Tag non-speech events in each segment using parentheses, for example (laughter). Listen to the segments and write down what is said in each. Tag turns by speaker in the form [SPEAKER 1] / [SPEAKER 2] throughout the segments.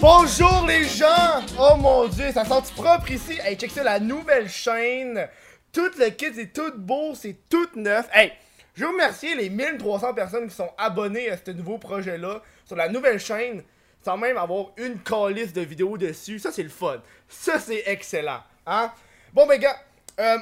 [SPEAKER 1] Bonjour les gens! Oh mon dieu, ça sent propre ici? Hey, check ça, la nouvelle chaîne. Tout le kit, c'est tout beau, c'est tout neuf. Hey, je veux remercier les 1300 personnes qui sont abonnées à ce nouveau projet-là sur la nouvelle chaîne, sans même avoir une calice de vidéos dessus. Ça, c'est le fun. Ça, c'est excellent. Hein? Bon, ben, gars, euh,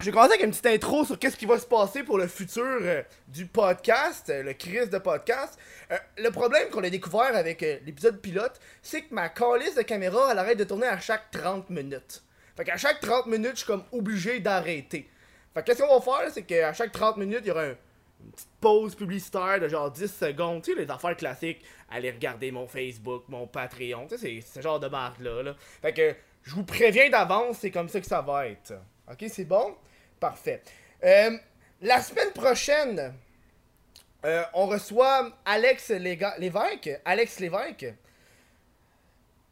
[SPEAKER 1] je vais commencer avec une petite intro sur qu'est-ce qui va se passer pour le futur euh, du podcast, euh, le crise de podcast. Euh, le problème qu'on a découvert avec euh, l'épisode pilote, c'est que ma calice de caméra, elle arrête de tourner à chaque 30 minutes. Fait qu'à chaque 30 minutes, je suis comme obligé d'arrêter. Fait que qu'est-ce qu'on va faire, c'est qu'à chaque 30 minutes, il y aura un- une petite pause publicitaire de genre 10 secondes. Tu sais, les affaires classiques, aller regarder mon Facebook, mon Patreon, tu sais, c'est ce genre de marque-là. là. Fait que je vous préviens d'avance, c'est comme ça que ça va être. Ok, c'est bon? Parfait. Euh, la semaine prochaine, euh, on reçoit Alex Léga- Lévesque. Alex Lévesque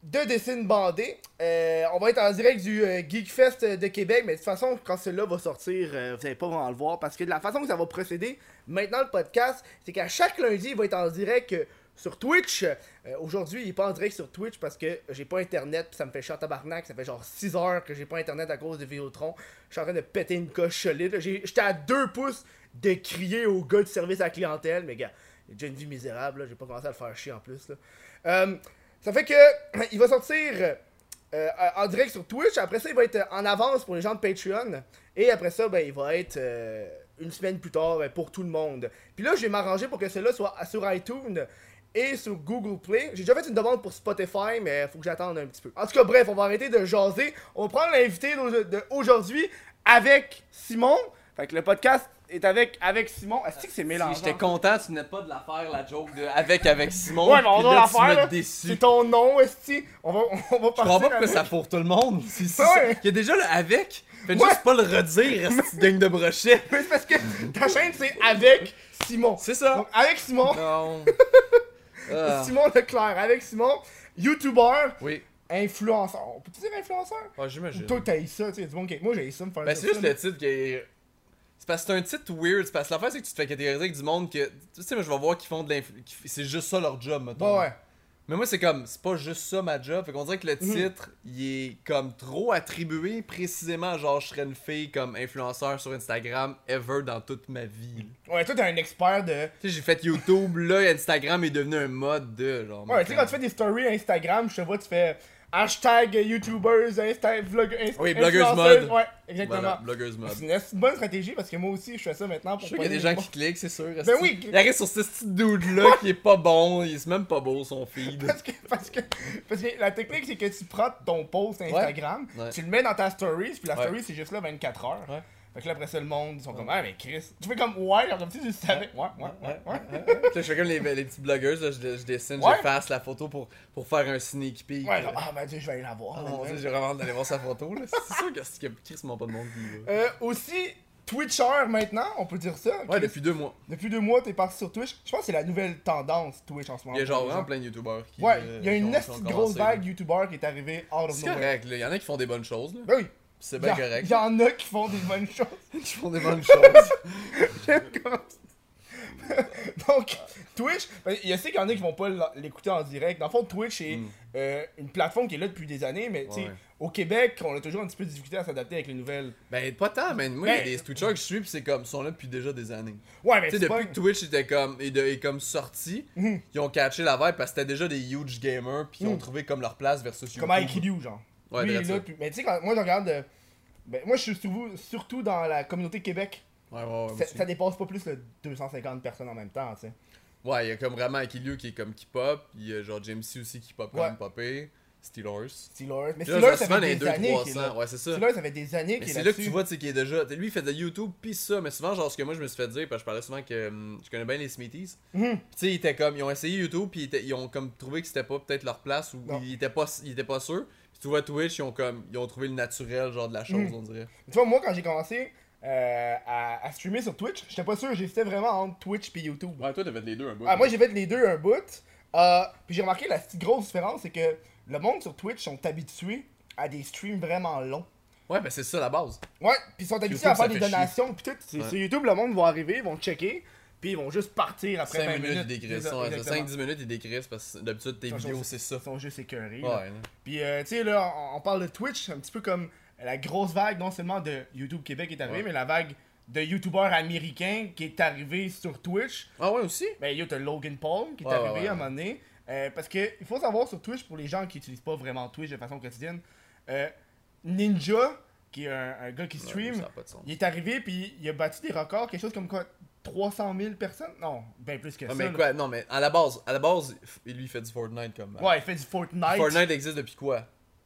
[SPEAKER 1] de dessins bandés. Euh, on va être en direct du euh, Geekfest de Québec, mais de toute façon, quand celui-là va sortir, euh, vous n'allez pas vraiment le voir, parce que de la façon que ça va procéder, maintenant le podcast, c'est qu'à chaque lundi, il va être en direct euh, sur Twitch. Euh, Aujourd'hui, il est pas en direct sur Twitch parce que j'ai pas internet, puis ça me fait chier en tabarnak, ça fait genre 6 heures que j'ai pas internet à cause de Vidéotron. Je suis en train de péter une coche solide. là. J'ai- J'étais à deux pouces de crier au gars du service à la clientèle, mais gars, j'ai déjà une vie misérable, là, j'ai pas commencé à le faire chier en plus. Là. Euh, ça fait que (clears throat) il va sortir euh, euh, en direct sur Twitch. Après ça, il va être en avance pour les gens de Patreon. Et après ça, ben, il va être euh, une semaine plus tard euh, pour tout le monde. Puis là, je vais m'arranger pour que cela soit sur iTunes et sur Google Play. J'ai déjà fait une demande pour Spotify, mais faut que j'attende un petit peu. En tout cas, bref, on va arrêter de jaser. On va prendre l'invité d'au- de- aujourd'hui avec Simon. Fait que le podcast est avec, avec Simon. Est-ce que c'est mélangeant?
[SPEAKER 2] Si j'étais content, tu venais pas de la faire la joke de avec avec Simon.
[SPEAKER 1] Ouais, mais on
[SPEAKER 2] puis
[SPEAKER 1] doit
[SPEAKER 2] là,
[SPEAKER 1] la
[SPEAKER 2] tu
[SPEAKER 1] faire.
[SPEAKER 2] m'as
[SPEAKER 1] là. C'est
[SPEAKER 2] déçu.
[SPEAKER 1] ton nom, Esti. On va, on va
[SPEAKER 2] Je
[SPEAKER 1] partir.
[SPEAKER 2] crois pas que
[SPEAKER 1] avec-
[SPEAKER 2] ça pour tout le monde. (laughs) C'est- c'est
[SPEAKER 1] Ouais.
[SPEAKER 2] ça. Il y a déjà le avec. Faites
[SPEAKER 1] Ouais.
[SPEAKER 2] juste pas le
[SPEAKER 1] (laughs)
[SPEAKER 2] redire, cette gang de brochet.
[SPEAKER 1] Mais c'est parce que ta chaîne, c'est avec Simon.
[SPEAKER 2] C'est ça.
[SPEAKER 1] Donc, avec Simon,
[SPEAKER 2] Non. Ah.
[SPEAKER 1] (laughs) Simon Leclerc. Avec Simon, YouTuber,
[SPEAKER 2] Oui,
[SPEAKER 1] influenceur. On peut dire influenceur?
[SPEAKER 2] Ouais, j'imagine.
[SPEAKER 1] Toi, t'as eu ça, tu sais, du monde qui- Moi, j'ai eu ça, me faire
[SPEAKER 2] Ben,
[SPEAKER 1] ça,
[SPEAKER 2] c'est juste
[SPEAKER 1] ça.
[SPEAKER 2] le titre qui est. C'est parce que c'est un titre weird. C'est parce que l'affaire, c'est que tu te fais catégoriser avec du monde que. Tu sais, moi, je vais voir qu'ils font de l'influence. C'est juste ça leur job, mettons.
[SPEAKER 1] Bon, ouais.
[SPEAKER 2] Mais moi, c'est comme, c'est pas juste ça ma job. Fait qu'on dirait que
[SPEAKER 1] Mhm.
[SPEAKER 2] le titre, il est comme trop attribué précisément à genre, je serais une fille comme influenceur sur Instagram ever dans toute ma vie.
[SPEAKER 1] Ouais, toi, t'es un expert de.
[SPEAKER 2] Tu sais, j'ai fait YouTube, là, Instagram est devenu un mode de genre.
[SPEAKER 1] Ouais, tu sais, quand tu fais des stories Instagram, je te vois, tu fais hashtag YouTubers, Insta, vlog, Insta,
[SPEAKER 2] Oui, blogueuse
[SPEAKER 1] influenceuse.
[SPEAKER 2] mode.
[SPEAKER 1] Ouais, exactement.
[SPEAKER 2] Voilà, blogueuse mode.
[SPEAKER 1] C'est une esti de bonne stratégie parce que moi aussi, je fais ça maintenant pour.
[SPEAKER 2] Je sais qu'il y a des gens qui cliquent, c'est sûr.
[SPEAKER 1] Ben oui.
[SPEAKER 2] Il arrive sur ce petit dude-là qui est pas bon, il est même pas beau son
[SPEAKER 1] (laughs)
[SPEAKER 2] feed.
[SPEAKER 1] Parce que, parce, que, parce que la technique, c'est que tu prends ton post Instagram,
[SPEAKER 2] Ouais.
[SPEAKER 1] tu le mets dans ta story, puis la
[SPEAKER 2] Ouais.
[SPEAKER 1] story, c'est juste là 24 heures.
[SPEAKER 2] Ouais.
[SPEAKER 1] Fait que là, après ça, le monde, ils sont comme, ah, mais Chris. Tu fais comme, ouais, genre, comme si tu le savais. Ouais, ouais, ouais, ouais.
[SPEAKER 2] Tu sais, je fais comme les, les petites blogueuses, là, je, je dessine,
[SPEAKER 1] Ouais.
[SPEAKER 2] j'efface la photo pour, pour faire un sneak peek.
[SPEAKER 1] Ouais, genre, ah, ben Dieu, je vais aller la voir.
[SPEAKER 2] Ah
[SPEAKER 1] là,
[SPEAKER 2] mon
[SPEAKER 1] ouais.
[SPEAKER 2] dieu, j'ai vraiment hâte d'aller voir sa photo là. (laughs) C'est sûr que c'est que Chris m'a pas de monde qui va.
[SPEAKER 1] Euh, aussi, Twitcher maintenant, on peut dire ça.
[SPEAKER 2] Ouais,
[SPEAKER 1] Chris,
[SPEAKER 2] depuis deux mois.
[SPEAKER 1] depuis deux mois, t'es parti sur Twitch. Je pense que c'est la nouvelle tendance Twitch en ce moment.
[SPEAKER 2] Il y a genre
[SPEAKER 1] pour les gens.
[SPEAKER 2] vraiment plein de youtubeurs qui.
[SPEAKER 1] Ouais,
[SPEAKER 2] euh,
[SPEAKER 1] il y a
[SPEAKER 2] qui
[SPEAKER 1] une
[SPEAKER 2] ont- qui ont
[SPEAKER 1] esti de grosse
[SPEAKER 2] commencé, là.
[SPEAKER 1] vague YouTuber qui est arrivée out of
[SPEAKER 2] C'est
[SPEAKER 1] nowhere.
[SPEAKER 2] correct, là. Il y en a qui font des bonnes choses, là.
[SPEAKER 1] Ben oui.
[SPEAKER 2] C'est bien
[SPEAKER 1] Il y a-
[SPEAKER 2] correct. (laughs)
[SPEAKER 1] Il y en a qui font des bonnes (laughs) choses.
[SPEAKER 2] qui font des bonnes choses.
[SPEAKER 1] (laughs) Donc, Twitch, ben, il y a ceux qu'il y en a qui vont pas l'en- l'écouter en direct. Dans le fond, Twitch est euh, une plateforme qui est là depuis des années, mais tu sais,
[SPEAKER 2] Mm. Ouais.
[SPEAKER 1] au Québec, on a toujours un petit peu de difficulté à s'adapter avec les nouvelles.
[SPEAKER 2] Ben, pas tant, mais moi, il y a
[SPEAKER 1] Ben-
[SPEAKER 2] des Twitchers que je suis, pis c'est comme, ils sont là depuis déjà des années.
[SPEAKER 1] Ouais, mais
[SPEAKER 2] Tu sais,
[SPEAKER 1] c'est pas... Mhm.
[SPEAKER 2] depuis que Twitch était comme, est, de- est comme sorti, ils ont catché la vibe parce que c'était déjà des huge gamers, pis ils ont trouvé comme leur place versus YouTube.
[SPEAKER 1] Comme IQLU, genre.
[SPEAKER 2] Ouais, ben,
[SPEAKER 1] Lui, il est
[SPEAKER 2] direct
[SPEAKER 1] là
[SPEAKER 2] ça.
[SPEAKER 1] depuis- Mais tu sais, quand moi, je regarde... euh, ben, moi, je suis surtout, surtout dans la communauté Québec.
[SPEAKER 2] Ouais, ouais, ouais. moi
[SPEAKER 1] Ça,
[SPEAKER 2] aussi.
[SPEAKER 1] ça dépasse pas plus le 250 personnes en même temps, tu sais.
[SPEAKER 2] Ouais, il y a comme vraiment Akilio qui est comme qui pop, il y a genre James C aussi qui pop quand
[SPEAKER 1] Ouais.
[SPEAKER 2] même popé, Steelers.
[SPEAKER 1] Steelers. Mais
[SPEAKER 2] Là,
[SPEAKER 1] Steelers,
[SPEAKER 2] genre,
[SPEAKER 1] ça
[SPEAKER 2] souvent,
[SPEAKER 1] fait
[SPEAKER 2] les
[SPEAKER 1] des années qu'il est
[SPEAKER 2] 200-300,
[SPEAKER 1] là.
[SPEAKER 2] ouais, c'est ça.
[SPEAKER 1] Steelers, ça fait des années
[SPEAKER 2] Mais
[SPEAKER 1] qu'il est
[SPEAKER 2] c'est là que tu
[SPEAKER 1] là-dessus.
[SPEAKER 2] vois, tu sais, qu'il est déjà. t'sais, Lui, il fait de YouTube, pis ça, mais souvent, genre, ce que moi, je me suis fait dire, parce que je parlais souvent que hum, je connais bien les Smithies.
[SPEAKER 1] Mhm.
[SPEAKER 2] Pis tu sais, ils étaient comme. Ils ont essayé YouTube, pis ils, étaient- ils ont comme trouvé que c'était pas peut-être leur place, ou
[SPEAKER 1] Non.
[SPEAKER 2] ils étaient pas, ils étaient pas sûrs. Pis tu vois, Twitch, ils ont comme. Ils ont trouvé le naturel, genre, de la chose,
[SPEAKER 1] Mhm.
[SPEAKER 2] on dirait.
[SPEAKER 1] Tu vois, moi, quand j'ai commencé euh, à, à streamer sur Twitch, j'étais pas sûr, j'hésitais vraiment entre Twitch et YouTube.
[SPEAKER 2] Ouais, toi, t'avais les deux un bout.
[SPEAKER 1] Ah, moi, j'ai fait les deux un bout. Euh, puis j'ai remarqué la petite grosse différence, c'est que le monde sur Twitch sont habitués à des streams vraiment longs.
[SPEAKER 2] Ouais, ben, c'est ça la base.
[SPEAKER 1] Ouais, puis ils sont habitués
[SPEAKER 2] YouTube,
[SPEAKER 1] à faire
[SPEAKER 2] ça
[SPEAKER 1] des
[SPEAKER 2] fait chier.
[SPEAKER 1] donations, puis tout. C'est-
[SPEAKER 2] Ouais.
[SPEAKER 1] Sur YouTube, le monde va arriver, ils vont checker. Puis ils vont juste partir après
[SPEAKER 2] 5
[SPEAKER 1] 20
[SPEAKER 2] minutes, ils
[SPEAKER 1] minutes.
[SPEAKER 2] décrissent.
[SPEAKER 1] Exactement. Ah,
[SPEAKER 2] 5-10 minutes, ils décrissent parce que d'habitude, tes
[SPEAKER 1] Ils sont
[SPEAKER 2] vidéos,
[SPEAKER 1] juste-
[SPEAKER 2] c'est ça.
[SPEAKER 1] Ils sont juste écœurés. là.
[SPEAKER 2] Ouais.
[SPEAKER 1] Puis, euh, tu sais, là, on, on parle de Twitch, un petit peu comme la grosse vague, non seulement de YouTube Québec est arrivée,
[SPEAKER 2] Ouais.
[SPEAKER 1] mais la vague de YouTubeurs américains qui est arrivée sur Twitch.
[SPEAKER 2] Ah ouais, aussi?
[SPEAKER 1] Ben, yo, t'as Logan Paul qui est
[SPEAKER 2] Ouais,
[SPEAKER 1] arrivé
[SPEAKER 2] ouais, ouais,
[SPEAKER 1] à un
[SPEAKER 2] ouais.
[SPEAKER 1] moment donné. Euh, parce que, il faut savoir sur Twitch, pour les gens qui n'utilisent pas vraiment Twitch de façon quotidienne, euh, Ninja, qui est un, un gars qui stream,
[SPEAKER 2] Ouais, ça a pas de sens.
[SPEAKER 1] il est arrivé puis il a battu des records, quelque chose comme quoi 300 000 personnes Non, ben plus que
[SPEAKER 2] Ouais,
[SPEAKER 1] ça.
[SPEAKER 2] mais
[SPEAKER 1] là.
[SPEAKER 2] quoi, non, mais à la base, à la base, f- lui, il fait du Fortnite comme. euh,
[SPEAKER 1] Ouais, il fait du Fortnite.
[SPEAKER 2] Fortnite existe depuis quoi?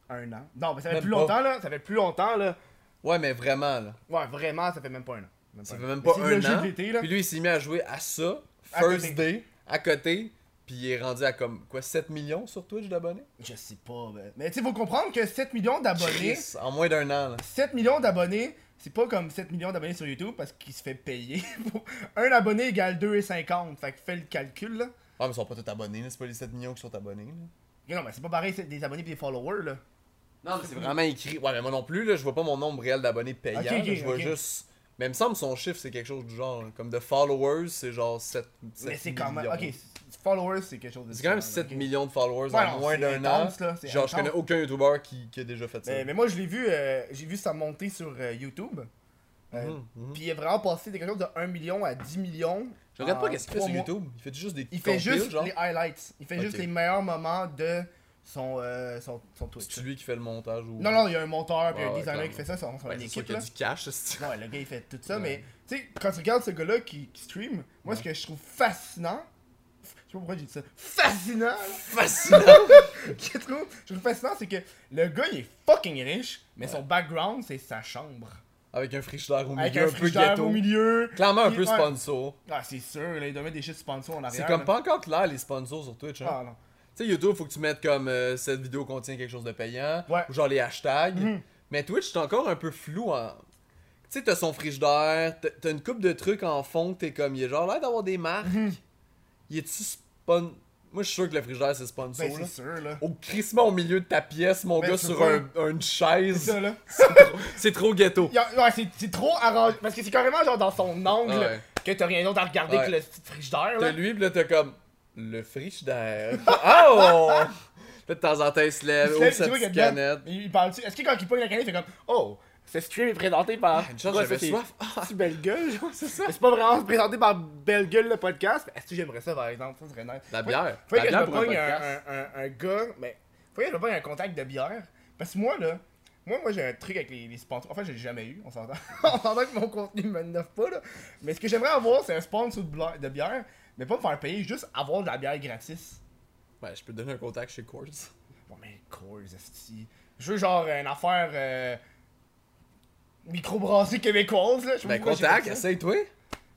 [SPEAKER 1] Un an. Non, mais ça fait
[SPEAKER 2] Même
[SPEAKER 1] plus
[SPEAKER 2] pas.
[SPEAKER 1] longtemps, là. Ça fait plus longtemps, là.
[SPEAKER 2] Ouais, mais vraiment, là.
[SPEAKER 1] Ouais, vraiment, ça fait même pas un an.
[SPEAKER 2] Ça
[SPEAKER 1] un
[SPEAKER 2] fait
[SPEAKER 1] an.
[SPEAKER 2] même pas
[SPEAKER 1] C'est
[SPEAKER 2] un
[SPEAKER 1] le jeu
[SPEAKER 2] an.
[SPEAKER 1] de l'été, là.
[SPEAKER 2] Puis lui, il s'est mis à jouer à ça,
[SPEAKER 1] À
[SPEAKER 2] First
[SPEAKER 1] côté.
[SPEAKER 2] Day, à côté. Puis il est rendu à comme, quoi, 7 millions sur Twitch d'abonnés?
[SPEAKER 1] Je sais pas, ben. Mais tu sais, faut comprendre que 7 millions d'abonnés,
[SPEAKER 2] Chris, En moins d'un an, là.
[SPEAKER 1] 7 millions d'abonnés, c'est pas comme 7 millions d'abonnés sur YouTube parce qu'il se fait payer. (laughs) Pour- un abonné égale 2,50. Fait que fais le calcul, là.
[SPEAKER 2] Ah, mais ils sont pas tous abonnés, là. C'est pas les 7 millions qui sont abonnés, là.
[SPEAKER 1] Mais Non, mais c'est pas pareil, c'est des abonnés pis des followers, là.
[SPEAKER 2] Non, mais c'est vraiment écrit. Ouais, mais moi non plus, là, je vois pas mon nombre réel d'abonnés payants.
[SPEAKER 1] Ok, ok,
[SPEAKER 2] là, je vois
[SPEAKER 1] ok.
[SPEAKER 2] juste. Mais il me semble que son chiffre, c'est quelque chose du genre. là, Comme de followers, c'est genre 7, 7
[SPEAKER 1] mais c'est quand même.
[SPEAKER 2] millions.
[SPEAKER 1] Ok, c- followers, c'est quelque chose de.
[SPEAKER 2] C'est quand même
[SPEAKER 1] différent, là,
[SPEAKER 2] 7
[SPEAKER 1] ok.
[SPEAKER 2] millions de followers
[SPEAKER 1] Ouais,
[SPEAKER 2] en
[SPEAKER 1] non,
[SPEAKER 2] moins
[SPEAKER 1] c'est
[SPEAKER 2] d'un an.
[SPEAKER 1] intense, là, c'est
[SPEAKER 2] Genre, je connais
[SPEAKER 1] intense.
[SPEAKER 2] aucun YouTuber qui, qui a déjà fait ça.
[SPEAKER 1] Mais, mais moi, je l'ai vu, euh, j'ai vu ça monter sur euh, YouTube. Euh,
[SPEAKER 2] Mhm, mhm.
[SPEAKER 1] Puis il est vraiment passé de quelque chose de 1 million à 10 millions.
[SPEAKER 2] Je regarde pas
[SPEAKER 1] en
[SPEAKER 2] qu'est-ce qu'il fait
[SPEAKER 1] trois
[SPEAKER 2] sur
[SPEAKER 1] mois.
[SPEAKER 2] YouTube. Il fait juste des
[SPEAKER 1] Il fait
[SPEAKER 2] compiles,
[SPEAKER 1] juste
[SPEAKER 2] genre.
[SPEAKER 1] les highlights. Il fait juste
[SPEAKER 2] Ok.
[SPEAKER 1] les meilleurs moments de son, euh, son, son Twitch.
[SPEAKER 2] C'est lui qui fait le montage ou.
[SPEAKER 1] Non, non, il y a un monteur puis
[SPEAKER 2] Ouais,
[SPEAKER 1] un
[SPEAKER 2] ouais,
[SPEAKER 1] designer qui fait
[SPEAKER 2] clairement.
[SPEAKER 1] ça, son, son
[SPEAKER 2] Ouais, c'est sûr
[SPEAKER 1] équipe.
[SPEAKER 2] qu'il y
[SPEAKER 1] Là.
[SPEAKER 2] a du cash, c'est
[SPEAKER 1] (laughs) Ouais, le gars, il fait tout ça,
[SPEAKER 2] Ouais.
[SPEAKER 1] mais tu sais, quand tu regardes ce gars-là qui, qui stream, moi,
[SPEAKER 2] Ouais.
[SPEAKER 1] ce que je trouve fascinant, je sais pas pourquoi j'ai dit ça, fascinant, là,
[SPEAKER 2] (laughs)
[SPEAKER 1] (laughs)
[SPEAKER 2] fascinant.
[SPEAKER 1] que je trouve, je trouve fascinant, c'est que le gars, il est fucking riche, mais son background, c'est sa chambre.
[SPEAKER 2] Avec un frigidaire au milieu,
[SPEAKER 1] Avec
[SPEAKER 2] un,
[SPEAKER 1] un
[SPEAKER 2] peu
[SPEAKER 1] frigidaire
[SPEAKER 2] ghetto.
[SPEAKER 1] au milieu.
[SPEAKER 2] Clairement, un
[SPEAKER 1] Puis,
[SPEAKER 2] peu
[SPEAKER 1] ouais.
[SPEAKER 2] sponsor.
[SPEAKER 1] Ah, c'est sûr, là, il doit mettre des shit sponsors en arrière.
[SPEAKER 2] C'est comme
[SPEAKER 1] là.
[SPEAKER 2] pas encore clair les sponsors sur Twitch. Hein.
[SPEAKER 1] Ah, non.
[SPEAKER 2] Tu sais, YouTube, faut que tu mettes comme euh, cette vidéo contient quelque chose de payant.
[SPEAKER 1] Ouais.
[SPEAKER 2] Ou genre les hashtags.
[SPEAKER 1] Mhm.
[SPEAKER 2] Mais Twitch, c'est encore un peu flou en. Tu sais, t'as son frigidaire, t'as- t'as une coupe de trucs en fond, que t'es comme, il est genre là d'avoir des marques.
[SPEAKER 1] Mhm.
[SPEAKER 2] Il est-tu spon. Moi, je suis sûr que le frigidaire, c'est sponsor.
[SPEAKER 1] Ben,
[SPEAKER 2] là.
[SPEAKER 1] c'est sûr, là.
[SPEAKER 2] Au crissement au milieu de ta pièce, mon
[SPEAKER 1] Ben,
[SPEAKER 2] gars,
[SPEAKER 1] tu
[SPEAKER 2] sur
[SPEAKER 1] vois.
[SPEAKER 2] un, une
[SPEAKER 1] C'est
[SPEAKER 2] chaise.
[SPEAKER 1] ça, là.
[SPEAKER 2] (laughs) C'est trop ghetto.
[SPEAKER 1] Il y a- Ouais, c'est- c'est trop arrangé. Parce que c'est carrément genre dans son angle
[SPEAKER 2] Ouais.
[SPEAKER 1] que t'as rien d'autre à regarder
[SPEAKER 2] Ouais.
[SPEAKER 1] que le petit frigidaire.
[SPEAKER 2] T'as
[SPEAKER 1] Là.
[SPEAKER 2] lui, pis là, t'as comme le frigidaire. (laughs) oh! Là, de temps en temps, il se
[SPEAKER 1] Il
[SPEAKER 2] lève,
[SPEAKER 1] se
[SPEAKER 2] ouvre
[SPEAKER 1] lève, tu
[SPEAKER 2] sa
[SPEAKER 1] vois qu'il y a
[SPEAKER 2] petite
[SPEAKER 1] dedans,
[SPEAKER 2] canette.
[SPEAKER 1] Il, il parle-tu Est-ce que quand il pogne la canette, il fait comme Oh, ce stream est présenté par.
[SPEAKER 2] Une chance,
[SPEAKER 1] Ouais,
[SPEAKER 2] j'avais
[SPEAKER 1] ça, c'est-
[SPEAKER 2] soif.
[SPEAKER 1] C'est Belle Gueule, genre.
[SPEAKER 2] c'est ça.
[SPEAKER 1] Mais C'est pas vraiment présenté par Belle Gueule le podcast. Est-ce que j'aimerais ça par exemple Ça serait nice.
[SPEAKER 2] La
[SPEAKER 1] Faut-
[SPEAKER 2] bière.
[SPEAKER 1] Faut
[SPEAKER 2] La
[SPEAKER 1] que je
[SPEAKER 2] bière
[SPEAKER 1] me
[SPEAKER 2] pour un
[SPEAKER 1] pogne un,
[SPEAKER 2] podcast.
[SPEAKER 1] un- un- un gars. Mais faut que je me pogne un contact de bière. Parce que moi, là. Moi, moi j'ai un truc avec les, les sponsors. Enfin, je l'ai jamais eu, on s'entend. (laughs) on s'entend que mon contenu me neuf pas, là. Mais ce que j'aimerais avoir, c'est un sponsor de bla- de bière. Mais pas me faire payer, juste avoir de la bière gratis.
[SPEAKER 2] Ouais, je peux te donner un contact chez Coors.
[SPEAKER 1] Bon, mais Coors, esti. Je veux genre une affaire euh, microbrasserie québécoise, là. Je sais pas
[SPEAKER 2] Ben,
[SPEAKER 1] pourquoi j'ai
[SPEAKER 2] contact,
[SPEAKER 1] fait ça.
[SPEAKER 2] essaye-toi.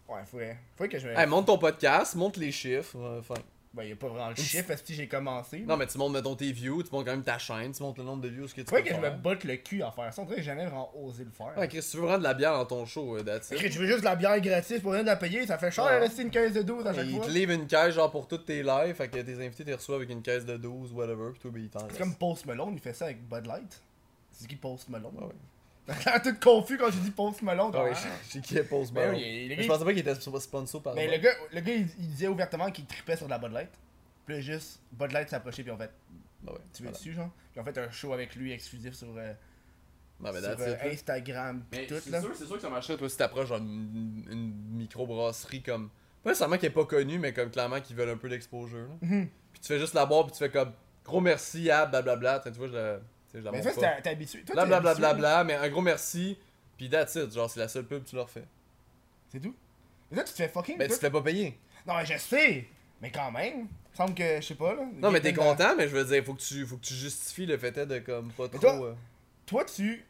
[SPEAKER 1] Ouais, faudrait, faudrait que je me.
[SPEAKER 2] Hey, monte ton podcast, monte les chiffres. euh, fin.
[SPEAKER 1] Ben, y'a pas vraiment le chiffre, esti, j'ai commencé.
[SPEAKER 2] Non, mais tu montes, mettons, tes views, tu montes quand même ta chaîne, tu montes le nombre de views que tu peux
[SPEAKER 1] Faudrait que je me
[SPEAKER 2] faire.
[SPEAKER 1] botte le cul à faire ça. On dirait que j'ai jamais vraiment osé le faire.
[SPEAKER 2] Ouais, Chris, tu veux vraiment de la bière dans ton show, euh, that's it.
[SPEAKER 1] Parce que je veux juste de la bière gratis pour rien de la payer, ça fait cher
[SPEAKER 2] Ouais.
[SPEAKER 1] de rester une caisse de 12 à
[SPEAKER 2] Et
[SPEAKER 1] chaque
[SPEAKER 2] Ils
[SPEAKER 1] fois.
[SPEAKER 2] te livrent une caisse, genre, pour toutes tes lives, fait que tes invités, t'es reçus avec une caisse de 12, whatever, pis toi, ben, ils t'en
[SPEAKER 1] C'est
[SPEAKER 2] restent.
[SPEAKER 1] comme Post Malone, il fait ça avec Bud Light. C'est qui Post Malone?
[SPEAKER 2] Ah ouais.
[SPEAKER 1] (laughs) tout confus quand j'ai dit Post Malone.
[SPEAKER 2] Ah
[SPEAKER 1] genre,
[SPEAKER 2] ouais,
[SPEAKER 1] ah.
[SPEAKER 2] (laughs) j'ai qui pose
[SPEAKER 1] Ben
[SPEAKER 2] bien.
[SPEAKER 1] oui, il- il-
[SPEAKER 2] Je pensais pas qu'il était sp- sponsor par
[SPEAKER 1] Mais
[SPEAKER 2] là.
[SPEAKER 1] le gars, le gars il, il disait ouvertement qu'il tripait sur de la Bud Light. Puis là, juste, Bud Light s'approchait, puis en fait,
[SPEAKER 2] Ben ouais,
[SPEAKER 1] tu veux
[SPEAKER 2] voilà.
[SPEAKER 1] dessus, genre. Puis en fait, un show avec lui exclusif sur, euh,
[SPEAKER 2] Non, Ah, mais
[SPEAKER 1] sur,
[SPEAKER 2] that's
[SPEAKER 1] euh,
[SPEAKER 2] it, là.
[SPEAKER 1] Instagram, pis
[SPEAKER 2] Mais
[SPEAKER 1] tout,
[SPEAKER 2] c'est
[SPEAKER 1] là.
[SPEAKER 2] sûr, c'est sûr que ça marcherait, toi, si t'approches genre une, une microbrasserie comme. Pas nécessairement qui est pas connue, mais comme clairement qui veulent un peu d'exposure. là.
[SPEAKER 1] Mhm.
[SPEAKER 2] Puis tu fais juste la boire, puis tu fais comme gros merci à blablabla. Tu sais, tu vois, je la, tu sais, je la
[SPEAKER 1] Mais
[SPEAKER 2] montre
[SPEAKER 1] toi,
[SPEAKER 2] pas.
[SPEAKER 1] t'es t'es habitué. Toi, t'es
[SPEAKER 2] Blablabla,
[SPEAKER 1] habitué, là.
[SPEAKER 2] mais un gros merci. Puis that's it, genre c'est la seule pub que tu leur fais.
[SPEAKER 1] C'est tout. Mais là, tu te fais fucking.
[SPEAKER 2] Mais tu
[SPEAKER 1] toi.
[SPEAKER 2] te fais pas payer.
[SPEAKER 1] Non, mais je sais. Mais quand même. Semble que, je sais pas, là.
[SPEAKER 2] Non, mais t'es
[SPEAKER 1] Gaëtan,
[SPEAKER 2] content, mais je veux dire, faut que tu, faut que tu justifies le fait est de comme pas trop.
[SPEAKER 1] toi-
[SPEAKER 2] euh,
[SPEAKER 1] Toi, tu.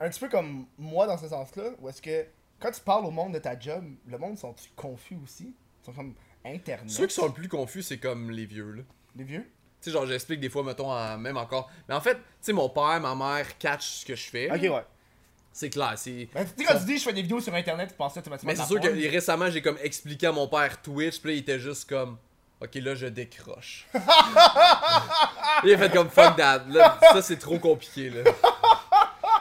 [SPEAKER 1] Un petit peu comme moi dans ce sens-là, où est-ce que quand tu parles au monde de ta job, le monde sont-tu confus aussi Ils sont comme internet.
[SPEAKER 2] Ceux qui sont le plus confus, c'est comme les vieux, là.
[SPEAKER 1] Les vieux
[SPEAKER 2] Tu sais, genre, j'explique des fois, mettons, à- même encore. Mais en fait, tu sais, mon père, ma mère catch ce que je fais.
[SPEAKER 1] Ok, ouais.
[SPEAKER 2] C'est clair, c'est.
[SPEAKER 1] Ben, tu sais, quand tu dis je fais des vidéos sur internet, tu penses automatiquement.
[SPEAKER 2] Mais
[SPEAKER 1] à
[SPEAKER 2] c'est
[SPEAKER 1] la
[SPEAKER 2] sûr que
[SPEAKER 1] porn.
[SPEAKER 2] récemment, j'ai comme expliqué à mon père Twitch, puis là, il était juste comme. Ok, là, je (laughs) décroche. il a fait comme fuck that. Là, ça, c'est trop compliqué, là.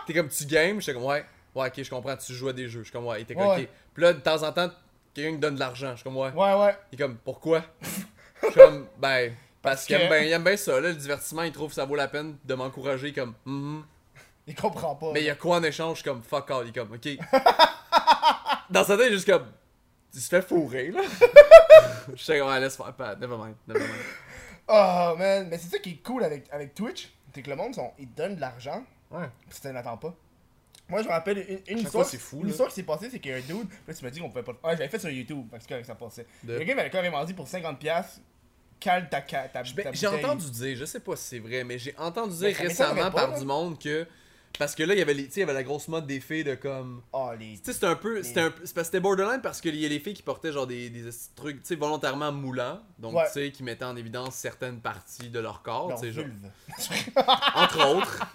[SPEAKER 2] T'es comme, tu games? J'étais comme, ouais. Ouais, ok, je comprends, tu joues à des jeux. Je suis comme, ouais. Il était comme,
[SPEAKER 1] Ouais.
[SPEAKER 2] ok. Puis là, de temps en temps, quelqu'un qui donne de l'argent. Je suis comme, ouais.
[SPEAKER 1] Ouais, ouais.
[SPEAKER 2] Il est comme, pourquoi Je suis comme, ben,
[SPEAKER 1] Parce
[SPEAKER 2] parce qu'il aime,
[SPEAKER 1] que-
[SPEAKER 2] bien- il aime bien ça, là, le divertissement, il trouve que ça vaut la peine de m'encourager, comme, Mhm.
[SPEAKER 1] Il comprend pas.
[SPEAKER 2] Mais il y a quoi en échange Je suis comme, fuck all, il est comme,
[SPEAKER 1] (laughs)
[SPEAKER 2] ok. Dans sa tête, il est juste comme, tu te fais fourrer, là. (laughs) Je suis comme, ouais, laisse faire, pas, never mind, never mind.
[SPEAKER 1] Oh man, mais c'est ça qui est cool avec, avec Twitch, c'est que le monde, sont, ils te donnent de l'argent,
[SPEAKER 2] Ouais.
[SPEAKER 1] pis tu n'attends pas. Moi, je me rappelle une, une
[SPEAKER 2] Chaque
[SPEAKER 1] histoire,
[SPEAKER 2] fois, c'est fou,
[SPEAKER 1] une
[SPEAKER 2] là.
[SPEAKER 1] histoire qui s'est passée, c'est qu'il y a un dude, là tu m'as dit qu'on pouvait pas... Ouais, j'avais fait sur YouTube, parce que ça passait.
[SPEAKER 2] De-
[SPEAKER 1] Le gars m'avait carrément dit pour 50$, cale ta, ca- ta, ta
[SPEAKER 2] Ben, j'ai
[SPEAKER 1] bouteille.
[SPEAKER 2] entendu dire, je sais pas si c'est vrai, mais j'ai entendu
[SPEAKER 1] Mais
[SPEAKER 2] dire
[SPEAKER 1] ça m'étonnerait
[SPEAKER 2] récemment
[SPEAKER 1] pas,
[SPEAKER 2] par
[SPEAKER 1] là.
[SPEAKER 2] du monde que. Parce que là, il y avait les- tu sais, il y avait la grosse mode des filles de comme.
[SPEAKER 1] Oh, les...
[SPEAKER 2] Tu sais, c'était un peu. C'était un peu- c'est parce que c'était borderline parce qu'il y a les filles qui portaient genre des, des trucs, tu sais, volontairement moulants. Donc,
[SPEAKER 1] Ouais.
[SPEAKER 2] tu sais, qui mettaient en évidence certaines parties de leur corps,
[SPEAKER 1] leurs
[SPEAKER 2] tu sais, genre- (laughs)
[SPEAKER 1] vulves.
[SPEAKER 2] entre autres.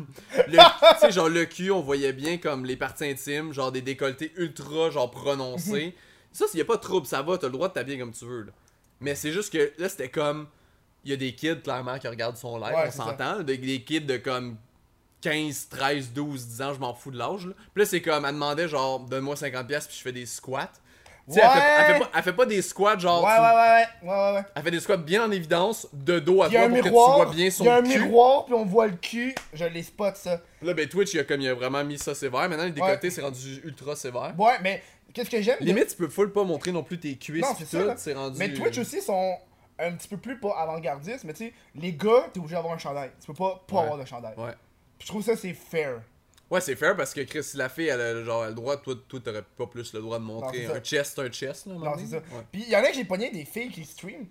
[SPEAKER 2] Le, tu sais, genre le cul, on voyait bien comme les parties intimes, genre des décolletés ultra, genre prononcés. ça, s'il y a pas de trouble, ça va, t'as le droit de t'habiller comme tu veux. Là. Mais c'est juste que là, c'était comme. Il y a des kids, clairement, qui regardent son live,
[SPEAKER 1] Ouais,
[SPEAKER 2] on
[SPEAKER 1] c'est ça.
[SPEAKER 2] s'entend. là, Des, des kids de comme 15, 13, 12, 10 ans, je m'en fous de l'âge. là. Puis là, c'est comme, elle demandait genre, donne-moi 50$ puis je fais des squats. Tu sais, elle, fait, elle fait
[SPEAKER 1] Ouais.
[SPEAKER 2] pas, elle fait pas des squats genre.
[SPEAKER 1] Ouais, ouais,
[SPEAKER 2] tu-
[SPEAKER 1] ouais, ouais, ouais, ouais.
[SPEAKER 2] Elle fait des squats bien en évidence, de dos à
[SPEAKER 1] Il y a un
[SPEAKER 2] droit pour que tu
[SPEAKER 1] miroir,
[SPEAKER 2] vois bien son
[SPEAKER 1] il y a un
[SPEAKER 2] cul.
[SPEAKER 1] miroir, puis on voit le cul, je les spot, ça.
[SPEAKER 2] Là, ben Twitch, il a, comme, il a vraiment mis ça sévère. Maintenant, les décolletés,
[SPEAKER 1] Ouais.
[SPEAKER 2] c'est rendu ultra sévère.
[SPEAKER 1] Ouais, mais qu'est-ce que j'aime de-
[SPEAKER 2] Limite, tu peux full pas montrer non plus tes cuisses
[SPEAKER 1] Non,
[SPEAKER 2] pis
[SPEAKER 1] c'est ça,
[SPEAKER 2] tout.
[SPEAKER 1] là.
[SPEAKER 2] C'est rendu. euh,
[SPEAKER 1] Mais Twitch aussi sont un petit peu plus pas avant-gardistes, mais tu sais, les gars, t'es obligé d'avoir un chandail. Tu peux pas pas
[SPEAKER 2] Ouais.
[SPEAKER 1] avoir de chandail.
[SPEAKER 2] Ouais.
[SPEAKER 1] Puis je trouve ça c'est fair.
[SPEAKER 2] Ouais, c'est fair parce que Chris, si la fille, elle a genre, elle a le droit, toi, toi t'aurais pas plus le droit de montrer
[SPEAKER 1] Non, c'est
[SPEAKER 2] un chest, un chest. Là, à un moment
[SPEAKER 1] Non, c'est ça.
[SPEAKER 2] donné. Ouais.
[SPEAKER 1] Puis il y en a que j'ai pogné des filles qui stream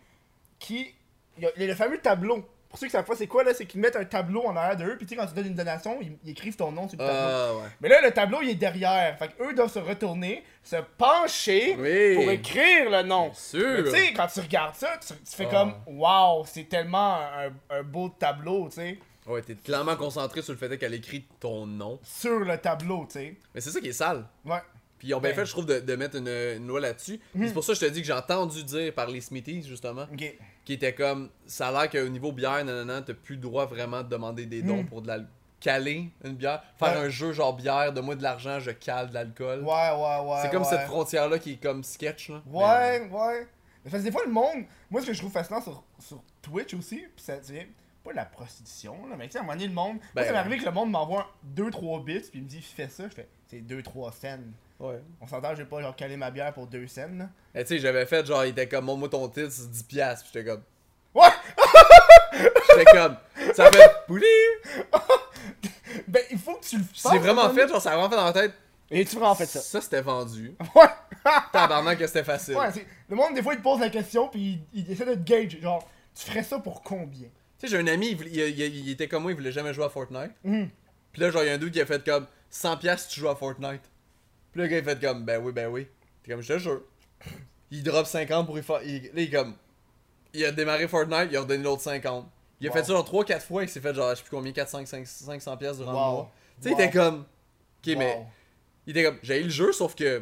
[SPEAKER 1] qui. il y a- il y a le fameux tableau. Pour ceux qui savent pas c'est quoi là, c'est qu'ils mettent un tableau en arrière d'eux, puis tu sais, quand tu donnes une donation, ils, ils écrivent ton nom sur le tableau.
[SPEAKER 2] Ah, ouais.
[SPEAKER 1] Mais là, le tableau il est derrière. Fait qu'eux doivent se retourner, se pencher
[SPEAKER 2] Oui.
[SPEAKER 1] pour écrire le nom.
[SPEAKER 2] Bien
[SPEAKER 1] Mais
[SPEAKER 2] sûr.
[SPEAKER 1] tu sais, quand tu regardes ça, tu, tu fais
[SPEAKER 2] Ah.
[SPEAKER 1] comme Waouh, c'est tellement un, un beau tableau, tu sais.
[SPEAKER 2] Ouais, t'es clairement concentré sur le fait qu'elle écrit ton nom.
[SPEAKER 1] Sur le tableau, tu sais.
[SPEAKER 2] Mais c'est ça qui est sale.
[SPEAKER 1] Ouais.
[SPEAKER 2] Puis ils ont bien
[SPEAKER 1] Ben. Mm-hmm.
[SPEAKER 2] fait, je trouve, de, de mettre une, une loi là-dessus. Puis C'est pour ça que je te dis que j'ai entendu dire par les Smithies, justement,
[SPEAKER 1] Ok.
[SPEAKER 2] qui était comme ça a l'air qu'au niveau bière nanana t'as plus le droit vraiment de demander des dons
[SPEAKER 1] Mm.
[SPEAKER 2] pour de la caler une bière faire
[SPEAKER 1] Ouais.
[SPEAKER 2] un jeu genre bière de moi de l'argent je cale de l'alcool
[SPEAKER 1] Ouais, ouais, ouais.
[SPEAKER 2] c'est comme
[SPEAKER 1] ouais.
[SPEAKER 2] cette euh, frontière là qui est comme sketch là
[SPEAKER 1] Ouais, ouais. Mais parce que des fois, le monde. Moi, ce que je trouve fascinant sur, sur Twitch aussi, pis ça, tu sais, pas de la prostitution, là, mais tu sais, à un moment donné, le monde. moi,
[SPEAKER 2] Ben,
[SPEAKER 1] ça m'est
[SPEAKER 2] ouais.
[SPEAKER 1] arrivé que le monde m'envoie 2-3 bits, puis il me dit, fais ça. Je fais, c'est 2-3 cents.
[SPEAKER 2] Mais- euh, ouais
[SPEAKER 1] On s'entend, je vais pas genre caler ma bière pour 2 cents, là. (laughs)
[SPEAKER 2] et tu sais j'avais fait genre il était comme mon moi ton titre c'est 10 piastres puis j'étais comme
[SPEAKER 1] Ouais!
[SPEAKER 2] (laughs) j'étais comme ça fait Pouli!
[SPEAKER 1] Ben, il faut que tu le fasses.
[SPEAKER 2] c'est vraiment
[SPEAKER 1] là.
[SPEAKER 2] fait genre ça a vraiment fait dans la tête
[SPEAKER 1] Et tu vraiment fait ça.
[SPEAKER 2] ça c'était vendu
[SPEAKER 1] (laughs) Ouais!
[SPEAKER 2] tabarnak que c'était facile
[SPEAKER 1] ouais, c'est- le monde, des fois, il te pose la question, puis il, il essaie de te gauge. Genre, tu ferais ça pour combien?
[SPEAKER 2] Tu sais, j'ai un ami, il, voulait- il- il- il était comme moi, il voulait jamais jouer à Fortnite.
[SPEAKER 1] Mhm.
[SPEAKER 2] Puis là, genre, il y a un dude qui a fait comme 100$ piastres si tu joues à Fortnite. Puis le gars, il fait comme, ben oui, ben oui. T'es comme, je te jure. Il drop 50 pour y faire. il- là, il est comme. Il a démarré Fortnite, il a redonné l'autre 50. Il a
[SPEAKER 1] Wow.
[SPEAKER 2] fait ça genre 3-4 fois, il s'est fait genre, je sais plus combien, 4, 5, 500$ piastres durant
[SPEAKER 1] Wow.
[SPEAKER 2] le mois. Tu sais,
[SPEAKER 1] Wow.
[SPEAKER 2] il était comme. Ok,
[SPEAKER 1] Wow.
[SPEAKER 2] mais. Il était comme, j'ai eu le jeu, sauf que.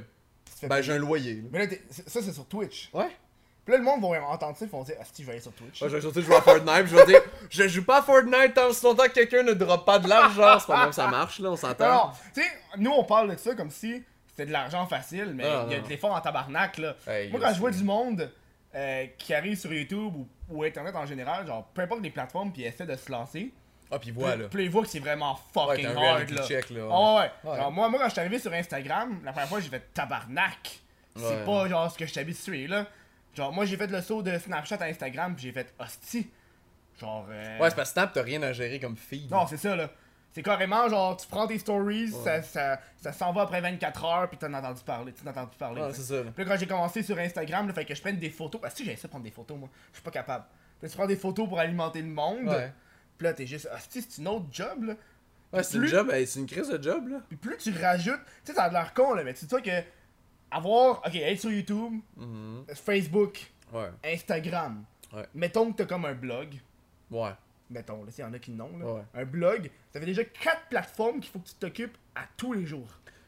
[SPEAKER 1] Tu te fais
[SPEAKER 2] Ben,
[SPEAKER 1] payer.
[SPEAKER 2] j'ai un loyer. là.
[SPEAKER 1] Mais là, t'es- ça, c'est sur Twitch.
[SPEAKER 2] Ouais.
[SPEAKER 1] Puis là, le monde va entendre ça, ils vont dire, ah, si, je vais aller sur Twitch.
[SPEAKER 2] Moi, je vais surtout jouer à Fortnite, puis je vais dire, je joue pas à Fortnite tant si longtemps que quelqu'un ne drop pas de l'argent. C'est pas même ça marche, là, on
[SPEAKER 1] Non,
[SPEAKER 2] s'entend.
[SPEAKER 1] non, tu sais, nous on parle de ça comme si c'était de l'argent facile, mais
[SPEAKER 2] Ah,
[SPEAKER 1] il y a
[SPEAKER 2] non.
[SPEAKER 1] de l'effort en tabarnak là.
[SPEAKER 2] Hey,
[SPEAKER 1] Moi quand je vois
[SPEAKER 2] c'est-
[SPEAKER 1] du monde euh, qui arrive sur YouTube ou, ou internet en général, genre peu importe les plateformes, puis essaie de se lancer,
[SPEAKER 2] Ah, puis
[SPEAKER 1] puis-
[SPEAKER 2] voilà.
[SPEAKER 1] puis ils voient que c'est vraiment
[SPEAKER 2] Ouais,
[SPEAKER 1] fucking
[SPEAKER 2] t'as un
[SPEAKER 1] hard
[SPEAKER 2] reality
[SPEAKER 1] là.
[SPEAKER 2] check, là.
[SPEAKER 1] Ah ouais, ouais.
[SPEAKER 2] Ouais.
[SPEAKER 1] Genre, moi, moi quand je suis arrivé sur Instagram, la première fois j'ai fait tabarnak. C'est
[SPEAKER 2] Ouais.
[SPEAKER 1] pas genre ce que je suis habitué là. Genre moi j'ai fait le saut de Snapchat à Instagram, puis j'ai fait hostie. Genre. euh,
[SPEAKER 2] Ouais, c'est parce que Snap, t'as rien à gérer comme fille.
[SPEAKER 1] Non, c'est ça, là. C'est carrément genre, tu prends tes stories, ça, ça, ça s'en va après 24 heures, puis t'en as entendu parler, tu t'en as entendu parler.
[SPEAKER 2] Ah,
[SPEAKER 1] tu sais.
[SPEAKER 2] c'est ça. là.
[SPEAKER 1] Puis là, quand j'ai commencé sur Instagram, là, fait que je prenne des photos. Ah, si, j'avais ça prendre des photos, moi. Je suis pas capable. Puis là, tu prends des photos pour alimenter le monde.
[SPEAKER 2] Ouais.
[SPEAKER 1] Puis là, t'es juste, ah, si, c'est une autre job, là.
[SPEAKER 2] Ouais, c'est une
[SPEAKER 1] Plus-
[SPEAKER 2] job, hey, c'est une crise de job, là.
[SPEAKER 1] Puis plus tu rajoutes, tu sais, ça a l'air con, là, mais tu sais que avoir, ok, être sur YouTube,
[SPEAKER 2] Mhm.
[SPEAKER 1] Facebook,
[SPEAKER 2] Ouais.
[SPEAKER 1] Instagram.
[SPEAKER 2] Ouais.
[SPEAKER 1] Mettons que t'as comme un blog.
[SPEAKER 2] Ouais.
[SPEAKER 1] mettons, là, s'il y en a qui n'ont, là,
[SPEAKER 2] Ouais.
[SPEAKER 1] un blog, ça fait déjà quatre plateformes qu'il faut que tu t'occupes à tous les jours.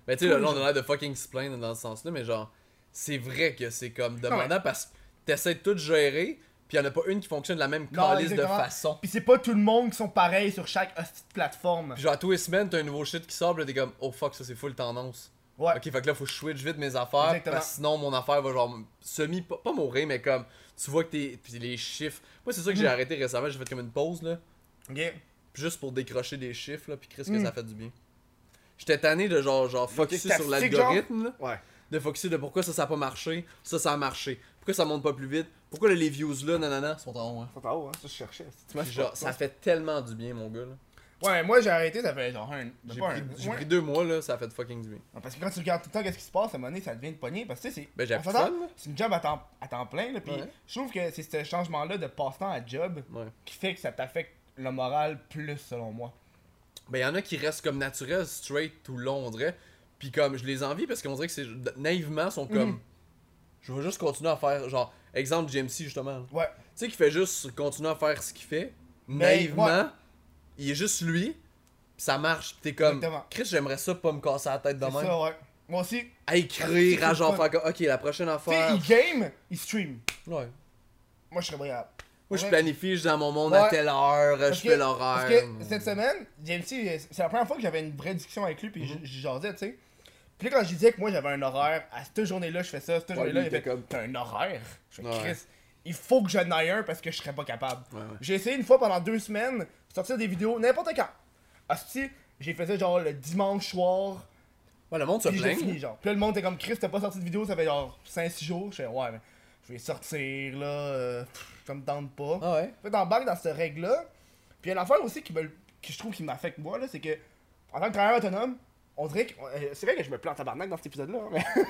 [SPEAKER 2] Mais tu sais, là, là, on a l'air de fucking se plaindre dans ce sens-là, mais genre, c'est vrai que c'est comme demandant parce que t'essaies de tout gérer, puis y'en a pas une qui fonctionne de la même
[SPEAKER 1] Non,
[SPEAKER 2] calice de
[SPEAKER 1] exactement.
[SPEAKER 2] façon.
[SPEAKER 1] Puis c'est pas tout le monde qui sont pareils sur chaque hostie de plateforme.
[SPEAKER 2] Puis genre, tous les semaines, t'as un nouveau shit qui sort, puis là, t'es comme, oh fuck, ça c'est full tendance.
[SPEAKER 1] Ouais.
[SPEAKER 2] Ok, fait que là, faut que je switch vite mes affaires.
[SPEAKER 1] Exactement.
[SPEAKER 2] Parce que sinon, mon affaire va genre semi, pas, pas mourir, mais comme tu vois que t'es. Puis les chiffres. Moi, c'est sûr
[SPEAKER 1] Mm.
[SPEAKER 2] que j'ai arrêté récemment, j'ai fait comme une pause là.
[SPEAKER 1] Ok.
[SPEAKER 2] Juste pour décrocher des chiffres là. Puis Chris, que
[SPEAKER 1] Mm.
[SPEAKER 2] ça fait du bien. J'étais tanné de genre, genre focusser sur
[SPEAKER 1] statistiques, genre?
[SPEAKER 2] l'algorithme là.
[SPEAKER 1] Ouais.
[SPEAKER 2] De focusser de pourquoi ça, ça a pas marché. Ça, ça a marché. Pourquoi ça monte pas plus vite. Pourquoi les views là, nanana, sont en haut. hein.
[SPEAKER 1] C'est en haut, hein, ça je cherchais. Tu m'as
[SPEAKER 2] Puis genre, ça fait tellement du bien, mon gars là.
[SPEAKER 1] Ouais, moi j'ai arrêté, ça fait genre un. ben,
[SPEAKER 2] J'ai
[SPEAKER 1] pas
[SPEAKER 2] pris,
[SPEAKER 1] un-
[SPEAKER 2] j'ai
[SPEAKER 1] ouais.
[SPEAKER 2] pris deux mois là, ça a fait fucking du bien.
[SPEAKER 1] Non, Parce que quand tu regardes tout le temps qu'est-ce qui se passe, à un moment donné, ça devient une poignée. Parce que tu sais, c'est.
[SPEAKER 2] Ben, j'ai
[SPEAKER 1] on
[SPEAKER 2] appris
[SPEAKER 1] s'entend,
[SPEAKER 2] ça, là.
[SPEAKER 1] C'est une job à temps, à temps plein, là. Puis
[SPEAKER 2] Ouais.
[SPEAKER 1] je trouve que c'est ce changement-là de passe-temps à job
[SPEAKER 2] Ouais.
[SPEAKER 1] qui fait que ça t'affecte le moral plus, selon moi.
[SPEAKER 2] Ben, il y en a qui restent comme naturels, straight, tout le long, on dirait. Puis comme, je les envie parce qu'on dirait que c'est naïvement, sont comme.
[SPEAKER 1] Mhm.
[SPEAKER 2] Je vais juste continuer à faire, genre, exemple, JMC, justement. là.
[SPEAKER 1] Ouais.
[SPEAKER 2] Tu sais, qui fait juste continuer à faire ce qu'il fait,
[SPEAKER 1] Mais,
[SPEAKER 2] naïvement.
[SPEAKER 1] Ben, ouais.
[SPEAKER 2] Il est juste lui, pis ça marche. Pis t'es comme.
[SPEAKER 1] Exactement.
[SPEAKER 2] Chris, j'aimerais ça pas me casser la tête de
[SPEAKER 1] C'est
[SPEAKER 2] même.
[SPEAKER 1] ça, ouais. Moi aussi. Tu
[SPEAKER 2] À écrire, à
[SPEAKER 1] C'est
[SPEAKER 2] genre
[SPEAKER 1] le
[SPEAKER 2] faire comme, ok, la prochaine
[SPEAKER 1] sais,
[SPEAKER 2] affaire.
[SPEAKER 1] il game, il stream.
[SPEAKER 2] Ouais.
[SPEAKER 1] Moi, je serais brillable.
[SPEAKER 2] Moi, je
[SPEAKER 1] Ouais.
[SPEAKER 2] planifie, je dis à mon monde à
[SPEAKER 1] Ouais.
[SPEAKER 2] telle heure,
[SPEAKER 1] Parce
[SPEAKER 2] je
[SPEAKER 1] que-
[SPEAKER 2] fais
[SPEAKER 1] Parce
[SPEAKER 2] l'horaire.
[SPEAKER 1] que cette semaine, JMC, c'est la première fois que j'avais une vraie discussion avec lui, puis
[SPEAKER 2] Mm-hmm.
[SPEAKER 1] j- j'y jasais, tu sais. Puis là, quand je disais que moi j'avais un horaire, à cette journée-là, je fais ça, cette journée-là, il
[SPEAKER 2] lui, il
[SPEAKER 1] fait
[SPEAKER 2] était comme-
[SPEAKER 1] T'as un horaire Je fais
[SPEAKER 2] Ouais.
[SPEAKER 1] Chris, il faut que j'en aille un parce que je serais pas capable.
[SPEAKER 2] Ouais, ouais.
[SPEAKER 1] J'ai essayé une fois pendant deux semaines de sortir des vidéos n'importe quand. Asti, j'ai fait ça genre le dimanche soir,
[SPEAKER 2] Ouais, le monde se
[SPEAKER 1] puis j'ai
[SPEAKER 2] plaint.
[SPEAKER 1] fini, genre. Puis là, le monde était comme Chris, t'as pas sorti de vidéo, ça fait genre 5-6 jours. Je fais Ouais, mais je vais sortir là, euh, pff, ça me tente pas.
[SPEAKER 2] Ah ouais.
[SPEAKER 1] Fait t'embarques dans cette règle-là. Puis il y a l'affaire aussi qui, me, qui je trouve qui m'affecte moi, là, c'est que, en tant que travailleur autonome, on dirait que. euh, c'est vrai que je me plante tabarnak dans cet épisode-là, hein, mais.
[SPEAKER 2] Ah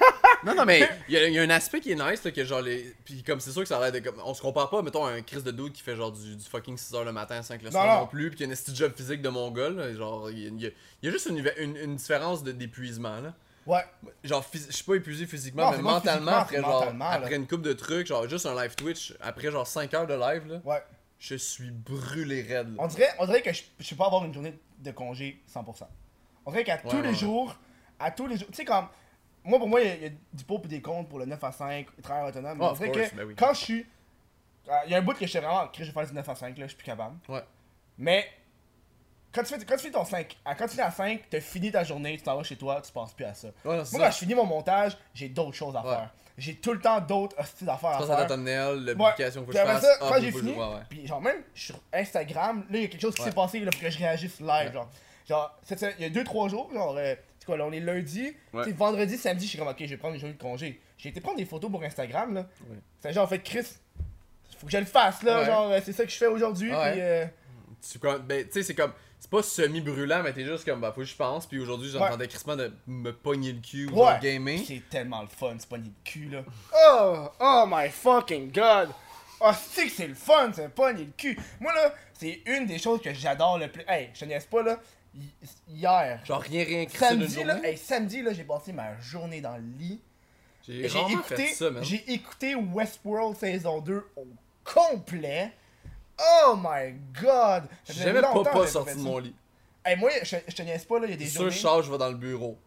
[SPEAKER 2] Non, non,
[SPEAKER 1] (laughs)
[SPEAKER 2] mais il y, a- il y a un aspect qui est nice, là, que genre les. Puis comme c'est sûr que ça a l'air de. Comme, on se compare pas, mettons, à un Chris de dude qui fait genre du, du fucking 6h le matin à 5 le soir non,
[SPEAKER 1] non.
[SPEAKER 2] plus, puis qui a une petite job physique de mongol. là, genre, il y a- il y, a- il y a juste une, une, une différence de- d'épuisement, là.
[SPEAKER 1] Ouais.
[SPEAKER 2] Genre, phys- je suis pas épuisé physiquement,
[SPEAKER 1] Non,
[SPEAKER 2] mais
[SPEAKER 1] c'est pas
[SPEAKER 2] mentalement,
[SPEAKER 1] physiquement,
[SPEAKER 2] après
[SPEAKER 1] c'est
[SPEAKER 2] genre.
[SPEAKER 1] mentalement, là.
[SPEAKER 2] après une coupe de trucs, genre juste un live Twitch, après genre 5 heures de live, là,
[SPEAKER 1] (laughs) Ouais.
[SPEAKER 2] je suis brûlé raide, là.
[SPEAKER 1] On dirait, on dirait que je, je peux pas avoir une journée de congé 100%. On dirait qu'à tous
[SPEAKER 2] ouais,
[SPEAKER 1] les
[SPEAKER 2] ouais.
[SPEAKER 1] jours, à tous les jours, tu sais, comme. Moi, pour moi, il y a- il y, a du pot et des comptes pour le 9 à 5, travailleur autonome. mais
[SPEAKER 2] Oh,
[SPEAKER 1] on dirait
[SPEAKER 2] of course,
[SPEAKER 1] que
[SPEAKER 2] ben oui.
[SPEAKER 1] quand je suis. euh, Il y a un bout que je suis vraiment. Chris, je vais faire du 9 à 5, là, je suis plus capable.
[SPEAKER 2] Ouais.
[SPEAKER 1] Mais quand tu, fais, quand tu finis ton 5, à- quand tu finis à 5, t'as fini ta journée, tu t'en vas chez toi, tu penses plus à ça.
[SPEAKER 2] Ouais, non, c'est
[SPEAKER 1] Moi, quand
[SPEAKER 2] ça.
[SPEAKER 1] je finis mon montage, j'ai d'autres choses à
[SPEAKER 2] Ouais.
[SPEAKER 1] faire. J'ai tout le temps d'autres hostiles d'affaires à
[SPEAKER 2] Je pense à la
[SPEAKER 1] faire.
[SPEAKER 2] thumbnail, la
[SPEAKER 1] Ouais.
[SPEAKER 2] publication, faut que
[SPEAKER 1] Puis
[SPEAKER 2] je
[SPEAKER 1] après
[SPEAKER 2] fasse.
[SPEAKER 1] ça,
[SPEAKER 2] ah,
[SPEAKER 1] quand
[SPEAKER 2] faut
[SPEAKER 1] j'ai
[SPEAKER 2] que je-
[SPEAKER 1] fini,
[SPEAKER 2] ouais, ouais.
[SPEAKER 1] puis genre même sur Instagram, là, il y a quelque chose qui
[SPEAKER 2] Ouais.
[SPEAKER 1] s'est passé, là, pour que je réagisse live,
[SPEAKER 2] Ouais.
[SPEAKER 1] genre. Genre, c'est ça, il y a 2-3 jours, genre, euh, c'est quoi, là, on est lundi,
[SPEAKER 2] Ouais.
[SPEAKER 1] tu sais, vendredi, samedi, je suis comme, ok, je vais prendre une journée de congé. J'ai été prendre des photos pour Instagram, là.
[SPEAKER 2] Ouais.
[SPEAKER 1] C'est genre, en fait, Chris, faut que je le fasse, là,
[SPEAKER 2] Ouais.
[SPEAKER 1] genre, euh, c'est ça que je fais aujourd'hui,
[SPEAKER 2] Ouais.
[SPEAKER 1] puis, euh,
[SPEAKER 2] tu com- ben, tu sais, c'est comme. C'est pas semi-brûlant, mais t'es juste comme, bah, faut que je pense. Puis aujourd'hui, j'entendais crissement de me pogner le cul ou
[SPEAKER 1] Ouais.
[SPEAKER 2] de gamer.
[SPEAKER 1] Pis C'est tellement le fun, c'est pas ni le cul là. Oh, oh my fucking god. Oh, c'est que c'est le fun, c'est pas ni le cul. Moi là, c'est une des choses que j'adore le plus. Hey, je te niaise pas là. hi- Hier,
[SPEAKER 2] Genre rien, rien crissé d'une
[SPEAKER 1] samedi là,
[SPEAKER 2] journée.
[SPEAKER 1] hey, samedi là, j'ai passé ma journée dans le lit.
[SPEAKER 2] J'ai
[SPEAKER 1] Et J'ai
[SPEAKER 2] rarement fait
[SPEAKER 1] écouté,
[SPEAKER 2] ça, man.
[SPEAKER 1] j'ai écouté Westworld saison 2 au complet. Oh my god! Ça
[SPEAKER 2] J'ai
[SPEAKER 1] faisait
[SPEAKER 2] jamais pas,
[SPEAKER 1] longtemps que
[SPEAKER 2] pas
[SPEAKER 1] j'avais
[SPEAKER 2] sorti
[SPEAKER 1] fait
[SPEAKER 2] de
[SPEAKER 1] ça.
[SPEAKER 2] mon lit.
[SPEAKER 1] Hey, moi, je, je te niaise pas là, il y a des
[SPEAKER 2] C'est sûr,
[SPEAKER 1] journées.
[SPEAKER 2] je sors, je vais dans le bureau.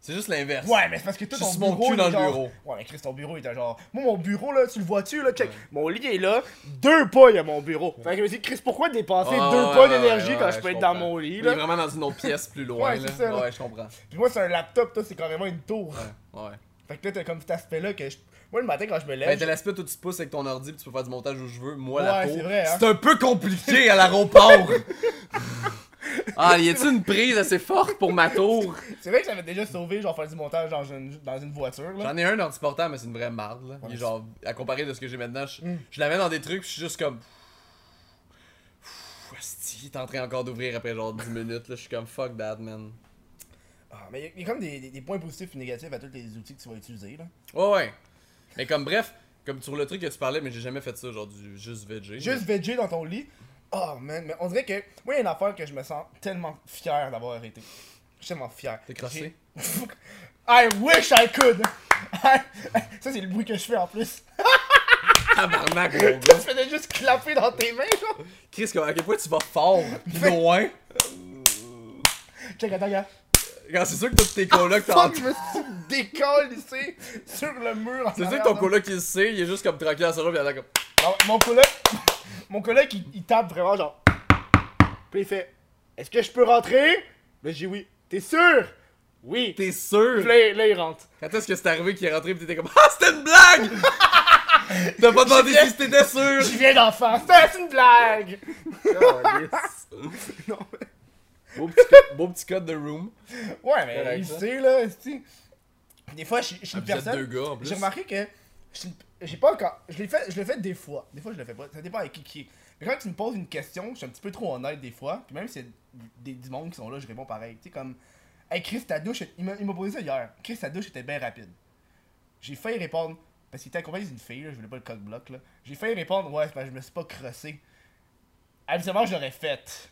[SPEAKER 2] C'est juste l'inverse.
[SPEAKER 1] Ouais, mais c'est parce que tout
[SPEAKER 2] Je suis
[SPEAKER 1] ton
[SPEAKER 2] mon
[SPEAKER 1] bureau.
[SPEAKER 2] cul
[SPEAKER 1] il
[SPEAKER 2] dans
[SPEAKER 1] est
[SPEAKER 2] le
[SPEAKER 1] genre-
[SPEAKER 2] bureau.
[SPEAKER 1] Ouais, mais Chris, ton bureau il était genre. Moi, mon bureau, là, tu le vois-tu, là, check. Mon lit est là, deux pas, il y a mon bureau. Fait que je me dis, Chris, pourquoi dépenser
[SPEAKER 2] Ah,
[SPEAKER 1] deux
[SPEAKER 2] ouais,
[SPEAKER 1] pas
[SPEAKER 2] ouais,
[SPEAKER 1] d'énergie
[SPEAKER 2] ouais,
[SPEAKER 1] quand
[SPEAKER 2] ouais,
[SPEAKER 1] je peux être dans
[SPEAKER 2] comprends.
[SPEAKER 1] mon lit,
[SPEAKER 2] Il
[SPEAKER 1] là
[SPEAKER 2] est vraiment dans une autre
[SPEAKER 1] (laughs)
[SPEAKER 2] pièce plus loin,
[SPEAKER 1] Ouais,
[SPEAKER 2] là.
[SPEAKER 1] c'est ça, là.
[SPEAKER 2] Ouais, je comprends.
[SPEAKER 1] Puis moi, c'est un laptop, toi, c'est carrément une tour.
[SPEAKER 2] Ouais. ouais.
[SPEAKER 1] Fait que là, t'as comme cet aspect-là que je. Moi, le matin, quand je me
[SPEAKER 2] Ben,
[SPEAKER 1] lève.
[SPEAKER 2] t'as l'aspect où tu pousses avec ton ordi puis tu peux faire du montage où je veux. Moi,
[SPEAKER 1] Ouais,
[SPEAKER 2] la peau.
[SPEAKER 1] c'est vrai, hein.
[SPEAKER 2] C'est un peu compliqué à l'aéroport. (laughs) ah, y a-tu une prise assez forte pour ma tour?
[SPEAKER 1] C'est vrai que j'avais déjà sauvé, genre, faire du montage dans une, dans une voiture, là.
[SPEAKER 2] J'en ai un dans portant mais c'est une vraie marde. Là. Il est
[SPEAKER 1] Ouais. Mm.
[SPEAKER 2] genre, à comparer de ce que j'ai maintenant, je, je l'amène dans des trucs, puis je suis juste comme. Pfff, asti, il est en train encore d'ouvrir après genre 10 minutes. Là. Je suis comme fuck that, man.
[SPEAKER 1] Ah, mais il y a- il y, a comme des, des- des points positifs et négatifs à tous les outils que tu vas utiliser, là.
[SPEAKER 2] Ouais, ouais. Mais comme bref, comme sur le truc que tu parlais, mais j'ai jamais fait ça, genre du juste VG.
[SPEAKER 1] Juste VG dans ton lit. Oh man, mais on dirait que. Moi, il y a une affaire que je me sens tellement fier d'avoir arrêté. Je suis tellement fier.
[SPEAKER 2] T'es crossé?
[SPEAKER 1] J'ai- I wish I could! (laughs) Ça, c'est le bruit que je fais en plus.
[SPEAKER 2] Tabarnak, mon
[SPEAKER 1] Tu (laughs)
[SPEAKER 2] gars.
[SPEAKER 1] faisais juste clapper dans tes mains, genre.
[SPEAKER 2] Chris, comme, à quel point tu vas
[SPEAKER 1] (laughs)
[SPEAKER 2] fort, pis loin.
[SPEAKER 1] Check, attends, gars.
[SPEAKER 2] Quand c'est sûr que tous tes colocs, t'as-
[SPEAKER 1] Fuck, je me suis décollé ici, sur le mur. en
[SPEAKER 2] C'est sûr
[SPEAKER 1] arrière
[SPEAKER 2] que ton
[SPEAKER 1] de-
[SPEAKER 2] coloc, il le sait, il est juste comme tranquille à sa jambe, pis il a l'air comme.
[SPEAKER 1] Non, mon collègue, (laughs) mon collègue il, il tape vraiment genre. Ben, Puis il fait Est-ce que je peux rentrer Là, j'ai oui. T'es sûr Oui.
[SPEAKER 2] T'es sûr?
[SPEAKER 1] Puis Là, là, il rentre.
[SPEAKER 2] Quand est-ce que c'est arrivé qu'il est rentré pis t'étais comme Ah, c'était une blague!
[SPEAKER 1] (laughs)
[SPEAKER 2] T'as pas demandé si t'étais sûr!
[SPEAKER 1] Je viens d'enfant. C'est une blague. Non, mais-
[SPEAKER 2] beau, petit co- beau petit code de room.
[SPEAKER 1] Ouais, mais
[SPEAKER 2] Correct,
[SPEAKER 1] il
[SPEAKER 2] ça.
[SPEAKER 1] sait, là. esti. Des fois, je je suis
[SPEAKER 2] Ah,
[SPEAKER 1] une
[SPEAKER 2] vous êtes deux
[SPEAKER 1] personne.
[SPEAKER 2] gars en plus.
[SPEAKER 1] J'ai remarqué que. je suis une- J'ai pas encore. Je l'ai fait, je le fais des fois. Des fois, je le fais pas. Ça dépend avec qui qui est. Mais quand tu me poses une question, je suis un petit peu trop honnête des fois. Puis même si c'est des du monde qui sont là, je réponds pareil. Tu sais, comme. Hey, Chris, ta douche. Il m'a il m'a posé ça hier. Chris, ta douche était bien rapide. J'ai failli répondre. Parce qu'il était accompagné d'une fille, là, je voulais pas le coq bloc, là. J'ai failli répondre, ouais, ben, je me suis pas crossé. Habituellement, je l'aurais faite.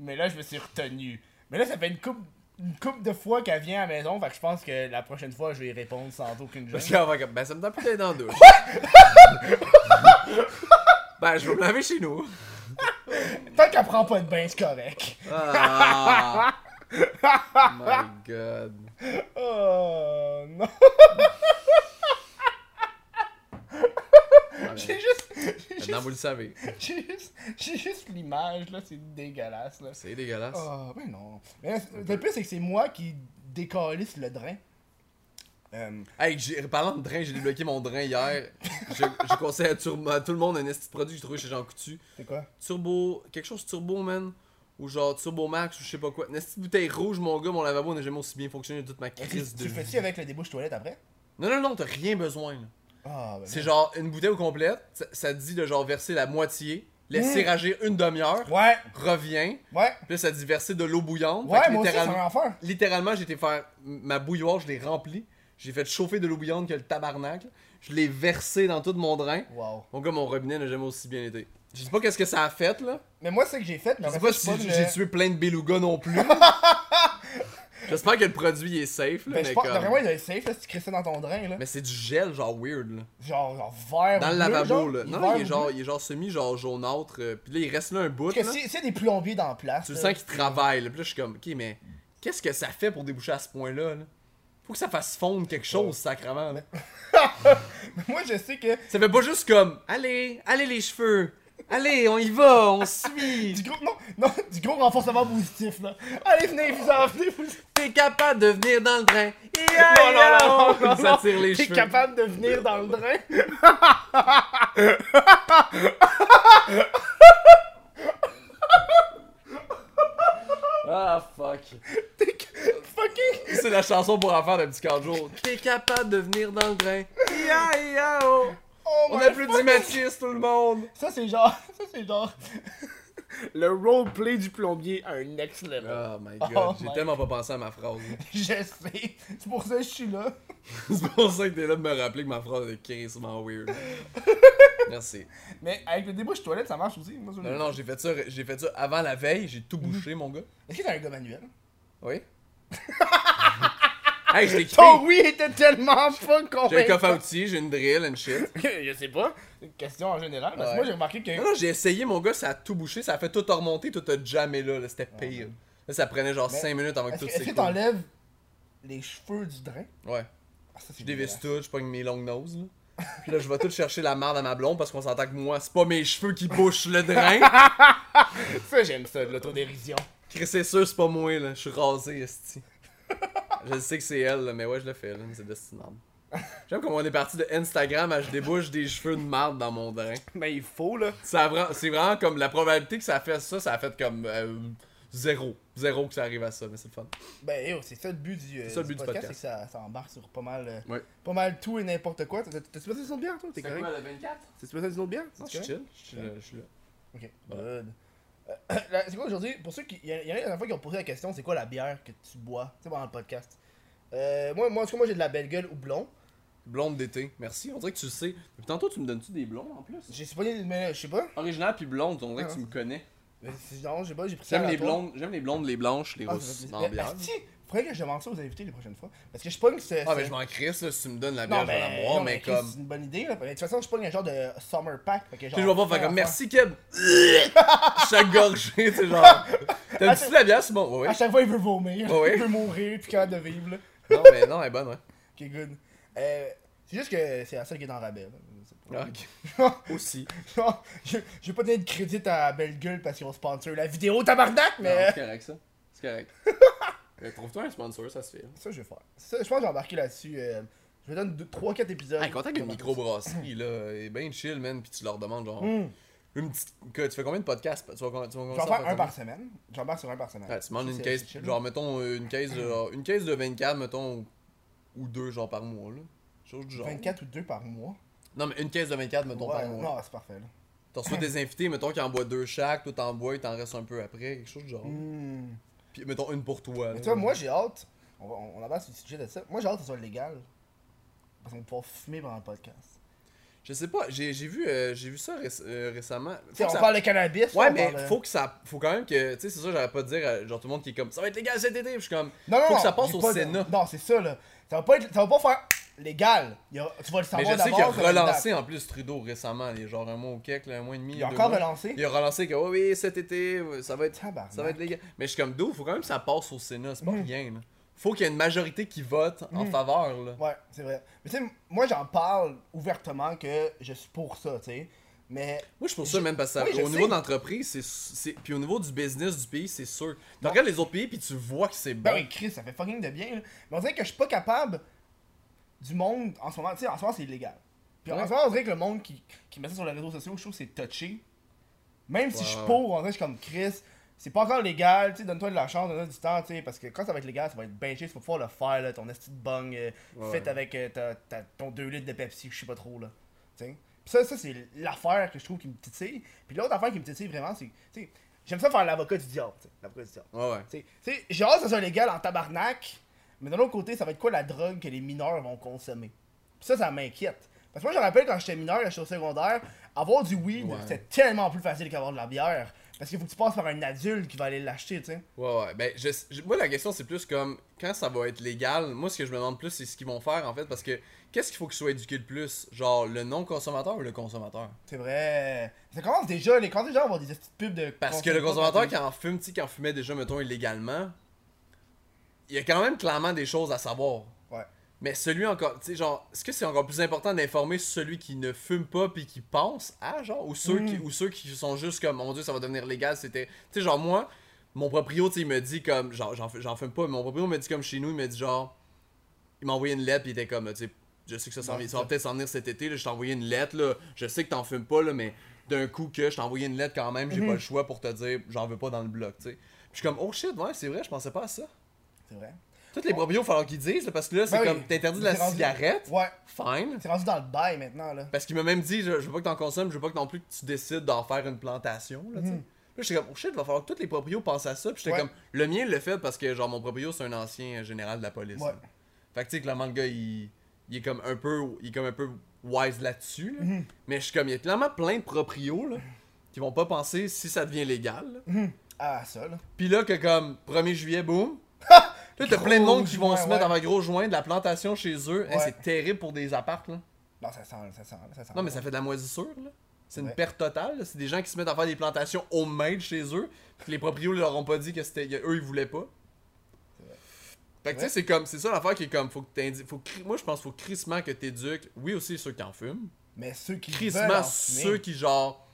[SPEAKER 1] Mais là, je me suis retenu. Mais là, ça fait une coupe une couple de fois qu'elle vient à la maison, fait que je pense que la prochaine fois, je vais y répondre sans aucune gêne.
[SPEAKER 2] Parce qu'on va comme Ben, ça me tente plus d'aller dans
[SPEAKER 1] (laughs)
[SPEAKER 2] la douche. (laughs) ben, je vais me laver chez nous.
[SPEAKER 1] Tant qu'elle prend pas de bain, c'est correct.
[SPEAKER 2] Ah. My god.
[SPEAKER 1] (laughs) Oh non.
[SPEAKER 2] Ah, ben,
[SPEAKER 1] J'ai juste. J'ai
[SPEAKER 2] Maintenant, vous
[SPEAKER 1] juste.
[SPEAKER 2] le savez.
[SPEAKER 1] J'ai juste, j'ai juste l'image, là, c'est dégueulasse, là.
[SPEAKER 2] C'est dégueulasse.
[SPEAKER 1] Oh, ben non. Mais là, c'est- le plus, c'est que c'est moi qui décalisse le drain. Euh,
[SPEAKER 2] Hey, j'ai- parlant de drain, j'ai débloqué mon drain hier. Je, je conseille à, tur- à tout le monde un esti de produit que j'ai trouvé chez Jean Coutu.
[SPEAKER 1] c'est quoi
[SPEAKER 2] Turbo, quelque chose turbo, man. Ou genre turbo max, ou je sais pas quoi. Une esti de bouteille rouge, mon gars, mon lavabo n'a jamais aussi bien fonctionné de toute ma
[SPEAKER 1] Tu,
[SPEAKER 2] crise de
[SPEAKER 1] tu fais-tu
[SPEAKER 2] vie.
[SPEAKER 1] avec le débouche toilette après
[SPEAKER 2] Non, non, non, t'as rien besoin. là.
[SPEAKER 1] Ah, ben.
[SPEAKER 2] C'est genre une bouteille au complète, ça, ça te dit de genre verser la moitié, laisser
[SPEAKER 1] Mm.
[SPEAKER 2] agir une demi-heure,
[SPEAKER 1] Ouais,
[SPEAKER 2] reviens,
[SPEAKER 1] ouais.
[SPEAKER 2] puis là ça te dit verser de l'eau bouillante. Fait
[SPEAKER 1] Ouais,
[SPEAKER 2] que
[SPEAKER 1] moi aussi, c'est
[SPEAKER 2] littéralement-
[SPEAKER 1] un enfer.
[SPEAKER 2] littéralement, j'ai été faire ma bouilloire, je l'ai remplie, j'ai fait chauffer de l'eau bouillante que le tabernacle, je l'ai versée dans tout mon drain.
[SPEAKER 1] Wow.
[SPEAKER 2] Mon gars, mon robinet n'a jamais aussi bien été. Je sais pas qu'est-ce que ça a fait là.
[SPEAKER 1] Mais moi, c'est que j'ai fait, mais
[SPEAKER 2] Je sais
[SPEAKER 1] après
[SPEAKER 2] pas
[SPEAKER 1] ça,
[SPEAKER 2] si
[SPEAKER 1] je suis
[SPEAKER 2] j'ai
[SPEAKER 1] le-
[SPEAKER 2] tué plein de belugas
[SPEAKER 1] (laughs)
[SPEAKER 2] non plus. J'espère que le produit est safe là,
[SPEAKER 1] Ben, je
[SPEAKER 2] mais
[SPEAKER 1] pense
[SPEAKER 2] comme-
[SPEAKER 1] vraiment, il doit être safe là, si tu crées ça dans ton drain, là.
[SPEAKER 2] Mais c'est du gel genre weird là.
[SPEAKER 1] Genre, genre vert.
[SPEAKER 2] Dans le
[SPEAKER 1] bleu,
[SPEAKER 2] lavabo
[SPEAKER 1] genre,
[SPEAKER 2] là. Non,
[SPEAKER 1] vert
[SPEAKER 2] il est
[SPEAKER 1] ou
[SPEAKER 2] genre,
[SPEAKER 1] bleu.
[SPEAKER 2] il est genre semi genre jaunâtre. euh, Puis là il reste là un bout.
[SPEAKER 1] Parce
[SPEAKER 2] là.
[SPEAKER 1] que si, si des plombiers dans la place.
[SPEAKER 2] Tu le
[SPEAKER 1] là,
[SPEAKER 2] sens qu'il travaille. Là. Puis là, je suis comme, ok, mais qu'est-ce que ça fait pour déboucher à ce point-là? là? Faut que ça fasse fondre quelque chose, sacrement. là.
[SPEAKER 1] (laughs) Moi, je sais que.
[SPEAKER 2] Ça fait pas juste comme, allez, allez les cheveux, allez, on y va, on suit.
[SPEAKER 1] Du gros, non, non, du gros renforcement positif, là. Allez, venez, vous en venez, vous.
[SPEAKER 2] T'es capable de venir dans le train.
[SPEAKER 1] Non, non, non, non, non,
[SPEAKER 2] ça
[SPEAKER 1] non.
[SPEAKER 2] tire les
[SPEAKER 1] T'es
[SPEAKER 2] cheveux.
[SPEAKER 1] capable de venir dans le drain. (laughs)
[SPEAKER 2] Ah, fuck.
[SPEAKER 1] T'es ca- fucking.
[SPEAKER 2] C'est la chanson pour enfants de Petit Cardio. T'es capable de venir dans le train. Ia, ia, oh.
[SPEAKER 1] Oh
[SPEAKER 2] On
[SPEAKER 1] my
[SPEAKER 2] applaudit
[SPEAKER 1] fuck.
[SPEAKER 2] Mathis, tout le monde.
[SPEAKER 1] Ça, c'est genre. (laughs) Ça, c'est genre. Le roleplay du plombier à un next level.
[SPEAKER 2] Oh my god,
[SPEAKER 1] Oh
[SPEAKER 2] j'ai
[SPEAKER 1] my
[SPEAKER 2] tellement pas pensé à ma phrase.
[SPEAKER 1] (laughs)
[SPEAKER 2] (laughs)
[SPEAKER 1] Je sais. C'est pour ça que je suis là.
[SPEAKER 2] C'est pour ça que t'es là de me rappeler que ma phrase est carrément
[SPEAKER 1] (laughs)
[SPEAKER 2] weird. Merci.
[SPEAKER 1] Mais avec le débouche toilette, ça marche aussi. Moi, je-
[SPEAKER 2] Non, non, non, j'ai fait ça, j'ai fait ça avant la veille, j'ai tout bouché, mon gars.
[SPEAKER 1] Est-ce que t'as un gars manuel?
[SPEAKER 2] Oui. (laughs) hey, j'ai équipé.
[SPEAKER 1] Ton Oh oui était tellement pas convaincu.
[SPEAKER 2] J'ai un coffre à outils, j'ai une drill, une shit.
[SPEAKER 1] (laughs) je sais pas. C'est une question en général. Parce que
[SPEAKER 2] Ouais.
[SPEAKER 1] moi, j'ai remarqué que.
[SPEAKER 2] Non, non, j'ai essayé, mon gars, ça a tout bouché, ça a fait tout remonter, tout a jamais là, là, c'était pire. Là, ça prenait genre
[SPEAKER 1] Mais
[SPEAKER 2] 5 minutes avant que
[SPEAKER 1] Est-ce
[SPEAKER 2] tout
[SPEAKER 1] que- est-ce que
[SPEAKER 2] s'écoule.
[SPEAKER 1] t'enlèves les cheveux du drain
[SPEAKER 2] Ouais.
[SPEAKER 1] ah, ça, c'est
[SPEAKER 2] Je dévisse
[SPEAKER 1] dégueulasse.
[SPEAKER 2] tout, je pogne mes longues noses, (laughs) là. Puis là, je vais tout chercher la merde à ma blonde parce qu'on s'entend que moi, c'est pas mes cheveux qui bouchent le drain.
[SPEAKER 1] Ça, j'aime ça, de l'autodérision.
[SPEAKER 2] Chris, c'est sûr, c'est pas moi, là. Je suis rasé, esti. je sais que c'est elle, là, mais ouais, je le fais, là. mais C'est destinable. J'aime comment on est parti de Instagram à je débouche des cheveux de marde dans mon drain.
[SPEAKER 1] Mais il faut, là.
[SPEAKER 2] Ça vra- C'est vraiment comme la probabilité que ça fait ça, ça a fait comme euh, zéro. Zéro que ça arrive à ça, mais c'est le fun.
[SPEAKER 1] Ben, yo, c'est ça le but du, euh,
[SPEAKER 2] C'est ça le but du podcast.
[SPEAKER 1] c'est que ça, ça embarque sur pas mal, euh,
[SPEAKER 2] Ouais.
[SPEAKER 1] pas mal tout et n'importe quoi. T'as- T'as-tu passé une autre bière, toi T'es correct
[SPEAKER 2] le 24
[SPEAKER 1] T'as-tu passé une autre bière
[SPEAKER 2] Non,
[SPEAKER 1] C'est
[SPEAKER 2] je suis
[SPEAKER 1] correct?
[SPEAKER 2] chill. Je suis là. je suis là.
[SPEAKER 1] Ok,
[SPEAKER 2] Voilà.
[SPEAKER 1] good. Euh, (coughs) la- c'est quoi aujourd'hui Pour ceux qui. Il y, en a- il y en a la dernière fois qui ont posé la question c'est quoi la bière que tu bois Tu sais, pendant le podcast. Euh, moi, moi, en tout cas, moi, j'ai de la belle gueule houblon.
[SPEAKER 2] Blonde d'été. Merci, on dirait que tu le sais. Puis tantôt, tu me donnes-tu des blondes en plus
[SPEAKER 1] J'ai pas, mais je sais pas.
[SPEAKER 2] Original puis blonde, on dirait que tu me connais.
[SPEAKER 1] Mais c'est- Non, j'ai pas, j'ai pris ça.
[SPEAKER 2] J'aime les
[SPEAKER 1] aléatoire.
[SPEAKER 2] blondes, j'aime les blondes, les blanches, les
[SPEAKER 1] Ah,
[SPEAKER 2] rousses
[SPEAKER 1] ça
[SPEAKER 2] dans la
[SPEAKER 1] fait
[SPEAKER 2] bière.
[SPEAKER 1] plaisir. Asti, faudrait que je demande ça aux invités les prochaines fois. Parce que je pogne ce.
[SPEAKER 2] Ah,
[SPEAKER 1] ce-
[SPEAKER 2] mais je m'en crisse, là, si tu me donnes la bière,
[SPEAKER 1] non, ben,
[SPEAKER 2] je vais la boire,
[SPEAKER 1] non,
[SPEAKER 2] mais
[SPEAKER 1] Chris,
[SPEAKER 2] comme.
[SPEAKER 1] C'est une bonne idée, là. Mais De toute façon, je pogne un genre de summer pack. Fait que
[SPEAKER 2] Tu
[SPEAKER 1] genre,
[SPEAKER 2] sais, je vais pas faire
[SPEAKER 1] faire
[SPEAKER 2] comme merci Keb! (laughs) Chaque gorgée, tu sais, genre. T'as-tu de la bière, Simon? Ouais,
[SPEAKER 1] À
[SPEAKER 2] ouais.
[SPEAKER 1] chaque fois, il veut vomir. (laughs)
[SPEAKER 2] Ouais.
[SPEAKER 1] Il veut mourir, puis capable de vivre, là.
[SPEAKER 2] Non, mais non, elle est bonne, ouais.
[SPEAKER 1] Ok, good. Euh, c'est juste que c'est la seule qui est dans rabais, là. Je sais pas.
[SPEAKER 2] Ah,
[SPEAKER 1] (laughs)
[SPEAKER 2] ok. Aussi.
[SPEAKER 1] Non, je, je vais pas donner de crédit à Belle Gueule parce qu'ils ont sponsor la vidéo, tabarnak,
[SPEAKER 2] Non,
[SPEAKER 1] mais.
[SPEAKER 2] C'est correct, ça. C'est correct. Euh, Trouve-toi un sponsor, ça se fait.
[SPEAKER 1] (laughs) Ça, hein. je vais faire. Ça, je pense que j'ai embarqué là-dessus. euh, je me donne 3-4 épisodes.
[SPEAKER 2] Hey, quand t'as une
[SPEAKER 1] Comment-
[SPEAKER 2] microbrasserie, là, et ben chill, man, puis tu leur demandes, genre,
[SPEAKER 1] Hmm.
[SPEAKER 2] une petite. que- tu fais combien de podcasts Tu vas, tu vas
[SPEAKER 1] Je
[SPEAKER 2] commencer
[SPEAKER 1] vais
[SPEAKER 2] à
[SPEAKER 1] en faire un
[SPEAKER 2] combien?
[SPEAKER 1] par semaine. J'embarque sur un par semaine.
[SPEAKER 2] Ouais, tu demandes
[SPEAKER 1] Ça,
[SPEAKER 2] une
[SPEAKER 1] c'est-
[SPEAKER 2] caisse,
[SPEAKER 1] c'est chill.
[SPEAKER 2] genre, mettons, euh, une caisse, de, genre, une caisse de 24, mettons, ou, ou deux, genre, par mois, là. Chose du genre.
[SPEAKER 1] 24 ou 2 par mois.
[SPEAKER 2] Non, mais une caisse de 24, mettons,
[SPEAKER 1] Ouais,
[SPEAKER 2] par mois.
[SPEAKER 1] non, c'est parfait. Là.
[SPEAKER 2] T'en reçois des invités, mettons, qui en boit deux chaque, toi t'en bois, il t'en reste un peu après, quelque chose du genre.
[SPEAKER 1] Hmm.
[SPEAKER 2] Puis, mettons, une pour toi.
[SPEAKER 1] Mais
[SPEAKER 2] là.
[SPEAKER 1] tu vois, moi j'ai hâte, on, va- on, on avance sur le sujet de ça, moi j'ai hâte que ce soit légal. Parce qu'on va pouvoir fumer pendant le podcast.
[SPEAKER 2] Je sais pas, j'ai j'ai vu, euh, j'ai vu ça réc- euh, récemment.
[SPEAKER 1] Tu
[SPEAKER 2] Faut
[SPEAKER 1] sais,
[SPEAKER 2] que
[SPEAKER 1] on
[SPEAKER 2] ça-
[SPEAKER 1] parle de cannabis. là,
[SPEAKER 2] Ouais,
[SPEAKER 1] on
[SPEAKER 2] mais
[SPEAKER 1] parle de-
[SPEAKER 2] faut que ça. Faut quand même que. Tu sais, c'est ça, j'allais pas dire à genre tout le monde qui est comme ça va être légal cet été. Puis je suis comme.
[SPEAKER 1] Non, non,
[SPEAKER 2] faut que
[SPEAKER 1] non,
[SPEAKER 2] ça passe
[SPEAKER 1] j'ai
[SPEAKER 2] au
[SPEAKER 1] pas de-
[SPEAKER 2] Sénat.
[SPEAKER 1] Non, c'est ça là. Ça va pas, être, ça va pas faire légal. Il y a- tu vas le savoir
[SPEAKER 2] Mais je sais qu'il a
[SPEAKER 1] d'abord, ça va être
[SPEAKER 2] relancé
[SPEAKER 1] légal.
[SPEAKER 2] en plus Trudeau récemment, il y a genre un mois au kek, là, un mois et demi.
[SPEAKER 1] Il a
[SPEAKER 2] deux
[SPEAKER 1] encore
[SPEAKER 2] mois.
[SPEAKER 1] relancé.
[SPEAKER 2] Il a relancé que ouais, oui, cet été, ouais, ça va être.
[SPEAKER 1] Tabarnak. Hmm.
[SPEAKER 2] Ça va être légal. Mais je suis comme d'où, faut quand même que ça passe au Sénat, c'est pas rien, là. Faut qu'il y ait une majorité qui vote en faveur, là.
[SPEAKER 1] Ouais, c'est vrai. Mais tu sais, moi j'en parle ouvertement que je suis pour ça, tu sais. Mais
[SPEAKER 2] Moi, je suis pour ça, même parce que ça-
[SPEAKER 1] Oui, je
[SPEAKER 2] au
[SPEAKER 1] sais.
[SPEAKER 2] niveau de l'entreprise, c'est- c'est. Puis au niveau du business du pays, c'est sûr. Tu
[SPEAKER 1] Non.
[SPEAKER 2] regardes les autres pays, puis tu vois que c'est bon.
[SPEAKER 1] Ben oui, Chris, ça fait fucking de bien. là. Mais on dirait que je suis pas capable du monde en ce moment. Tu sais, en ce moment, c'est illégal. Puis en
[SPEAKER 2] Ouais.
[SPEAKER 1] ce moment, on dirait que le monde qui, qui met ça sur les réseaux sociaux, je trouve que c'est touché. Même si
[SPEAKER 2] Ouais,
[SPEAKER 1] je suis
[SPEAKER 2] ouais.
[SPEAKER 1] pour, on dirait que je suis comme Chris, c'est pas encore légal, tu sais, donne-toi de la chance, donne-toi du temps, tu sais, parce que quand ça va être légal, ça va être bien chill, tu vas pouvoir le faire, là, ton esti de bong euh,
[SPEAKER 2] Ouais.
[SPEAKER 1] fait avec euh, ta- ta- ton 2 litres de Pepsi, je sais pas trop, là. Tu sais. Puis ça, ça c'est l'affaire que je trouve qui me titille. Puis l'autre affaire qui me titille vraiment, c'est, tu sais, j'aime ça faire l'avocat du diable, tu sais, l'avocat du diable.
[SPEAKER 2] Ouais, ouais.
[SPEAKER 1] T'sais, t'sais, J'ai hâte que ça soit légal en tabarnak, mais de l'autre côté, ça va être quoi la drogue que les mineurs vont consommer? Puis ça, ça m'inquiète. Parce que moi, je me rappelle quand j'étais mineur, quand j'étais au secondaire, avoir du weed,
[SPEAKER 2] Ouais.
[SPEAKER 1] c'était tellement plus facile qu'avoir de la bière. Parce qu'il faut que tu passes par un adulte qui va aller l'acheter, tu sais.
[SPEAKER 2] Ouais, ouais. Ben, je, je- moi, la question, c'est plus comme quand ça va être légal. Moi, ce que je me demande plus, c'est ce qu'ils vont faire, en fait, parce que qu'est-ce qu'il faut qu'ils soient éduqués le plus Genre, le non-consommateur ou le consommateur
[SPEAKER 1] C'est vrai. Ça commence déjà, les, quand déjà avoir des petites pubs de.
[SPEAKER 2] Parce que le consommateur qui en fume, tu sais, qui en fumait déjà, mettons, illégalement, il y a quand même clairement des choses à savoir.
[SPEAKER 1] Ouais.
[SPEAKER 2] Mais celui encore, tu sais, genre, est-ce que c'est encore plus important d'informer celui qui ne fume pas puis qui pense à, genre, ou ceux,
[SPEAKER 1] Mm.
[SPEAKER 2] qui, ou ceux qui sont juste comme, mon dieu, ça va devenir légal, c'était. Tu sais, genre, moi, mon proprio, tu sais, il me dit comme, genre, j'en fu- j'en fume pas, mais mon proprio me dit comme chez nous, il me dit genre, il m'a envoyé une lettre puis il était comme, tu sais, je sais que ça, s'en
[SPEAKER 1] Non,
[SPEAKER 2] vient-
[SPEAKER 1] c'est
[SPEAKER 2] ça va
[SPEAKER 1] ça.
[SPEAKER 2] peut-être s'en venir cet été, là, je t'ai envoyé une lettre, là, je sais que t'en fumes pas, là, mais d'un coup que je t'ai envoyé une lettre quand même, j'ai
[SPEAKER 1] Mhm.
[SPEAKER 2] pas le choix pour te dire, j'en veux pas dans le bloc, tu sais. Puis je suis comme, oh shit, ouais, c'est vrai, je pensais pas à ça.
[SPEAKER 1] C'est vrai.
[SPEAKER 2] Toutes les proprios, il falloir qu'ils disent, là, parce que là, c'est
[SPEAKER 1] Ben oui.
[SPEAKER 2] comme, t'interdis de la
[SPEAKER 1] C'est rendu-
[SPEAKER 2] cigarette.
[SPEAKER 1] Ouais.
[SPEAKER 2] Fine.
[SPEAKER 1] C'est rendu dans le bail maintenant, là.
[SPEAKER 2] Parce qu'il m'a même dit, je, je veux pas que t'en consommes, je veux pas que non plus que tu décides d'en faire une plantation, là, tu sais. Là, j'étais comme, oh shit, il va falloir que tous les proprios pensent à ça. Puis j'étais
[SPEAKER 1] Mhm. Ouais.
[SPEAKER 2] comme, le mien il le fait parce que, genre, mon proprio, c'est un ancien euh, général de la police.
[SPEAKER 1] Ouais.
[SPEAKER 2] là. Fait que, tu sais, clairement, le gars, il, il est comme un peu, il est comme un peu wise là-dessus. là.
[SPEAKER 1] Mhm.
[SPEAKER 2] Mais je suis comme, il y a clairement plein de proprios, là, qui vont pas penser si ça devient légal. là.
[SPEAKER 1] Ah, ça, là.
[SPEAKER 2] Puis là, que comme 1er juillet, boum. Là, t'as
[SPEAKER 1] Gros
[SPEAKER 2] plein de monde qui vont
[SPEAKER 1] joint,
[SPEAKER 2] se mettre
[SPEAKER 1] ouais.
[SPEAKER 2] en gros joint de la plantation chez eux. Hey,
[SPEAKER 1] Ouais.
[SPEAKER 2] c'est terrible pour des apparts, là.
[SPEAKER 1] Non, ça sent, ça sent, ça sent.
[SPEAKER 2] Non, mais ça fait de la moisissure, là. C'est une
[SPEAKER 1] Ouais.
[SPEAKER 2] perte totale. là. C'est des gens qui se mettent à faire des plantations homemade chez eux. Puis que les proprios leur ont pas dit que c'était. que Eux, ils voulaient pas. Fait que tu sais, c'est comme. C'est ça l'affaire qui est comme. Faut que t'indi- faut cri- Moi, je pense qu'il faut crissement que t'éduques. Oui, aussi ceux qui en fument.
[SPEAKER 1] Mais ceux qui. veulent en
[SPEAKER 2] Crissement
[SPEAKER 1] fumer-
[SPEAKER 2] ceux qui, genre.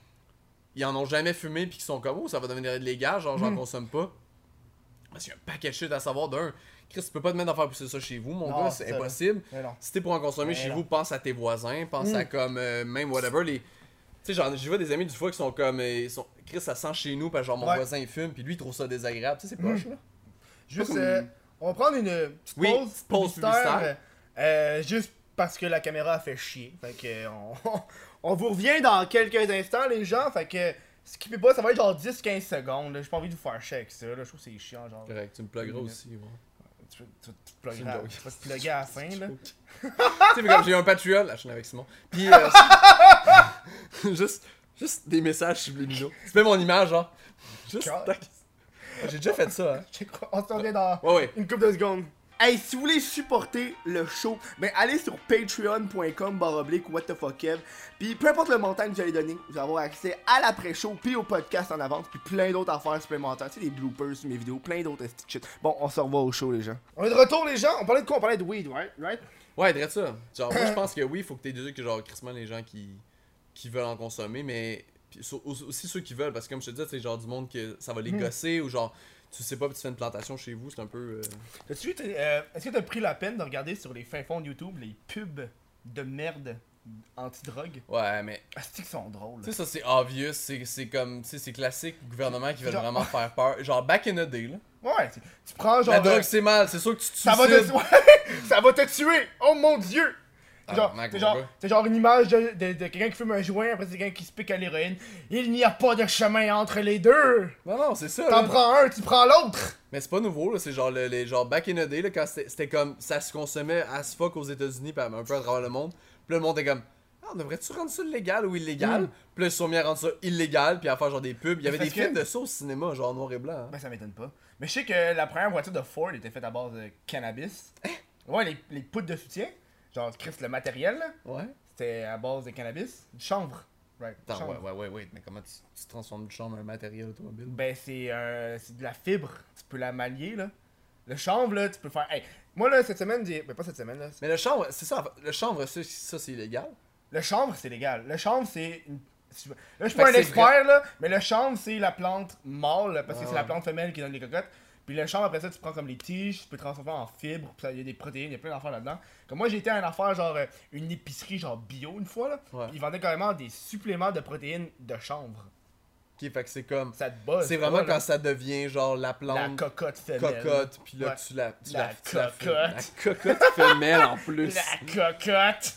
[SPEAKER 2] Ils en ont jamais fumé puis qui sont comme. Oh, ça va devenir légal. Genre,
[SPEAKER 1] Hmm.
[SPEAKER 2] j'en consomme pas. Parce qu'il y a un paquet de shit à savoir. D'un, Chris, tu peux pas te mettre à faire pousser ça chez vous, mon
[SPEAKER 1] Non,
[SPEAKER 2] gars.
[SPEAKER 1] c'est ça,
[SPEAKER 2] C'est
[SPEAKER 1] là.
[SPEAKER 2] impossible.
[SPEAKER 1] Mais non.
[SPEAKER 2] Si t'es pour en consommer
[SPEAKER 1] Mais
[SPEAKER 2] chez
[SPEAKER 1] non. Hmm.
[SPEAKER 2] vous, pense à tes voisins, pense à comme euh, même whatever les. Tu sais, genre, je vois des amis du foie qui sont comme. euh, Ils sont... Chris, ça sent chez nous, parce que genre mon
[SPEAKER 1] Ouais. Hmm.
[SPEAKER 2] voisin il fume, puis lui il trouve ça désagréable. Tu sais, c'est poche là.
[SPEAKER 1] Juste,
[SPEAKER 2] Pas comme-
[SPEAKER 1] euh, on va prendre une petite
[SPEAKER 2] Oui,
[SPEAKER 1] pause,
[SPEAKER 2] petite pause
[SPEAKER 1] publicitaire,
[SPEAKER 2] publicitaire.
[SPEAKER 1] euh, euh, juste parce que la caméra a fait chier. Fait que euh, on, (laughs) on vous revient dans quelques instants, les gens. Fait que skippez pas, ça va être genre 10-15 secondes. là. J'ai pas envie de vous faire chier avec ça. là. Je trouve que c'est chiant. Genre,
[SPEAKER 2] Correct, tu me plugueras aussi. ouais.
[SPEAKER 1] tu peux tu, peux te
[SPEAKER 2] C'est
[SPEAKER 1] plugger
[SPEAKER 2] une
[SPEAKER 1] à-
[SPEAKER 2] joke.
[SPEAKER 1] tu peux te plugger à la
[SPEAKER 2] (laughs)
[SPEAKER 1] fin. Là.
[SPEAKER 2] Tu sais, mais comme j'ai un Patreon, là, je suis avec Simon. Puis. euh, c'est- (laughs) juste, juste des messages subliminaux. Tu fais mon image, genre. Juste.
[SPEAKER 1] Car-
[SPEAKER 2] tac. Ah, J'ai déjà fait ça, hein.
[SPEAKER 1] Je crois- On se revient dans
[SPEAKER 2] Ouais, ouais.
[SPEAKER 1] une coupe de secondes. Hey, si vous voulez supporter le show, ben allez sur patreon.com baroblique what the fuck Kev. Puis peu importe le montant que vous allez donner, vous allez avoir accès à l'après-show, puis au podcast en avance, puis plein d'autres affaires supplémentaires, tu sais, des bloopers sur mes vidéos, plein d'autres esti de shit. Bon, on se revoit au show les gens. On est de retour les gens, on parlait de quoi On parlait de weed, right? right?
[SPEAKER 2] Ouais, dirais ça. Genre, moi, je pense que oui, faut que t'aies des que genre, crissement, les gens qui, qui veulent en Hmm. consommer, mais pis sur- au- aussi ceux qui veulent, parce que comme je te disais, c'est genre du monde que ça va les gosser, ou genre, tu sais pas, puis tu fais une plantation chez vous, c'est un peu. euh,
[SPEAKER 1] T'as-tu vu, t'es- euh, Est-ce que t'as pris la peine de regarder sur les fins fonds de YouTube les pubs de merde anti-drogue
[SPEAKER 2] Ouais, mais.
[SPEAKER 1] Ah, c'est qu'ils sont drôles.
[SPEAKER 2] Tu sais, ça, c'est obvious. C'est c'est comme. Tu sais, c'est classique gouvernement qui veulent
[SPEAKER 1] Genre-
[SPEAKER 2] vraiment faire peur. Genre, back in the day, là.
[SPEAKER 1] Ouais, tu tu prends genre.
[SPEAKER 2] La drogue,
[SPEAKER 1] euh,
[SPEAKER 2] c'est mal. C'est sûr que tu te
[SPEAKER 1] ça, va te...
[SPEAKER 2] suicides.
[SPEAKER 1] Ouais, ça va te tuer (laughs) Oh mon dieu
[SPEAKER 2] Ah,
[SPEAKER 1] C'est genre,
[SPEAKER 2] Mac,
[SPEAKER 1] c'est
[SPEAKER 2] mon
[SPEAKER 1] genre,
[SPEAKER 2] gars.
[SPEAKER 1] c'est genre une image de, de- de quelqu'un qui fume un joint, après c'est quelqu'un qui se pique à l'héroïne. Il n'y a pas de chemin entre les deux!
[SPEAKER 2] Non, non, c'est ça.
[SPEAKER 1] T'en
[SPEAKER 2] là.
[SPEAKER 1] prends un, tu prends l'autre!
[SPEAKER 2] Mais c'est pas nouveau, là. C'est genre, le- les, genre back in the day, là, quand c'était c'était comme. Ça se consommait as fuck aux États-Unis, pis un peu à travers le monde. Puis le monde était comme. Ah, on devrait-tu rendre ça légal ou illégal?
[SPEAKER 1] Mm.
[SPEAKER 2] Puis là, ils se sont mis à rendre ça illégal, puis à faire genre des pubs. Il y avait
[SPEAKER 1] Parce
[SPEAKER 2] des films
[SPEAKER 1] que-
[SPEAKER 2] de ça au cinéma, genre noir et blanc. hein.
[SPEAKER 1] Ben ça m'étonne pas. Mais je sais que la première voiture de Ford était faite à base de cannabis.
[SPEAKER 2] Hein?
[SPEAKER 1] Ouais, les, les poutres de soutien, genre Chris le matériel, là,
[SPEAKER 2] Ouais.
[SPEAKER 1] c'était à base de cannabis, du chanvre. Right,
[SPEAKER 2] Attends,
[SPEAKER 1] chanvre.
[SPEAKER 2] Ah, ouais, ouais, ouais, ouais, mais comment tu, tu transformes du chambre en matériel automobile?
[SPEAKER 1] Ben c'est euh, c'est de la fibre, tu peux la manier là. Le chanvre là, tu peux faire. Hey, moi là cette semaine, j'ai- ben pas cette semaine là.
[SPEAKER 2] Mais le chanvre, c'est ça, le chanvre, ça, ça, c'est illégal.
[SPEAKER 1] Le chanvre c'est légal. Le chanvre c'est une- si je- Là je suis
[SPEAKER 2] Fait
[SPEAKER 1] pas un
[SPEAKER 2] que c'est
[SPEAKER 1] expert là, mais le chanvre c'est la plante mâle parce que
[SPEAKER 2] Ah
[SPEAKER 1] c'est la
[SPEAKER 2] ouais.
[SPEAKER 1] plante femelle qui donne les cocottes. Puis le chanvre après ça tu prends comme les tiges, tu peux transformer en fibre, puis ça, il y a des protéines, il y a plein d'affaires là-dedans. Comme moi j'ai été à une affaire genre euh, une épicerie genre bio une fois là,
[SPEAKER 2] Ouais.
[SPEAKER 1] ils vendaient carrément des suppléments de protéines de chanvre.
[SPEAKER 2] Ok, fait que c'est comme.
[SPEAKER 1] Ça te buzz.
[SPEAKER 2] C'est vraiment
[SPEAKER 1] pas, là.
[SPEAKER 2] quand ça devient genre la
[SPEAKER 1] la
[SPEAKER 2] plante
[SPEAKER 1] cocotte femelle.
[SPEAKER 2] cocotte, puis là
[SPEAKER 1] Ouais.
[SPEAKER 2] tu la. Tu
[SPEAKER 1] La
[SPEAKER 2] tu la fais-
[SPEAKER 1] cocotte.
[SPEAKER 2] La cocotte femelle en plus.
[SPEAKER 1] La cocotte.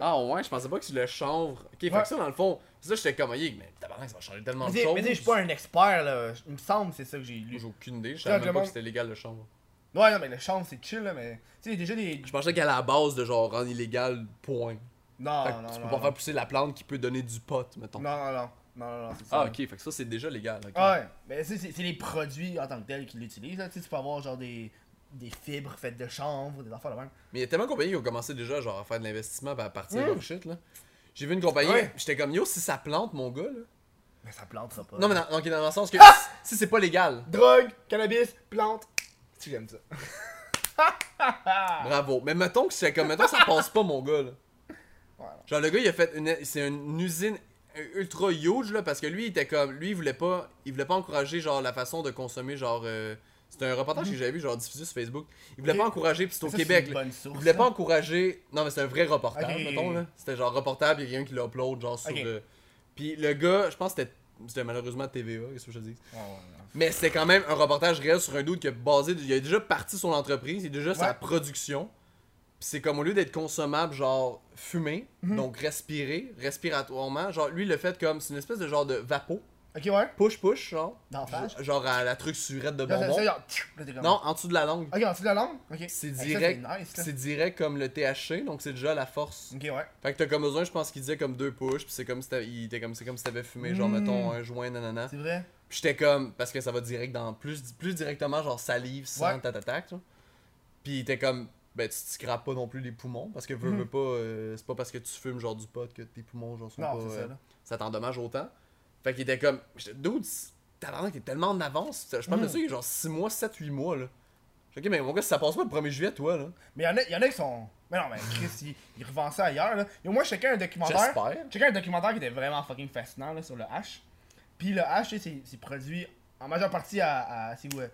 [SPEAKER 2] Ah ouais, je pensais pas que c'est le chanvre. Ok, fait
[SPEAKER 1] Ouais.
[SPEAKER 2] que ça dans le fond, ça j'étais comme, Hey, mais tabarnak, ça va changer tellement
[SPEAKER 1] Mais
[SPEAKER 2] de
[SPEAKER 1] dis,
[SPEAKER 2] choses.
[SPEAKER 1] mais dis, je suis pas un expert là, il me semble c'est ça que j'ai lu.
[SPEAKER 2] J'ai aucune idée, je
[SPEAKER 1] Genre,
[SPEAKER 2] savais
[SPEAKER 1] le
[SPEAKER 2] même pas
[SPEAKER 1] monde-
[SPEAKER 2] que c'était légal le chanvre.
[SPEAKER 1] Ouais, non, mais le chanvre c'est chill là, mais. Tu sais, déjà des.
[SPEAKER 2] Je pensais qu'à la base de genre rendre illégal, point.
[SPEAKER 1] Non,
[SPEAKER 2] Fait que
[SPEAKER 1] Ah, non, non.
[SPEAKER 2] tu peux
[SPEAKER 1] non,
[SPEAKER 2] pas faire pousser la plante qui peut donner du pot, mettons.
[SPEAKER 1] Non, Ah. non, non. Non, non, non, c'est ça.
[SPEAKER 2] Ah ok, fait que ça c'est déjà légal. ok.
[SPEAKER 1] Ouais, mais c'est, c'est, c'est les produits en tant que tels qui l'utilisent. là. Tu sais, tu peux avoir genre des, des fibres faites de chanvre, des affaires de même.
[SPEAKER 2] Mais il y a tellement de compagnies qui ont commencé déjà genre, à faire de l'investissement pis à partir de
[SPEAKER 1] Mm.
[SPEAKER 2] leur shit. là. J'ai vu une compagnie,
[SPEAKER 1] Ouais.
[SPEAKER 2] j'étais comme yo, si ça plante mon gars. Là.
[SPEAKER 1] Mais ça plantera pas.
[SPEAKER 2] Non, mais dans, ok, dans le sens que
[SPEAKER 1] Ah!
[SPEAKER 2] si c'est pas légal,
[SPEAKER 1] Drogue, cannabis, plante. Tu j'aime ça.
[SPEAKER 2] Ah. bravo. Mais mettons que c'est comme, mettons que ça passe pas mon gars. Là.
[SPEAKER 1] Ouais, non.
[SPEAKER 2] Genre le gars, il a fait une, c'est une usine ultra huge là, parce que lui, il était comme, lui, il voulait pas, il voulait pas encourager genre la façon de consommer genre. euh, c'était un reportage que j'avais vu genre diffusé sur Facebook. Il voulait
[SPEAKER 1] Ok.
[SPEAKER 2] pas encourager, puis c'est au
[SPEAKER 1] Ça,
[SPEAKER 2] Québec.
[SPEAKER 1] C'est une
[SPEAKER 2] là.
[SPEAKER 1] bonne
[SPEAKER 2] Il
[SPEAKER 1] source.
[SPEAKER 2] voulait pas
[SPEAKER 1] là.
[SPEAKER 2] encourager. Non, mais c'est un vrai reportage,
[SPEAKER 1] Ok.
[SPEAKER 2] mettons, là. C'était genre reportable, il y a quelqu'un qui l'upload, genre sur.
[SPEAKER 1] Ok.
[SPEAKER 2] euh, Puis le gars, je pense que c'était. C'était malheureusement TVA, qu'est-ce que je te dis.
[SPEAKER 1] Ouais, ouais, ouais.
[SPEAKER 2] Mais c'était quand même un reportage réel sur un dude qui a basé. Il a déjà parti son entreprise, il a déjà
[SPEAKER 1] Ouais.
[SPEAKER 2] sa production. Puis c'est comme au lieu d'être consommable, genre fumé,
[SPEAKER 1] Mhm.
[SPEAKER 2] donc respiré, respiratoirement, genre lui, il le fait comme. C'est une espèce de genre de vapeau.
[SPEAKER 1] Ok, ouais.
[SPEAKER 2] Push-push, genre.
[SPEAKER 1] Dans la face.
[SPEAKER 2] Genre à la truc surette de
[SPEAKER 1] Là, ça-
[SPEAKER 2] bonbon.
[SPEAKER 1] ça, genre, tchou, là, t'es comme-
[SPEAKER 2] Non, en dessous de la langue.
[SPEAKER 1] Ok, en dessous de la langue. Ok.
[SPEAKER 2] C'est
[SPEAKER 1] Hey, ça,
[SPEAKER 2] direct.
[SPEAKER 1] c'est nice, là. Mm.
[SPEAKER 2] C'est direct comme le THC, donc c'est déjà la force.
[SPEAKER 1] Ok, ouais.
[SPEAKER 2] Fait que t'as comme besoin, je pense qu'il disait comme deux push, puis c'est comme si t'avais- il était comme c'est comme si t'avais fumé genre
[SPEAKER 1] Mm.
[SPEAKER 2] mettons un joint nanana.
[SPEAKER 1] C'est vrai.
[SPEAKER 2] Puis j'étais comme parce que ça va direct dans plus plus directement genre salive sang
[SPEAKER 1] Ouais.
[SPEAKER 2] tatatac. tu vois. Puis il était comme ben tu te scrapes pas non plus les poumons parce que veux,
[SPEAKER 1] Mhm.
[SPEAKER 2] veux pas euh, c'est pas parce que tu fumes genre du pot que tes poumons genre sont
[SPEAKER 1] Non,
[SPEAKER 2] pas
[SPEAKER 1] c'est ça,
[SPEAKER 2] euh,
[SPEAKER 1] là.
[SPEAKER 2] ça t'endommage autant. Fait qu'il était comme j'étais dude, t'as t'es tellement en avance, je parle de
[SPEAKER 1] Mm.
[SPEAKER 2] ça il y a genre 6 mois, 7 8 mois là. J'ai dit, OK mais mon gars si ça passe pas le 1er juillet toi là.
[SPEAKER 1] Mais y'en a, y en a qui sont. Mais non, mais Chris, il, il revend ça ailleurs. Là. Yo, moi, chacun un documentaire.
[SPEAKER 2] J'espère.
[SPEAKER 1] Chacun un documentaire qui était vraiment fucking fascinant là, sur le H. Puis le H, tu sais, c'est- c'est produit en majeure partie à. à c'est où euh,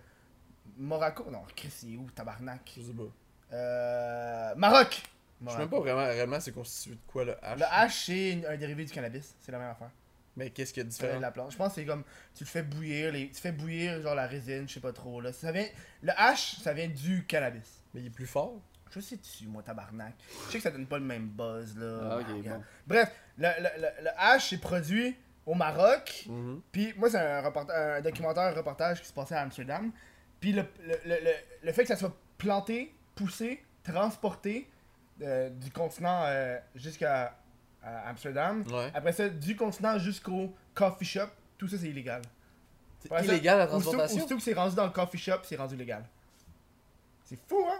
[SPEAKER 1] Morocco Non, Chris, c'est où Tabarnak
[SPEAKER 2] Je sais pas.
[SPEAKER 1] Euh. Maroc
[SPEAKER 2] Je sais
[SPEAKER 1] Maroc.
[SPEAKER 2] même pas vraiment réellement c'est constitué de quoi le H.
[SPEAKER 1] Le H, c'est une- un dérivé du cannabis. C'est la même affaire.
[SPEAKER 2] Mais qu'est-ce qu'il y a de
[SPEAKER 1] Ça vient
[SPEAKER 2] différent?
[SPEAKER 1] de la plante. Je pense que c'est comme. Tu le fais bouillir, les, tu fais bouillir genre la résine, je sais pas trop. Là. Ça vient, le H, ça vient du cannabis.
[SPEAKER 2] Mais il est plus fort.
[SPEAKER 1] Je sais dessus, moi, tabarnak. Je sais que ça donne pas le même buzz, là.
[SPEAKER 2] Ah, ok,
[SPEAKER 1] Regarde.
[SPEAKER 2] bon.
[SPEAKER 1] Bref, le, le, le, le hash est produit au Maroc.
[SPEAKER 2] Mhm.
[SPEAKER 1] Puis moi, c'est un, reporta- un documentaire, un reportage qui se passait à Amsterdam. Puis le, le, le, le, le fait que ça soit planté, poussé, transporté euh, du continent euh, jusqu'à à Amsterdam.
[SPEAKER 2] Ouais.
[SPEAKER 1] Après ça, du continent jusqu'au coffee shop, tout ça, c'est illégal.
[SPEAKER 2] C'est
[SPEAKER 1] Après ça,
[SPEAKER 2] illégal la
[SPEAKER 1] aussitôt-
[SPEAKER 2] transportation.
[SPEAKER 1] Aussitôt que c'est rendu dans le coffee shop, c'est rendu légal. C'est fou, hein?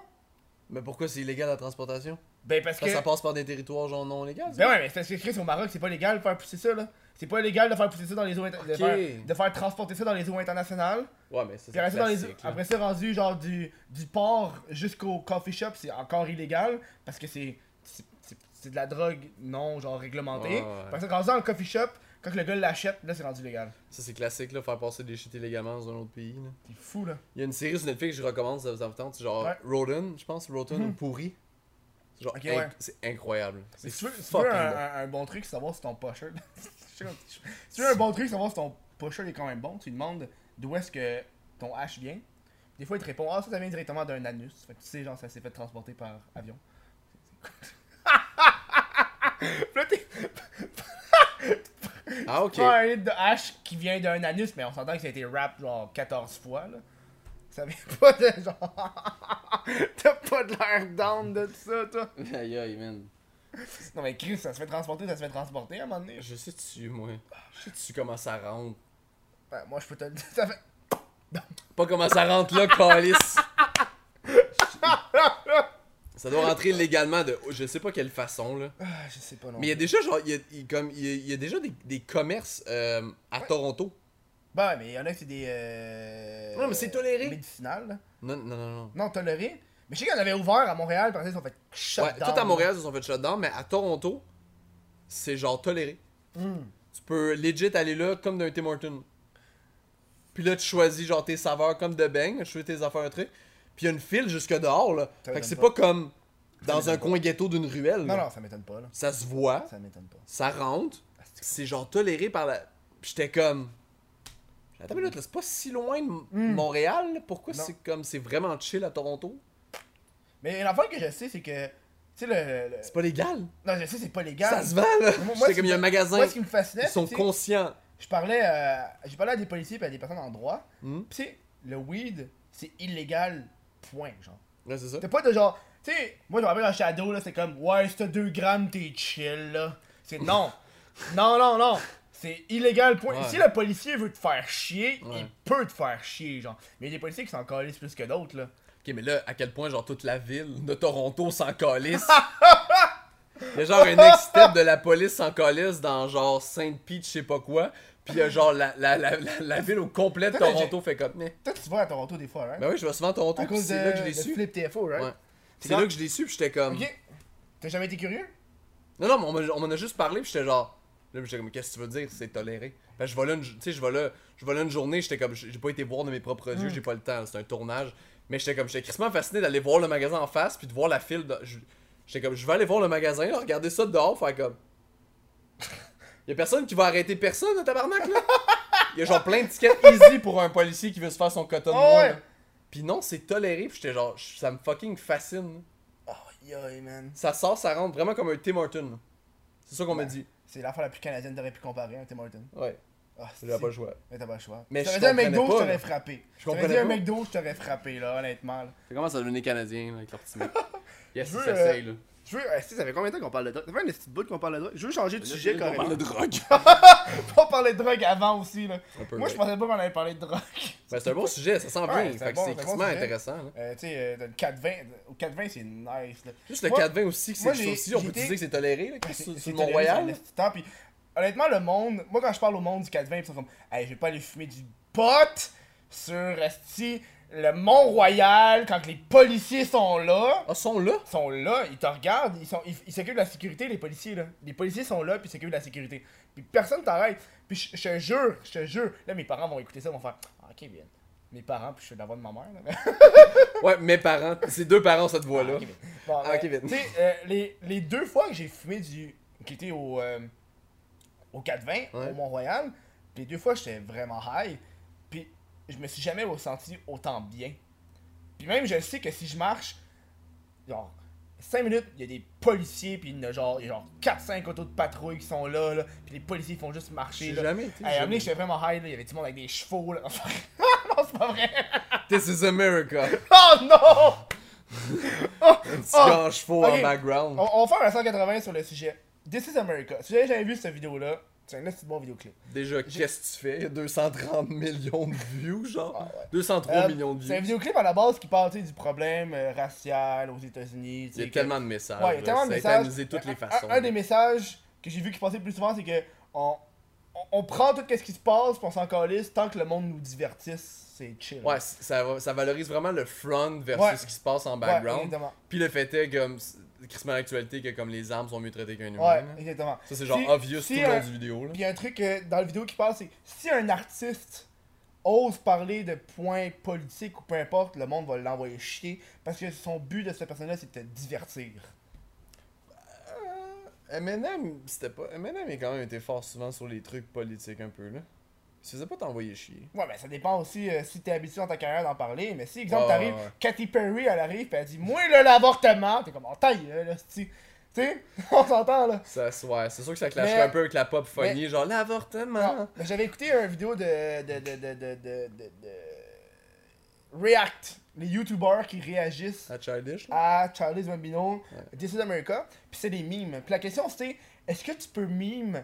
[SPEAKER 2] Mais pourquoi c'est illégal la transportation
[SPEAKER 1] Ben parce
[SPEAKER 2] Parce
[SPEAKER 1] que...
[SPEAKER 2] que ça passe par des territoires genre non légaux.
[SPEAKER 1] Ben ouais, mais c'est parce que Chris, au Maroc, c'est pas légal de faire pousser ça, là. C'est pas légal de faire pousser ça dans les eaux inter- de,
[SPEAKER 2] Ok.
[SPEAKER 1] faire, de faire transporter ça dans les eaux internationales.
[SPEAKER 2] Ouais, mais ça,
[SPEAKER 1] Puis après
[SPEAKER 2] c'est
[SPEAKER 1] ça, dans les
[SPEAKER 2] classique, là.
[SPEAKER 1] après ça, rendu genre du, du port jusqu'au coffee shop, c'est encore illégal parce que c'est c'est- c'est- c'est de la drogue non genre réglementée.
[SPEAKER 2] Ouais, ouais.
[SPEAKER 1] Parce que rendu dans le coffee shop, Fait que le gars l'achète, là c'est rendu légal.
[SPEAKER 2] Ça, c'est classique, là, faire passer des shit illégalement dans un autre pays. Là.
[SPEAKER 1] T'es fou là.
[SPEAKER 2] Il y a une série sur Netflix que je recommande, ça vous en tente, c'est genre
[SPEAKER 1] Ouais. Mhm.
[SPEAKER 2] Roden, je pense, Roden ou Pourri. C'est Genre,
[SPEAKER 1] Ok,
[SPEAKER 2] inc-
[SPEAKER 1] ouais.
[SPEAKER 2] c'est incroyable.
[SPEAKER 1] Si
[SPEAKER 2] C'est
[SPEAKER 1] tu veux, si tu
[SPEAKER 2] fucking
[SPEAKER 1] veux un,
[SPEAKER 2] bon.
[SPEAKER 1] un- un bon truc, savoir si ton pusher. (laughs) Je sais pas, si tu veux un bon truc, savoir si ton pusher est quand même bon, tu lui demandes d'où est-ce que ton hache vient. Des fois, il te répond Ah, ça, ça vient directement d'un anus. Fait que tu sais, genre, ça s'est fait transporter par avion. (laughs) Puis là, t'es
[SPEAKER 2] Ah, ok.
[SPEAKER 1] pas un hit de hache qui vient d'un anus, mais on s'entend que ça a été rap genre 14 fois, là. Ça vient (laughs) pas de genre. (laughs) T'as pas de l'air down de ça, toi.
[SPEAKER 2] (laughs) Aïe, aïe, man.
[SPEAKER 1] Non, mais Chris, ça se fait transporter, ça se fait transporter à un moment donné.
[SPEAKER 2] Je sais-tu, moi. Je sais-tu comment ça rentre.
[SPEAKER 1] Ben, moi, je peux te le dire, ça fait.
[SPEAKER 2] Pas comment ça rentre
[SPEAKER 1] (laughs)
[SPEAKER 2] là, calice. ça doit rentrer légalement de je sais pas quelle façon, là.
[SPEAKER 1] Ah, je sais pas non.
[SPEAKER 2] Mais il y a déjà, genre, il y a, il- comme, il y a, il y a déjà des, des commerces euh, à Toronto.
[SPEAKER 1] Bah mais il y en a que c'est des. Euh...
[SPEAKER 2] Non, mais c'est toléré.
[SPEAKER 1] Médicinal, là.
[SPEAKER 2] Non, non, non, non.
[SPEAKER 1] Non, toléré. Mais je sais qu'on avait ouvert à Montréal, par exemple, ils ont fait shut
[SPEAKER 2] Ouais,
[SPEAKER 1] down,
[SPEAKER 2] tout à Montréal, ils se sont fait shutdown, mais à Toronto, c'est genre toléré.
[SPEAKER 1] Hmm.
[SPEAKER 2] Tu peux legit aller là comme d'un Tim Hortons. Puis là, tu choisis genre tes saveurs comme de bang, tu choisis tes affaires un truc. Puis il y a une file jusque dehors, là.
[SPEAKER 1] Ça
[SPEAKER 2] Fait
[SPEAKER 1] m'étonne
[SPEAKER 2] que c'est
[SPEAKER 1] pas.
[SPEAKER 2] pas comme dans un coin ghetto d'une ruelle.
[SPEAKER 1] Non,
[SPEAKER 2] là.
[SPEAKER 1] non, ça m'étonne pas, là.
[SPEAKER 2] Ça se voit,
[SPEAKER 1] Ça m'étonne pas.
[SPEAKER 2] ça rentre, c'est genre toléré par la. Puis j'étais comme. Attends une minute, là, c'est pas si loin de M- Montréal, là. pourquoi
[SPEAKER 1] Hmm. Non.
[SPEAKER 2] c'est comme c'est vraiment chill à Toronto?
[SPEAKER 1] Mais l'affaire que je sais, c'est que. Tu sais, le, le-
[SPEAKER 2] C'est pas légal.
[SPEAKER 1] Non, je sais, c'est pas légal.
[SPEAKER 2] Ça se vend là.
[SPEAKER 1] Mais moi- moi,
[SPEAKER 2] J'étais comme il y a un
[SPEAKER 1] ce qui-
[SPEAKER 2] magasin.
[SPEAKER 1] Moi, ce qui me fascinait,
[SPEAKER 2] Ils sont
[SPEAKER 1] c'est-
[SPEAKER 2] conscients.
[SPEAKER 1] je parlais, euh, j'ai parlé à des policiers et à des personnes en droit.
[SPEAKER 2] Hmm.
[SPEAKER 1] Pis tu sais, le weed, c'est illégal, point, genre.
[SPEAKER 2] Ouais, c'est ça.
[SPEAKER 1] T'as pas de genre, tu sais, moi je me rappelle un Shadow, là, c'est comme, ouais, si t'as 2 grammes, t'es chill, là. C'est
[SPEAKER 2] (laughs)
[SPEAKER 1] non, non, non, non, c'est illégal, point.
[SPEAKER 2] Ouais.
[SPEAKER 1] Si le policier veut te faire chier,
[SPEAKER 2] Ouais.
[SPEAKER 1] il peut te faire chier, genre. Mais il y a des policiers qui s'en calissent plus que d'autres, là.
[SPEAKER 2] Ok, mais là, à quel point, genre, toute la ville de Toronto s'en
[SPEAKER 1] (laughs)
[SPEAKER 2] calisse. Il y a genre un next step de la police s'en calisse dans genre Sainte-Pete, je sais pas quoi. Puis il y a genre la, la, la, la, la ville au complet de
[SPEAKER 1] Attends,
[SPEAKER 2] Toronto fait comme. Mais
[SPEAKER 1] Toi, tu vas à Toronto des fois, right?
[SPEAKER 2] ben oui, je vais souvent à Toronto,
[SPEAKER 1] à
[SPEAKER 2] puis
[SPEAKER 1] cause de,
[SPEAKER 2] c'est là que je l'ai
[SPEAKER 1] de
[SPEAKER 2] su.
[SPEAKER 1] Flip TFO, right?
[SPEAKER 2] Ouais. C'est
[SPEAKER 1] quand-
[SPEAKER 2] là que je l'ai su, puis j'étais comme.
[SPEAKER 1] Ok. T'as jamais été curieux?
[SPEAKER 2] Non, non, mais on m'a- on m'en a juste parlé, puis j'étais genre. Là, j'étais comme, qu'est-ce que tu veux dire, c'est toléré? Ben, je vais là, une- tu sais, je vais là, je vais là une journée, j'étais comme, j'ai j'ai pas été voir de mes propres yeux, j'ai pas le temps, c'est un tournage. Mais j'étais comme, j'étais crissement fasciné d'aller voir le magasin en face, puis de voir la file. de- je- J'étais comme, je vais aller voir le magasin, là, regarder ça de dehors, faire comme. Y'a personne qui va arrêter personne, le tabarnak, là? Y'a genre plein de tickets easy pour un policier qui veut se faire son coton de
[SPEAKER 1] Ah
[SPEAKER 2] moi,
[SPEAKER 1] ouais.
[SPEAKER 2] là. Puis non, c'est toléré, puis j'étais genre, ça me fucking fascine.
[SPEAKER 1] Oh, yo, man.
[SPEAKER 2] Ça sort, ça rentre vraiment comme un Tim Horton. là. C'est ça qu'on m'a
[SPEAKER 1] Ouais.
[SPEAKER 2] dit.
[SPEAKER 1] C'est l'affaire la plus canadienne que t'aurais pu comparer, hein, Tim Horton.
[SPEAKER 2] Ouais,
[SPEAKER 1] Ah,
[SPEAKER 2] j'avais
[SPEAKER 1] c'est-
[SPEAKER 2] pas le choix.
[SPEAKER 1] Mais t'as pas le choix.
[SPEAKER 2] Mais
[SPEAKER 1] Mais
[SPEAKER 2] je
[SPEAKER 1] je dit un
[SPEAKER 2] comprenais
[SPEAKER 1] McDo,
[SPEAKER 2] pas,
[SPEAKER 1] je t'aurais
[SPEAKER 2] là.
[SPEAKER 1] frappé.
[SPEAKER 2] Je
[SPEAKER 1] Je t'aurais
[SPEAKER 2] comprenais
[SPEAKER 1] dit un
[SPEAKER 2] pas.
[SPEAKER 1] McDo, je t'aurais frappé, là, honnêtement. là.
[SPEAKER 2] Ça commence à devenir canadien là, avec leur (laughs) petit mec. Yes,
[SPEAKER 1] Je
[SPEAKER 2] ils
[SPEAKER 1] veux,
[SPEAKER 2] s'essayent là.
[SPEAKER 1] Je veux. euh, si, ça fait combien de temps qu'on parle de drogue Ça fait une petite bout qu'on parle de drogue. Je veux changer de sujet quand même.
[SPEAKER 2] de (laughs) drogue.
[SPEAKER 1] On parlait de drogue avant aussi, là.
[SPEAKER 2] Un peu,
[SPEAKER 1] Moi, je
[SPEAKER 2] ouais.
[SPEAKER 1] pensais pas qu'on allait parler de drogue.
[SPEAKER 2] (laughs) Ben, c'est un bon sujet, ça sent
[SPEAKER 1] Ouais,
[SPEAKER 2] bien.
[SPEAKER 1] c'est
[SPEAKER 2] Fait que
[SPEAKER 1] bon,
[SPEAKER 2] c'est
[SPEAKER 1] c'est bon
[SPEAKER 2] quasiment
[SPEAKER 1] sujet.
[SPEAKER 2] intéressant. là.
[SPEAKER 1] Euh, tu sais, euh, le 420, au 420, c'est nice, là.
[SPEAKER 2] Juste le
[SPEAKER 1] Moi-
[SPEAKER 2] 420 aussi, que
[SPEAKER 1] moi,
[SPEAKER 2] c'est
[SPEAKER 1] j'ai-
[SPEAKER 2] aussi, on
[SPEAKER 1] j'ai
[SPEAKER 2] peut
[SPEAKER 1] été-
[SPEAKER 2] dire que c'est toléré là, que
[SPEAKER 1] C'est-
[SPEAKER 2] sur
[SPEAKER 1] c'est
[SPEAKER 2] sur
[SPEAKER 1] toléré,
[SPEAKER 2] Mont-Royal.
[SPEAKER 1] c'est un esti de temps, puis honnêtement, le monde, moi quand je parle au monde du 420, ils sont comme, hey, je vais pas aller fumer du pot sur esti, le Mont-Royal quand que les policiers sont là.
[SPEAKER 2] Ah, sont là?
[SPEAKER 1] Ils sont là, ils te regardent, ils sont ils, ils s'occupent de la sécurité les policiers là. Les policiers sont là puis ils s'occupent de la sécurité. Puis personne t'arrête. Puis je je te jure, je te jure, là mes parents vont écouter ça, ils vont faire ah, OK bien. Mes parents puis je suis de la voix de ma mère là.
[SPEAKER 2] Ouais, mes parents, ces deux parents cette
[SPEAKER 1] Ah,
[SPEAKER 2] voix-là.
[SPEAKER 1] ok, bien. Bon,
[SPEAKER 2] Ah, ok,
[SPEAKER 1] euh,
[SPEAKER 2] bien.
[SPEAKER 1] tu sais, euh, les, les deux fois que j'ai fumé du qui était au euh, au 420
[SPEAKER 2] Ouais.
[SPEAKER 1] au Mont-Royal, puis les deux fois j'étais vraiment high, puis je me suis jamais ressenti autant bien. Puis même je sais que si je marche genre 5 minutes, il y a des policiers, puis il y en a genre, il y a genre 4-5 autos de patrouille qui sont là, là puis les policiers font juste marcher.
[SPEAKER 2] J'ai
[SPEAKER 1] Là.
[SPEAKER 2] jamais été.
[SPEAKER 1] Hey, à un moment donné,
[SPEAKER 2] jamais.
[SPEAKER 1] j'étais vraiment high, là, il y avait du monde avec des chevaux, là. (laughs) non, c'est pas vrai.
[SPEAKER 2] This is
[SPEAKER 1] (laughs)
[SPEAKER 2] America.
[SPEAKER 1] Oh non! Oh,
[SPEAKER 2] Un petit
[SPEAKER 1] oh.
[SPEAKER 2] gars en chevaux en
[SPEAKER 1] Ok. Oh.
[SPEAKER 2] background.
[SPEAKER 1] On, on va faire un 180 sur le sujet. This is America. Si j'avais jamais vu cette vidéo-là, c'est un petit bon vidéoclip.
[SPEAKER 2] Déjà, qu'est-ce que tu fais? Il y a 230 millions de views,
[SPEAKER 1] Ah,
[SPEAKER 2] genre.
[SPEAKER 1] ouais.
[SPEAKER 2] 203
[SPEAKER 1] Euh,
[SPEAKER 2] millions de
[SPEAKER 1] C'est un
[SPEAKER 2] views.
[SPEAKER 1] vidéoclip à la base qui parle tu sais, du problème euh, racial aux États-Unis. tu sais,
[SPEAKER 2] Il y a
[SPEAKER 1] que-
[SPEAKER 2] tellement de messages.
[SPEAKER 1] Ouais, il y a
[SPEAKER 2] là.
[SPEAKER 1] tellement de
[SPEAKER 2] Ça a été
[SPEAKER 1] messages.
[SPEAKER 2] analysé de toutes
[SPEAKER 1] Un-
[SPEAKER 2] les
[SPEAKER 1] un-
[SPEAKER 2] façons.
[SPEAKER 1] Un, des messages que j'ai vu qui passait le plus souvent, c'est que on, on, on prend tout ce qui se passe, puis on s'en calisse tant que le monde nous divertisse. C'est chill.
[SPEAKER 2] Ouais, c- ça, va- ça valorise vraiment le front versus
[SPEAKER 1] Ouais.
[SPEAKER 2] ce qui se passe en
[SPEAKER 1] Ouais,
[SPEAKER 2] background.
[SPEAKER 1] exactement.
[SPEAKER 2] Puis le fait est comme c- crissement l'actualité que comme les armes sont mieux traitées qu'un humain.
[SPEAKER 1] Ouais,
[SPEAKER 2] là.
[SPEAKER 1] exactement.
[SPEAKER 2] Ça c'est genre
[SPEAKER 1] Si-
[SPEAKER 2] obvious
[SPEAKER 1] si
[SPEAKER 2] tout le long
[SPEAKER 1] un-
[SPEAKER 2] du vidéo là.
[SPEAKER 1] Puis il y a un truc euh, dans la vidéo qui parle, c'est si un artiste ose parler de points politiques ou peu importe, le monde va l'envoyer chier parce que son but de cette personne-là, c'est de te divertir.
[SPEAKER 2] Eminem, c'était pas Eminem a quand même été fort souvent sur les trucs politiques un peu là. Il se faisait pas t'envoyer chier.
[SPEAKER 1] Ouais, mais ça dépend aussi euh, si t'es habitué dans ta carrière d'en parler. Mais si, exemple,
[SPEAKER 2] Ouais,
[SPEAKER 1] t'arrives,
[SPEAKER 2] ouais, ouais.
[SPEAKER 1] Katy Perry, elle arrive, puis elle dit Moi, là, l'avortement, t'es comme oh, en taille, là, tu sais, (laughs) on s'entend, là.
[SPEAKER 2] Ça ouais, c'est sûr que ça clasherait
[SPEAKER 1] Mais-
[SPEAKER 2] un peu avec la pop funny, genre l'avortement.
[SPEAKER 1] Non, mais j'avais écouté une vidéo de, de, de, de, de, de, de- de- React, les YouTubers qui réagissent
[SPEAKER 2] À childish. Là.
[SPEAKER 1] à Charles Bambino,
[SPEAKER 2] Ouais.
[SPEAKER 1] This is America, puis c'est des mimes. Puis la question c'était est-ce que tu peux mime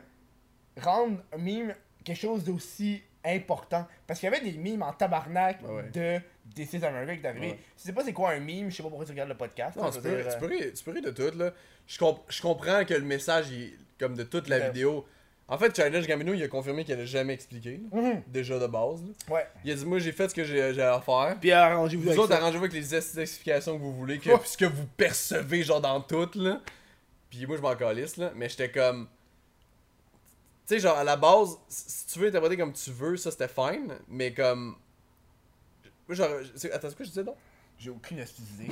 [SPEAKER 1] rendre un mime quelque chose d'aussi important Parce qu'il y avait des mimes en tabarnak
[SPEAKER 2] Ah ouais.
[SPEAKER 1] de This is America qui est arrivé.
[SPEAKER 2] Ouais.
[SPEAKER 1] Tu sais pas c'est quoi un mime, je sais pas pourquoi tu regardes le podcast.
[SPEAKER 2] Non,
[SPEAKER 1] hein,
[SPEAKER 2] tu
[SPEAKER 1] je
[SPEAKER 2] peux,
[SPEAKER 1] veux dire,
[SPEAKER 2] tu,
[SPEAKER 1] euh,
[SPEAKER 2] peux rire, tu peux rire de tout, là. Je, comp- je comprends que le message, il- comme de toute la
[SPEAKER 1] Ouais.
[SPEAKER 2] vidéo. En fait, Childish Gambino, il a confirmé qu'il allait jamais expliquer, là.
[SPEAKER 1] Mhm.
[SPEAKER 2] déjà de base. là.
[SPEAKER 1] euh, Ouais.
[SPEAKER 2] Il a dit Moi, j'ai fait ce que j'ai j'ai à faire.
[SPEAKER 1] Puis arrangez-vous
[SPEAKER 2] Vous autres, arrangez-vous avec les esti d'explications que vous voulez, que,
[SPEAKER 1] Ouais.
[SPEAKER 2] ce que vous percevez, genre dans tout, là. Puis moi, je m'en calisse, là. Mais j'étais comme. Tu sais, genre, à la base, si si tu veux interpréter comme tu veux, ça c'était fine. Mais comme. Moi, genre. c'est- Attends, c'est quoi je disais, non
[SPEAKER 1] J'ai aucune astuce (laughs) idée.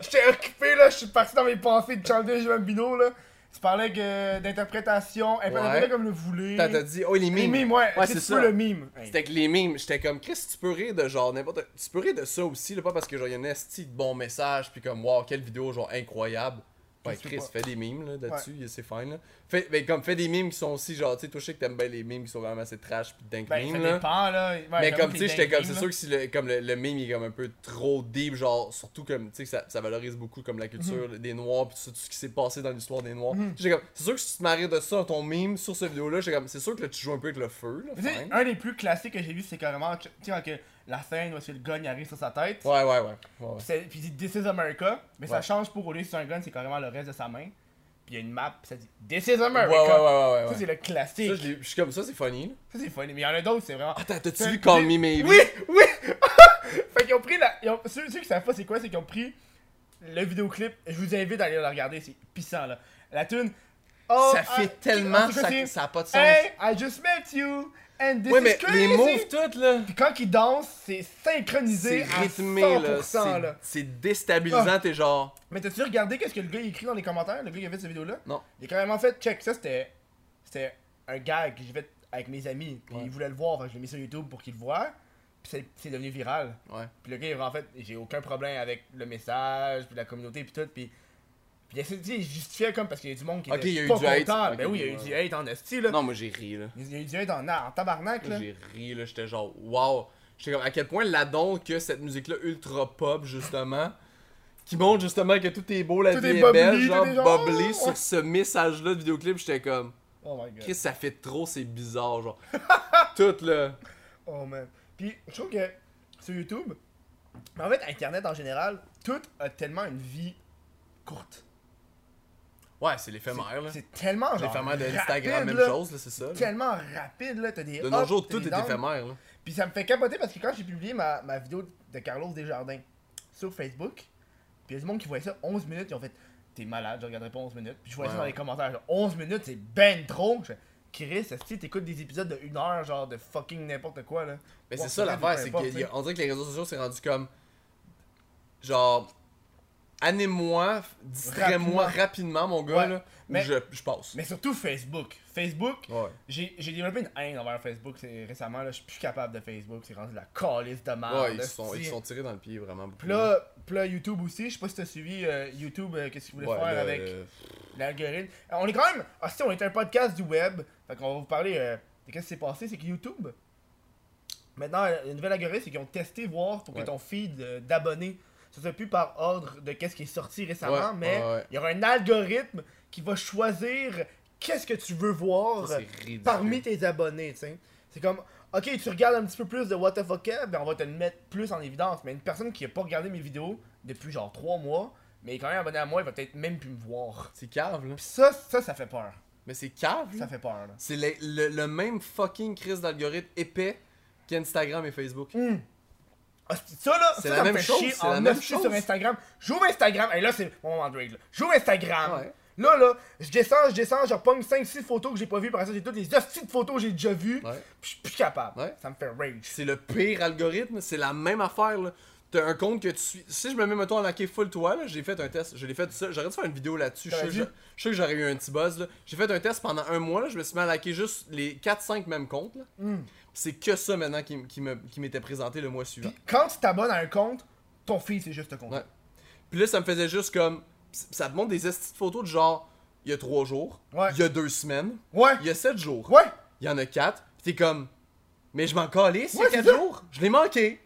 [SPEAKER 1] J'étais occupé là, je suis parti dans mes pensées de Charles Bambino là. Tu parlais que d'interprétation, interprétez
[SPEAKER 2] Ouais.
[SPEAKER 1] comme le voulez.
[SPEAKER 2] T'as t'as dit Oh, les
[SPEAKER 1] Les
[SPEAKER 2] mimes.
[SPEAKER 1] mimes, ouais,
[SPEAKER 2] Ouais,
[SPEAKER 1] c'est
[SPEAKER 2] c'est
[SPEAKER 1] tu
[SPEAKER 2] ça.
[SPEAKER 1] peux le mime.
[SPEAKER 2] C'était que les mimes, j'étais comme, Chris, tu peux rire de genre n'importe. Tu peux rire de ça aussi, là, pas parce que genre y a un esti de bon message, puis comme, wow, quelle vidéo, genre incroyable. Ouais,
[SPEAKER 1] Je sais
[SPEAKER 2] Chris,
[SPEAKER 1] pas.
[SPEAKER 2] fais des mimes là, là-dessus, c'est fine. Là. Fait, ben, comme, fais des mimes qui sont aussi, genre, tu sais, toi, je sais que t'aimes bien les mimes qui sont quand même assez trash, puis dingue
[SPEAKER 1] Ben,
[SPEAKER 2] mimes,
[SPEAKER 1] ça
[SPEAKER 2] là.
[SPEAKER 1] dépend, là. Ouais,
[SPEAKER 2] Mais
[SPEAKER 1] j'avoue que
[SPEAKER 2] comme, tu sais,
[SPEAKER 1] les
[SPEAKER 2] j'étais
[SPEAKER 1] dingues
[SPEAKER 2] comme, c'est
[SPEAKER 1] mimes,
[SPEAKER 2] sûr que si le, comme le, le meme il est comme un peu trop deep, genre, surtout comme, tu sais, que ça, ça valorise beaucoup comme la culture
[SPEAKER 1] Mhm.
[SPEAKER 2] des Noirs, pis tout, ça, tout ce qui s'est passé dans l'histoire des Noirs. J'étais comme, c'est sûr que si tu te maries de ça, ton meme sur cette vidéo-là, j'étais comme, c'est sûr que là, tu joues un peu avec le feu, là.
[SPEAKER 1] Tu sais,
[SPEAKER 2] fine.
[SPEAKER 1] un des plus classiques que j'ai vu, c'est carrément, tu sais, quand que la scène où est-ce que le gun il arrive sur sa tête,
[SPEAKER 2] Ouais, ouais, ouais. ouais, ouais.
[SPEAKER 1] c'est- puis il dit This is America, mais ça
[SPEAKER 2] Ouais.
[SPEAKER 1] change pour au lieu de sur un gun, c'est carrément le reste de sa main, puis il y a une map, puis ça dit This is America.
[SPEAKER 2] Ouais, ouais, ouais, ouais. ouais.
[SPEAKER 1] Ça, c'est le
[SPEAKER 2] Ça,
[SPEAKER 1] classique.
[SPEAKER 2] je l'ai- je suis comme ça, c'est funny. là.
[SPEAKER 1] Ça, c'est funny, mais il y en a d'autres, c'est vraiment.
[SPEAKER 2] Attends, t'as-tu
[SPEAKER 1] C'est-
[SPEAKER 2] vu Call Me Maybe?
[SPEAKER 1] Oui, oui! (laughs) fait qu'ils ont pris la. ils ont- Ceux, ceux qui savent pas c'est quoi, c'est qu'ils ont pris le vidéoclip. Je vous invite à aller le regarder, c'est pissant là. La tune. oh,
[SPEAKER 2] Ça
[SPEAKER 1] ah,
[SPEAKER 2] fait tellement, ça, ça a pas de sens.
[SPEAKER 1] Hey, I just met you, and this
[SPEAKER 2] ouais,
[SPEAKER 1] is
[SPEAKER 2] mais
[SPEAKER 1] crazy.
[SPEAKER 2] les moves toutes, là,
[SPEAKER 1] Puis quand ils dansent, c'est
[SPEAKER 2] c'est
[SPEAKER 1] synchronisé à
[SPEAKER 2] rythmé, là.
[SPEAKER 1] 100%, là. Ah.
[SPEAKER 2] c'est- C'est déstabilisant, t'es genre...
[SPEAKER 1] Mais t'as-tu regardé qu'est-ce que le gars il écrit dans les commentaires, le gars qui a fait cette vidéo-là?
[SPEAKER 2] Non.
[SPEAKER 1] Il a carrément fait, check, ça c'était c'était un gag que j'ai fait avec mes amis, puis
[SPEAKER 2] Ouais.
[SPEAKER 1] ils voulaient le voir, fait que je l'ai mis sur YouTube pour qu'ils le voient, puis c'est- c'est devenu viral.
[SPEAKER 2] Ouais.
[SPEAKER 1] Puis le gars, il va, en fait, j'ai aucun problème avec le message, puis la communauté, puis tout, puis... Puis il essaie de dire, il justifiait comme parce qu'il y a du monde qui
[SPEAKER 2] Ok,
[SPEAKER 1] était
[SPEAKER 2] il y a eu
[SPEAKER 1] pas
[SPEAKER 2] du hate.
[SPEAKER 1] content.
[SPEAKER 2] Ok,
[SPEAKER 1] ben oui, il y a eu
[SPEAKER 2] ouais.
[SPEAKER 1] du hate en esti, là.
[SPEAKER 2] Non, moi, j'ai ri, là.
[SPEAKER 1] Il y a eu du hate en, en tabarnak, là.
[SPEAKER 2] J'ai ri, là, j'étais genre, wow. J'étais comme, à quel point l'adon que cette musique-là ultra pop, justement, qui montre justement que tout est beau, la
[SPEAKER 1] Tout
[SPEAKER 2] vie
[SPEAKER 1] est
[SPEAKER 2] est,
[SPEAKER 1] bubbly,
[SPEAKER 2] belle,
[SPEAKER 1] tout
[SPEAKER 2] genre,
[SPEAKER 1] est genre,
[SPEAKER 2] bubbly,
[SPEAKER 1] ouais.
[SPEAKER 2] sur ce message-là de vidéoclip, j'étais comme,
[SPEAKER 1] Oh my god.
[SPEAKER 2] Chris, ça fait trop, c'est bizarre, genre. (laughs) tout, là.
[SPEAKER 1] Oh man. Puis je trouve que sur YouTube, mais en fait, Internet en général, tout a tellement une vie courte.
[SPEAKER 2] Ouais, c'est l'éphémère, là.
[SPEAKER 1] C'est tellement genre.
[SPEAKER 2] L'éphémère de
[SPEAKER 1] rapide,
[SPEAKER 2] Instagram, même
[SPEAKER 1] là.
[SPEAKER 2] chose, là, c'est ça. là.
[SPEAKER 1] Tellement rapide, là. T'as des.
[SPEAKER 2] De nos
[SPEAKER 1] ups,
[SPEAKER 2] jours,
[SPEAKER 1] t'as
[SPEAKER 2] tout
[SPEAKER 1] des
[SPEAKER 2] est
[SPEAKER 1] downs.
[SPEAKER 2] éphémère, là.
[SPEAKER 1] Puis ça me fait capoter parce que quand j'ai publié ma, ma vidéo de Carlos Desjardins sur Facebook, puis il y a du monde qui voyait ça 11 minutes, ils ont fait T'es malade, je regarderai pas 11 minutes. Puis je voyais ça
[SPEAKER 2] Ouais.
[SPEAKER 1] dans les commentaires, genre 11 minutes, c'est ben trop. Je fais, Chris, est-ce que t'écoutes des épisodes de 1 heure, genre de fucking n'importe quoi, là
[SPEAKER 2] Mais
[SPEAKER 1] Ouais,
[SPEAKER 2] c'est ça
[SPEAKER 1] c'est vrai,
[SPEAKER 2] l'affaire,
[SPEAKER 1] peu
[SPEAKER 2] c'est
[SPEAKER 1] importe, tu sais.
[SPEAKER 2] qu'on dirait que les réseaux sociaux s'est rendu comme. Genre. Année-moi, distrais-moi
[SPEAKER 1] Rapidement.
[SPEAKER 2] rapidement, mon gars,
[SPEAKER 1] Ouais,
[SPEAKER 2] là.
[SPEAKER 1] mais-
[SPEAKER 2] ou je, je passe.
[SPEAKER 1] Mais surtout Facebook. Facebook,
[SPEAKER 2] Ouais.
[SPEAKER 1] J'ai j'ai développé une haine envers Facebook c'est- récemment, là, je suis plus capable de Facebook, c'est rendu de la calice de merde.
[SPEAKER 2] Ouais, ils
[SPEAKER 1] là,
[SPEAKER 2] se sont, ils
[SPEAKER 1] c'est-
[SPEAKER 2] se sont tirés dans le pied vraiment beaucoup.
[SPEAKER 1] Ah, Puis là, puis là, YouTube aussi, je sais pas si t'as suivi euh, YouTube, euh, qu'est-ce qu'ils voulaient
[SPEAKER 2] Ouais,
[SPEAKER 1] faire
[SPEAKER 2] là,
[SPEAKER 1] avec
[SPEAKER 2] euh,
[SPEAKER 1] l'algorithme. Euh, on est quand même, ah si, on est un podcast du web, fait qu'on va vous parler euh, de qu'est-ce qui s'est passé, c'est que YouTube, maintenant, euh, le nouvel algorithme, c'est qu'ils ont testé voir pour
[SPEAKER 2] Ouais.
[SPEAKER 1] que ton feed euh, d'abonnés, ça soit plus par ordre de qu'est-ce qui est sorti récemment,
[SPEAKER 2] Ouais,
[SPEAKER 1] mais
[SPEAKER 2] ouais, ouais.
[SPEAKER 1] il y aura un algorithme qui va choisir qu'est-ce que tu veux voir.
[SPEAKER 2] ça, c'est ridicule.
[SPEAKER 1] parmi tes abonnés, tu sais. C'est comme, ok, tu regardes un petit peu plus de What the fuck Up, ben on va te le mettre plus en évidence. Mais une personne qui a pas regardé mes vidéos depuis genre 3 mois, mais est quand même abonnée à moi, il va peut-être même plus me voir.
[SPEAKER 2] C'est cave, là.
[SPEAKER 1] Pis ça, ça, ça fait peur.
[SPEAKER 2] Mais c'est cave, là.
[SPEAKER 1] Ça fait peur, là.
[SPEAKER 2] C'est le, le- le même fucking crise d'algorithme épais qu'Instagram et Facebook.
[SPEAKER 1] Ah, c'est- ça là,
[SPEAKER 2] C'est
[SPEAKER 1] ça,
[SPEAKER 2] la
[SPEAKER 1] ça me
[SPEAKER 2] même
[SPEAKER 1] fait
[SPEAKER 2] chose,
[SPEAKER 1] chier
[SPEAKER 2] c'est
[SPEAKER 1] en
[SPEAKER 2] la
[SPEAKER 1] neuf
[SPEAKER 2] même
[SPEAKER 1] chier sur
[SPEAKER 2] chose.
[SPEAKER 1] Instagram. J'ouvre Instagram, et là c'est mon moment de rage, là. J'ouvre Instagram.
[SPEAKER 2] Ouais.
[SPEAKER 1] Là là, je descends, je descends, je repogne 5-6 photos que j'ai pas vues, par ça j'ai toutes les 9 petites photos que j'ai déjà vues.
[SPEAKER 2] Ouais.
[SPEAKER 1] Puis je suis plus capable.
[SPEAKER 2] Ouais.
[SPEAKER 1] Ça me fait rage.
[SPEAKER 2] C'est le pire algorithme, c'est la même affaire, là. T'as un compte que tu suis. Si je me mets, mettons, à laquer full toi, là, j'ai fait un test. Je l'ai fait ça. J'aurais dû faire une vidéo là-dessus. Je
[SPEAKER 1] T'aurais
[SPEAKER 2] sais que j'a-
[SPEAKER 1] dû.
[SPEAKER 2] je sais que j'aurais eu un petit buzz, là. J'ai fait un test pendant un mois, là. Je me suis mis à laquer juste les 4-5 mêmes comptes, là.
[SPEAKER 1] Hmm.
[SPEAKER 2] C'est que ça maintenant qui, m- qui me- qui m'était présenté le mois suivant.
[SPEAKER 1] Puis quand tu t'abonnes à un compte, ton feed c'est juste un compte.
[SPEAKER 2] Ouais. Puis là, ça me faisait juste comme. Ça te montre des estis de photos de genre. Il y a 3 jours.
[SPEAKER 1] Ouais.
[SPEAKER 2] Il y a 2 semaines.
[SPEAKER 1] Ouais.
[SPEAKER 2] Il y a 7 jours.
[SPEAKER 1] Ouais.
[SPEAKER 2] Il y en a 4. Puis t'es comme. Mais je m'en calais, c'est
[SPEAKER 1] Ouais,
[SPEAKER 2] 4
[SPEAKER 1] c'est ça.
[SPEAKER 2] jours. Je l'ai manqué.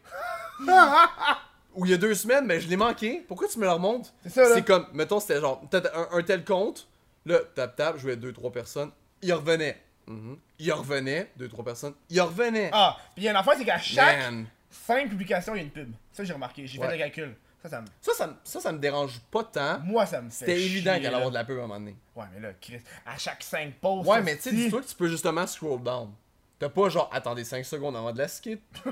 [SPEAKER 2] Ou il y a 2 semaines, mais je l'ai manqué. Pourquoi tu me le remontes
[SPEAKER 1] C'est ça, là.
[SPEAKER 2] C'est comme. Mettons, c'était genre. t'as un, un tel compte. Là, tap tap, je jouais 2-3 personnes. Il revenait. Mhm. Il revenait. 2-3 personnes. Il revenait.
[SPEAKER 1] Ah, puis il y a une affaire, c'est qu'à chaque
[SPEAKER 2] Man.
[SPEAKER 1] 5 publications, il y a une pub. Ça j'ai remarqué, j'ai fait
[SPEAKER 2] Ouais.
[SPEAKER 1] le calcul. Ça, ça me...
[SPEAKER 2] Ça, ça, me- ça, ça me dérange pas tant.
[SPEAKER 1] Moi ça me fait
[SPEAKER 2] C'était évident
[SPEAKER 1] chier,
[SPEAKER 2] qu'elle allait
[SPEAKER 1] là.
[SPEAKER 2] avoir de la pub à un moment donné.
[SPEAKER 1] Ouais, mais là, Chris, à chaque 5 posts.
[SPEAKER 2] Ouais, mais tu sais,
[SPEAKER 1] hostie.
[SPEAKER 2] dis-toi que tu peux justement scroll down. T'as pas genre, attendez 5 secondes avant de la skip. tu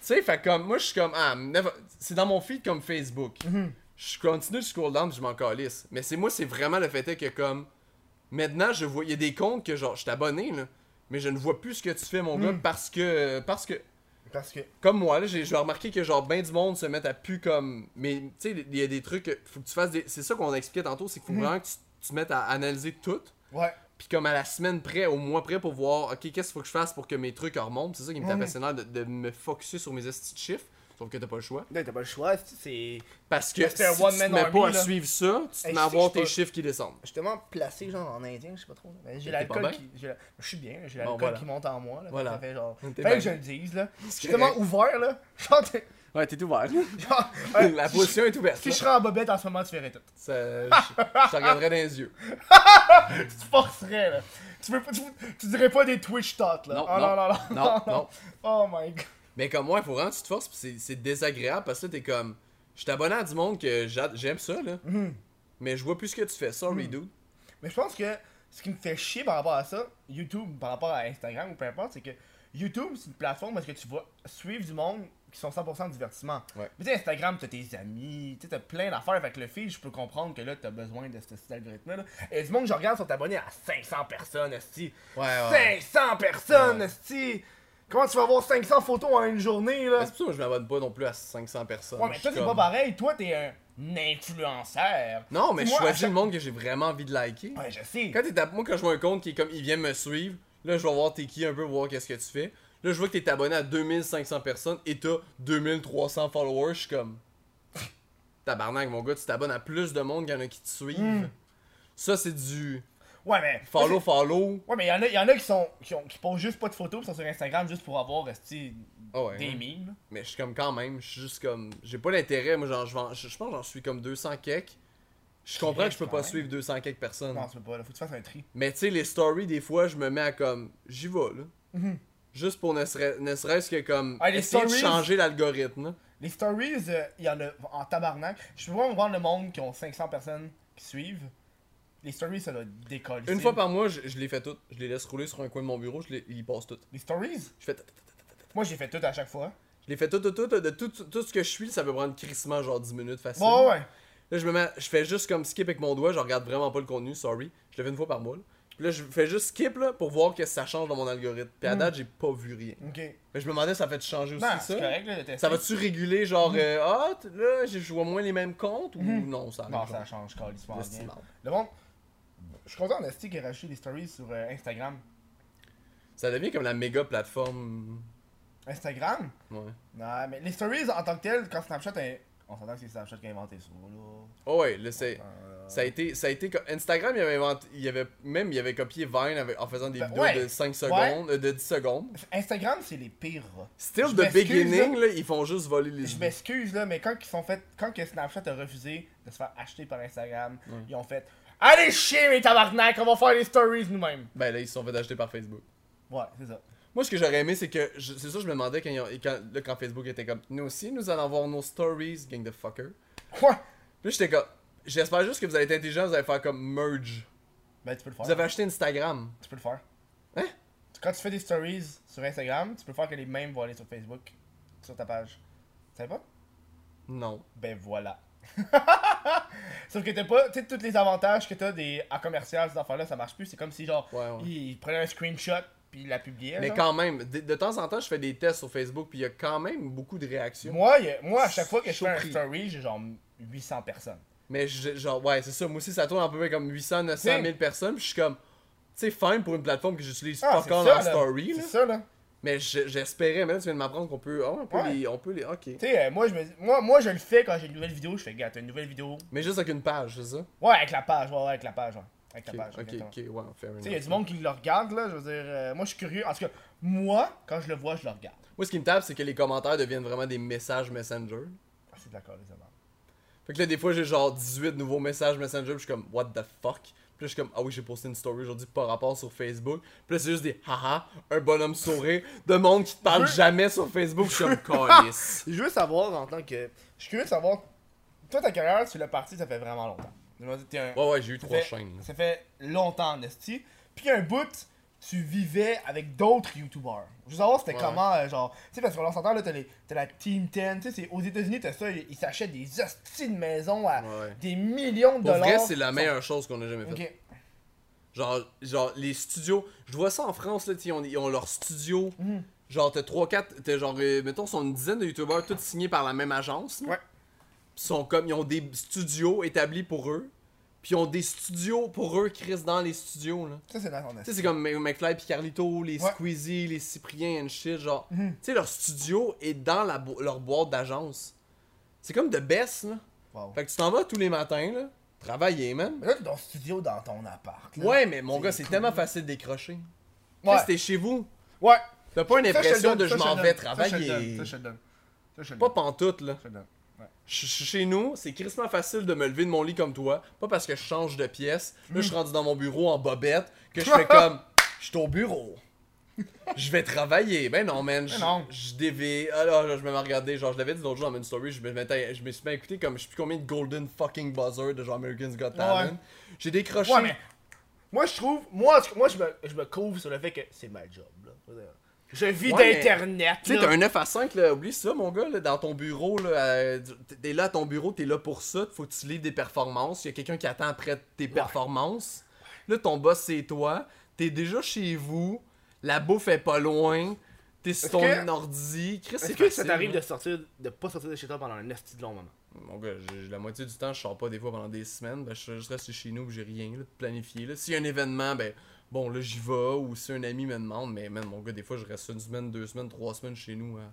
[SPEAKER 2] sais, fait comme, moi je suis comme, ah, never- c'est dans mon feed comme Facebook. Je continue de scroll down pis je m'en calisse. Mais c'est moi, c'est vraiment le fait est que comme, maintenant je vois, il y a des comptes que genre, je t'abonne là, mais je ne vois plus ce que tu fais, mon gars, parce que, parce que,
[SPEAKER 1] Parce que.
[SPEAKER 2] comme moi, là, j'ai j'ai remarqué que genre ben du monde se met à pu comme. Mais tu sais, il y a des trucs. que- Faut que tu fasses des. C'est ça qu'on expliquait tantôt, c'est qu'il faut vraiment que tu, tu te mettes à analyser tout.
[SPEAKER 1] Ouais.
[SPEAKER 2] Puis comme à la semaine près, au mois près, pour voir, ok, qu'est-ce qu'il faut que je fasse pour que mes trucs remontent. C'est ça qui me
[SPEAKER 1] Mhm.
[SPEAKER 2] tapait sur les nerfs, de, de me focuser sur mes estis de chiffres. Sauf que t'as pas le choix.
[SPEAKER 1] Là, t'as pas le choix, c'est.
[SPEAKER 2] Parce que
[SPEAKER 1] Mais
[SPEAKER 2] si
[SPEAKER 1] c'est un
[SPEAKER 2] tu te
[SPEAKER 1] one-man
[SPEAKER 2] mets
[SPEAKER 1] army,
[SPEAKER 2] pas à
[SPEAKER 1] là.
[SPEAKER 2] suivre ça, tu te
[SPEAKER 1] Hey,
[SPEAKER 2] mets
[SPEAKER 1] je sais
[SPEAKER 2] à voir
[SPEAKER 1] que je
[SPEAKER 2] tes
[SPEAKER 1] suis pas-
[SPEAKER 2] chiffres qui descendent.
[SPEAKER 1] justement placé genre en indien, je sais pas trop. Mais j'ai
[SPEAKER 2] Mais t'es
[SPEAKER 1] l'alcool
[SPEAKER 2] pas
[SPEAKER 1] qui. j'ai la- Je suis bien, j'ai
[SPEAKER 2] Bon,
[SPEAKER 1] l'alcool
[SPEAKER 2] voilà.
[SPEAKER 1] qui monte en moi. Là,
[SPEAKER 2] Voilà.
[SPEAKER 1] Ça fait genre.
[SPEAKER 2] T'es
[SPEAKER 1] Fallait
[SPEAKER 2] bien.
[SPEAKER 1] que je le dise là. Je suis
[SPEAKER 2] C'est
[SPEAKER 1] tellement
[SPEAKER 2] correct.
[SPEAKER 1] ouvert là. (laughs) Genre, t'es-
[SPEAKER 2] Ouais, t'es ouvert.
[SPEAKER 1] genre, ouais,
[SPEAKER 2] (laughs) la
[SPEAKER 1] si, je-
[SPEAKER 2] position est ouverte.
[SPEAKER 1] si
[SPEAKER 2] là.
[SPEAKER 1] je serais en bobette en ce moment, tu ferais tout.
[SPEAKER 2] Ça-
[SPEAKER 1] (laughs)
[SPEAKER 2] je je te regarderai dans les yeux.
[SPEAKER 1] Tu te forcerais là. Tu, veux, pas- tu, tu dirais pas des Twitch thoughts là.
[SPEAKER 2] Non,
[SPEAKER 1] oh,
[SPEAKER 2] non,
[SPEAKER 1] non, non, non, (laughs)
[SPEAKER 2] non, non.
[SPEAKER 1] Oh my god.
[SPEAKER 2] Mais comme moi, il faut vraiment que tu te forces, pis c'est- c'est désagréable parce que là, t'es comme. Je suis abonné à du monde que j'a- j'aime ça, là.
[SPEAKER 1] Mhm.
[SPEAKER 2] Mais je vois plus ce que tu fais, sorry, dude.
[SPEAKER 1] Mais je pense que ce qui me fait chier par rapport à ça, YouTube, par rapport à Instagram ou peu importe, c'est que YouTube, c'est une plateforme où est-ce que tu vas suivre du monde qui sont 100% divertissement.
[SPEAKER 2] Ouais.
[SPEAKER 1] Mais tu sais, Instagram, t'as tes amis, tu sais, t'as plein d'affaires avec le feed, je peux comprendre que là, t'as besoin de ce- cet algorithme-là. là. Et du monde que je regarde sont abonnés à 500 personnes, esti.
[SPEAKER 2] Ouais, ouais.
[SPEAKER 1] 500 personnes,
[SPEAKER 2] Ouais.
[SPEAKER 1] esti! Comment tu vas avoir 500 photos en une journée, là?
[SPEAKER 2] Mais C'est pour ça que je m'abonne pas non plus à 500 personnes.
[SPEAKER 1] Ouais, mais
[SPEAKER 2] Je
[SPEAKER 1] toi,
[SPEAKER 2] suis
[SPEAKER 1] t'es pas
[SPEAKER 2] comme-
[SPEAKER 1] pareil. Toi, t'es un influenceur.
[SPEAKER 2] Non, mais
[SPEAKER 1] Tu
[SPEAKER 2] je
[SPEAKER 1] sais, moi, à
[SPEAKER 2] choisis
[SPEAKER 1] chaque-
[SPEAKER 2] le monde que j'ai vraiment envie de liker.
[SPEAKER 1] Ouais, je sais.
[SPEAKER 2] Quand t'es à... Moi, quand je vois un compte qui est comme il vient me suivre, là, je vais voir t'es qui un peu, voir qu'est-ce que tu fais. Là, je vois que t'es abonné à 2500 personnes et t'as 2300 followers. Je suis comme. (laughs) Tabarnak, mon gars, tu t'abonnes à plus de monde qu'il y en a qui te suivent.
[SPEAKER 1] Hmm.
[SPEAKER 2] Ça, c'est du
[SPEAKER 1] Ouais, mais.
[SPEAKER 2] follow, follow.
[SPEAKER 1] Ouais, mais il y en a, y en a qui, sont, qui, ont, qui posent juste pas de photos, qui sont sur Instagram juste pour avoir esti,
[SPEAKER 2] Ah ouais,
[SPEAKER 1] des
[SPEAKER 2] hein.
[SPEAKER 1] memes.
[SPEAKER 2] Mais je suis comme quand même, je suis juste comme. J'ai pas l'intérêt, moi, genre, je vends- je je pense que j'en suis comme 200 quelques. Je comprends que je peux
[SPEAKER 1] quand
[SPEAKER 2] pas
[SPEAKER 1] même.
[SPEAKER 2] suivre 200 quelques personnes.
[SPEAKER 1] Non, tu peux pas, là, faut que tu fasses un tri.
[SPEAKER 2] Mais tu sais, les stories, des fois, je me mets à comme. J'y vais, là. Juste pour ne serait- ne serait-ce que comme.
[SPEAKER 1] Mhm. Ah, les
[SPEAKER 2] essayer de
[SPEAKER 1] stories?
[SPEAKER 2] changer l'algorithme. là.
[SPEAKER 1] Les stories, euh, il y en a en tabarnak. Je peux vraiment voir le monde qui ont 500 personnes qui suivent. Les stories, ça doit décoller.
[SPEAKER 2] Une fois par mois, je, je les fais toutes. Je les laisse rouler sur un coin de mon bureau, je les, ils passent toutes.
[SPEAKER 1] Les stories
[SPEAKER 2] Je fais. tut, tut, tut, tut, tut.
[SPEAKER 1] Moi, j'ai fait tout à chaque fois.
[SPEAKER 2] Je les fais toutes, toutes, toutes. De tout, tout ce que je suis, ça peut prendre crissement genre 10 minutes facile.
[SPEAKER 1] Bon, ouais.
[SPEAKER 2] Là, je me mets, je fais juste comme skip avec mon doigt, je regarde vraiment pas le contenu, sorry. Je le fais une fois par mois. Là, Puis là je fais juste skip là, pour voir que ça change dans mon algorithme. Puis à date, j'ai pas vu rien.
[SPEAKER 1] Ok.
[SPEAKER 2] Mais je me demandais, ça fait changer aussi
[SPEAKER 1] Non,
[SPEAKER 2] ça
[SPEAKER 1] Mm. Ben, c'est correct, là, de tester.
[SPEAKER 2] Ça va-tu réguler genre, euh, ah, t- là, je je vois moins les mêmes comptes ou non, ça
[SPEAKER 1] Non,
[SPEAKER 2] change.
[SPEAKER 1] Mhm. ça change, calissement
[SPEAKER 2] Esti
[SPEAKER 1] rien.
[SPEAKER 2] marde.
[SPEAKER 1] Le monde. Je suis content d'Esti qui a rajouté des stories sur euh, Instagram.
[SPEAKER 2] Ça devient comme la méga plateforme.
[SPEAKER 1] Instagram
[SPEAKER 2] Ouais.
[SPEAKER 1] Non, mais les stories en tant que telles, quand Snapchat est. On s'entend que c'est Snapchat qui a inventé ça, là.
[SPEAKER 2] Oh ouais, là, c'est.
[SPEAKER 1] Euh,
[SPEAKER 2] Ça a été, ça a été comme- Instagram, il avait, inventé- il avait même il avait copié Vine avec- en faisant des
[SPEAKER 1] Ben,
[SPEAKER 2] vidéos
[SPEAKER 1] ouais.
[SPEAKER 2] de 5 secondes, euh, de 10 secondes.
[SPEAKER 1] Instagram, c'est les pires. rats.
[SPEAKER 2] Still
[SPEAKER 1] Je
[SPEAKER 2] the
[SPEAKER 1] m'excuse,
[SPEAKER 2] beginning, là, ils font juste voler les
[SPEAKER 1] Je
[SPEAKER 2] idées.
[SPEAKER 1] m'excuse, là, mais quand, ils sont fait, quand que Snapchat a refusé de se faire acheter par Instagram, ils ont fait Allez chier, mes tabarnak, on va faire les stories nous-mêmes.
[SPEAKER 2] Ben là, ils se sont fait acheter par Facebook.
[SPEAKER 1] Ouais, c'est ça.
[SPEAKER 2] Moi, ce que j'aurais aimé, c'est que. je- C'est ça, je me demandais quand, ils ont- quand, là, quand Facebook était comme. Nous aussi, nous allons voir nos stories, gang de fucker.
[SPEAKER 1] Ouais.
[SPEAKER 2] Puis Là, j'étais comme. J'espère juste que vous allez être intelligent, vous allez faire comme merge.
[SPEAKER 1] Ben, tu peux le faire.
[SPEAKER 2] Vous avez acheté Instagram.
[SPEAKER 1] Tu peux le faire.
[SPEAKER 2] Hein?
[SPEAKER 1] Quand tu fais des stories sur Instagram, tu peux faire que les mêmes vont aller sur Facebook, sur ta page. Tu savais pas?
[SPEAKER 2] Non.
[SPEAKER 1] Ben voilà. (laughs) Sauf que t'as pas, tu sais, tous les avantages que t'as des, à commercial, ces affaires-là, ça marche plus. C'est comme si, genre,
[SPEAKER 2] Ouais, ouais.
[SPEAKER 1] ils ils prenaient un screenshot puis ils la publiaient.
[SPEAKER 2] Mais
[SPEAKER 1] genre.
[SPEAKER 2] quand même, de, de temps en temps, je fais des tests sur Facebook, puis il y a quand même beaucoup de réactions.
[SPEAKER 1] Moi, y a- moi, à chaque fois que je fais
[SPEAKER 2] Chaud
[SPEAKER 1] un
[SPEAKER 2] prix.
[SPEAKER 1] story, j'ai genre 800 personnes.
[SPEAKER 2] Mais je- genre, ouais, c'est ça. Moi aussi, ça tourne à peu près comme 800, 900
[SPEAKER 1] Oui.
[SPEAKER 2] 000 personnes, puis je suis comme, tu sais, fine pour une plateforme que j'utilise
[SPEAKER 1] Ah,
[SPEAKER 2] pas
[SPEAKER 1] c'est
[SPEAKER 2] encore
[SPEAKER 1] ça,
[SPEAKER 2] en
[SPEAKER 1] là.
[SPEAKER 2] story,
[SPEAKER 1] C'est
[SPEAKER 2] là.
[SPEAKER 1] ça, là.
[SPEAKER 2] Mais je- j'espérais, mais là, tu viens de m'apprendre qu'on peut. oh, on peut
[SPEAKER 1] Ouais.
[SPEAKER 2] les. On peut les. Ok.
[SPEAKER 1] Tu sais, euh, moi, je me dis- moi, moi, je le fais quand j'ai une nouvelle vidéo. Je fais, gars, t'as une nouvelle vidéo.
[SPEAKER 2] Mais juste avec une page, c'est ça?
[SPEAKER 1] Ouais, avec la page, ouais, ouais, avec la page, ouais. Avec
[SPEAKER 2] Ok,
[SPEAKER 1] la page,
[SPEAKER 2] ok,
[SPEAKER 1] exactement.
[SPEAKER 2] ok, ouais, fair
[SPEAKER 1] Tu sais, il y a
[SPEAKER 2] enough.
[SPEAKER 1] du monde qui le regarde, là. Je veux dire, euh, moi, je suis curieux. En tout cas, moi, quand je le vois, je le regarde.
[SPEAKER 2] Moi, ce qui me tape, c'est que les commentaires deviennent vraiment des messages Messenger.
[SPEAKER 1] Ah, c'est d'accord, les amants.
[SPEAKER 2] Fait que là, des fois, j'ai genre 18 nouveaux messages Messenger, puis je suis comme, what the fuck? Puis là, je suis comme, ah oui, j'ai posté une story aujourd'hui par rapport sur Facebook. Puis là, c'est juste des haha, un bonhomme sourire, de monde qui te parle
[SPEAKER 1] Je-
[SPEAKER 2] jamais sur Facebook. Je suis
[SPEAKER 1] (laughs)
[SPEAKER 2] comme, calice.
[SPEAKER 1] Je veux savoir, en tant que. Je suis curieux de savoir. Toi, ta carrière, tu l'as partie, ça fait vraiment longtemps. Je me dis, t'es un-
[SPEAKER 2] Ouais, ouais, j'ai eu
[SPEAKER 1] ça
[SPEAKER 2] trois
[SPEAKER 1] fait-
[SPEAKER 2] chaînes. là.
[SPEAKER 1] Ça fait longtemps, Nesty. Puis un bout, tu vivais avec d'autres YouTubers. Je veux savoir, c'était
[SPEAKER 2] Ouais.
[SPEAKER 1] comment, euh, genre. Tu sais, parce qu'on s'entend, là, t'as les- t'as la Team 10. Tu sais, c'est- aux États-Unis, t'as ça, ils ils s'achètent des hosties de maisons à
[SPEAKER 2] Ouais.
[SPEAKER 1] des millions de
[SPEAKER 2] Pour
[SPEAKER 1] dollars.
[SPEAKER 2] vrai, c'est la meilleure chose qu'on a jamais faite.
[SPEAKER 1] Ok.
[SPEAKER 2] Genre, genre, les studios. Je vois ça en France, là, tu sais, ils ont- ils ont leur studio.
[SPEAKER 1] Mhm.
[SPEAKER 2] Genre, t'as 3-4, t'as genre, euh, mettons, sont une dizaine de youtubeurs, tous signés par la même agence. là.
[SPEAKER 1] Ouais.
[SPEAKER 2] Puis sont comme, ils ont des studios établis pour eux. Puis ils ont des studios pour eux, Chris, dans les studios, là.
[SPEAKER 1] Ça, c'est dans ton
[SPEAKER 2] Tu sais, c'est comme Mc- McFly puis Carlito, les
[SPEAKER 1] Ouais. Mhm.
[SPEAKER 2] Squeezie, les Cyprien and shit, genre. Tu sais, leur studio est dans la bo- leur boîte d'agence. C'est comme de Best, là.
[SPEAKER 1] Wow.
[SPEAKER 2] Fait que tu t'en vas tous les matins, là, travailler, man.
[SPEAKER 1] Mais là, t'es dans le studio dans ton appart. là.
[SPEAKER 2] Ouais, mais mon
[SPEAKER 1] C'est
[SPEAKER 2] gars, c'est
[SPEAKER 1] cool.
[SPEAKER 2] tellement facile de décrocher.
[SPEAKER 1] Ouais.
[SPEAKER 2] Ouais. C'était chez vous.
[SPEAKER 1] Ouais.
[SPEAKER 2] T'as pas une
[SPEAKER 1] Ça, je te le
[SPEAKER 2] impression
[SPEAKER 1] donne,
[SPEAKER 2] de
[SPEAKER 1] ça,
[SPEAKER 2] je
[SPEAKER 1] te
[SPEAKER 2] m'en
[SPEAKER 1] le
[SPEAKER 2] vais
[SPEAKER 1] donne, ça, je te le
[SPEAKER 2] travailler.
[SPEAKER 1] donne, Ça, je te le donne. Ça, je te le
[SPEAKER 2] Pas
[SPEAKER 1] donne.
[SPEAKER 2] pantoute, là.
[SPEAKER 1] Ça, je te le donne. Ouais.
[SPEAKER 2] Je suis chez nous, c'est crissement facile de me lever de mon lit comme toi. Pas parce que je change de pièce.
[SPEAKER 1] Hmm.
[SPEAKER 2] Là, je suis rendu dans mon bureau en bobette que
[SPEAKER 1] (laughs)
[SPEAKER 2] je fais comme je suis au bureau. Je vais travailler. Ben non, man. Je,
[SPEAKER 1] non.
[SPEAKER 2] je dévie. Ah là, là, je me mets à regarder. Genre, je l'avais dit l'autre jour dans une story. Je me, mettais- je me suis mis à écouter comme je sais plus combien de Golden fucking Buzzer de genre American's Got Talent.
[SPEAKER 1] Ouais.
[SPEAKER 2] J'ai décroché.
[SPEAKER 1] Ouais, mais moi je trouve, moi, en tout cas, moi je me, je me couvre sur le fait que c'est ma job. Là. Je vis
[SPEAKER 2] Ouais, mais-
[SPEAKER 1] d'internet.
[SPEAKER 2] Tu sais,
[SPEAKER 1] là.
[SPEAKER 2] t'as un 9 à 5, là, oublie ça, mon gars, là, dans ton bureau, là, euh, t'es là à ton bureau, t'es là pour ça, faut que tu livres des performances, il y a quelqu'un qui attend après tes performances. Là, ton boss, c'est toi, t'es déjà chez vous, la bouffe est pas loin, t'es sur ton
[SPEAKER 1] que-
[SPEAKER 2] ordi, Chris,
[SPEAKER 1] Est-ce
[SPEAKER 2] c'est
[SPEAKER 1] que ça
[SPEAKER 2] facile,
[SPEAKER 1] t'arrive
[SPEAKER 2] là.
[SPEAKER 1] de sortir, de pas sortir de chez toi pendant un esti de long moment
[SPEAKER 2] Mon gars, j'ai- la moitié du temps, je sors pas des fois pendant des semaines, ben, je, je reste chez nous, j'ai rien, là, de planifié, là. S'il y a un événement, ben, bon, là, j'y vais, ou si un ami me demande, mais, man, mon gars, des fois, je reste une semaine, deux semaines, trois semaines chez nous, hein.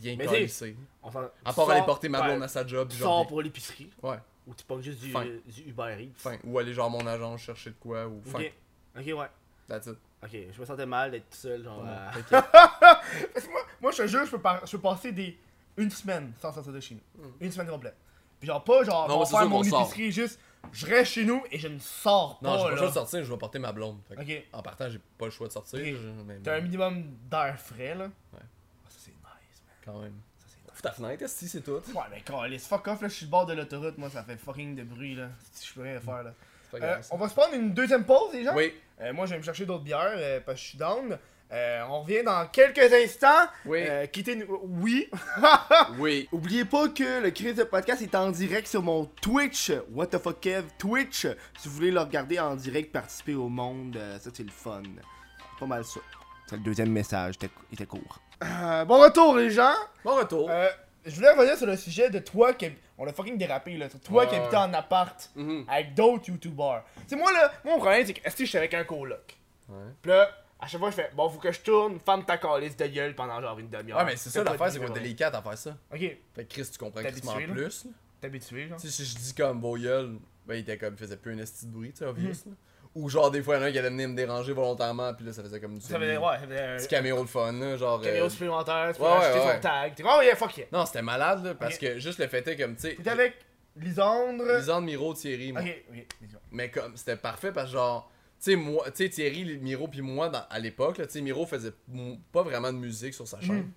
[SPEAKER 2] Rien
[SPEAKER 1] Mais
[SPEAKER 2] qu'à
[SPEAKER 1] t'sais,
[SPEAKER 2] lycée.
[SPEAKER 1] On s'en-
[SPEAKER 2] À
[SPEAKER 1] tu
[SPEAKER 2] part aller
[SPEAKER 1] sors-
[SPEAKER 2] porter ma blonde
[SPEAKER 1] ouais,
[SPEAKER 2] à sa job,
[SPEAKER 1] Tu
[SPEAKER 2] genre.
[SPEAKER 1] sors pour l'épicerie
[SPEAKER 2] Ouais,
[SPEAKER 1] ou tu pognes juste du,
[SPEAKER 2] Fin.
[SPEAKER 1] du Uber Eats.
[SPEAKER 2] fin. Ou aller genre à mon agence chercher de quoi, ou fin.
[SPEAKER 1] Ok, ok, ouais.
[SPEAKER 2] That's it.
[SPEAKER 1] Ok, je me sentais mal d'être tout seul, genre. euh, (laughs)
[SPEAKER 2] Ok.
[SPEAKER 1] Parce que moi, moi, je te jure, je peux, par- je peux passer des une semaine sans sortir de chez nous. Une semaine complète. Puis genre pas genre
[SPEAKER 2] Non,
[SPEAKER 1] on va
[SPEAKER 2] ouais, c'est
[SPEAKER 1] faire
[SPEAKER 2] sûr
[SPEAKER 1] mon
[SPEAKER 2] qu'on sort.
[SPEAKER 1] épicerie juste je reste chez nous et je ne sors pas
[SPEAKER 2] Non, j'ai pas le choix
[SPEAKER 1] Oh là.
[SPEAKER 2] de sortir, je vais porter ma blonde. Fait que,
[SPEAKER 1] Ok.
[SPEAKER 2] En partant, j'ai pas le choix de sortir.
[SPEAKER 1] Ok.
[SPEAKER 2] je- mais,
[SPEAKER 1] T'as un
[SPEAKER 2] mais
[SPEAKER 1] minimum d'air frais là.
[SPEAKER 2] Ouais.
[SPEAKER 1] Ah, ça c'est nice, man.
[SPEAKER 2] Quand même.
[SPEAKER 1] Ça c'est
[SPEAKER 2] Ouvre ta fenêtre, si c'est tout.
[SPEAKER 1] nice. Ouais, mais calisse, fuck off là, je suis le bord de l'autoroute, moi ça fait fucking de bruit là. Si je peux rien faire là.
[SPEAKER 2] C'est pas
[SPEAKER 1] Euh,
[SPEAKER 2] grave. ça.
[SPEAKER 1] on va se prendre une deuxième pause, les gens.
[SPEAKER 2] Oui,
[SPEAKER 1] Euh, moi, je vais me chercher d'autres bières euh, parce que je suis down. Euh, on revient dans quelques instants.
[SPEAKER 2] Oui.
[SPEAKER 1] Euh, quittez-nous. Oui. (laughs)
[SPEAKER 2] oui.
[SPEAKER 1] Oubliez pas que le Chris de podcast est en direct sur mon Twitch, What the fuck Kev Twitch. Si vous voulez le regarder en direct, participer au monde, euh, ça c'est le fun. C'est Pas mal ça. C'est le deuxième message, il était- il était court. Euh, bon retour les gens.
[SPEAKER 2] Bon retour.
[SPEAKER 1] Euh, je voulais revenir sur le sujet de toi qui hab- on a fucking dérapé là, sur toi
[SPEAKER 2] Ouais,
[SPEAKER 1] qui
[SPEAKER 2] ouais.
[SPEAKER 1] habitais en appart
[SPEAKER 2] Mhm.
[SPEAKER 1] avec d'autres youtubeurs. C'est moi là, mon problème c'est que est-ce que je suis avec un coloc.
[SPEAKER 2] Ouais.
[SPEAKER 1] Puis là, à chaque fois je fais bon faut que je tourne, femme ta calice de gueule pendant genre une demi-heure.
[SPEAKER 2] Ouais, mais c'est ça
[SPEAKER 1] pas
[SPEAKER 2] l'affaire,
[SPEAKER 1] de
[SPEAKER 2] c'est qu'on était
[SPEAKER 1] journée.
[SPEAKER 2] les quatre à faire ça.
[SPEAKER 1] OK,
[SPEAKER 2] Fait que Chris, tu comprends
[SPEAKER 1] T'es
[SPEAKER 2] quasiment
[SPEAKER 1] habitué, là?
[SPEAKER 2] plus. là.
[SPEAKER 1] t'es habitué genre.
[SPEAKER 2] Tu sais, si je dis comme Boyol, ben il était comme, il faisait plus un esti de bruit,
[SPEAKER 1] Mhm.
[SPEAKER 2] tu sais, obvious. là. Ou genre, des fois, il y en a un qui allait venir me déranger volontairement, puis là, ça faisait comme du.
[SPEAKER 1] Ça faisait, ouais, ça faisait un
[SPEAKER 2] petit caméo le fun, là, genre.
[SPEAKER 1] caméo
[SPEAKER 2] euh,
[SPEAKER 1] supplémentaire, tu peux
[SPEAKER 2] ouais,
[SPEAKER 1] acheter
[SPEAKER 2] ouais,
[SPEAKER 1] son
[SPEAKER 2] ouais.
[SPEAKER 1] tag. T'es comme, oh yeah, fuck yeah.
[SPEAKER 2] Non, c'était malade, là, parce
[SPEAKER 1] Ok.
[SPEAKER 2] que juste le fait est comme, tu sais.
[SPEAKER 1] T'es avec Lisandre.
[SPEAKER 2] Lisandre, Miro, Thierry, moi.
[SPEAKER 1] Ok, ok, Lisandre.
[SPEAKER 2] Mais comme, c'était parfait, parce que genre. Tu sais, moi, tu sais, Thierry, Miro, puis moi, dans- à l'époque, là, tu sais, Miro faisait m- pas vraiment de musique sur sa chaîne.
[SPEAKER 1] Mm.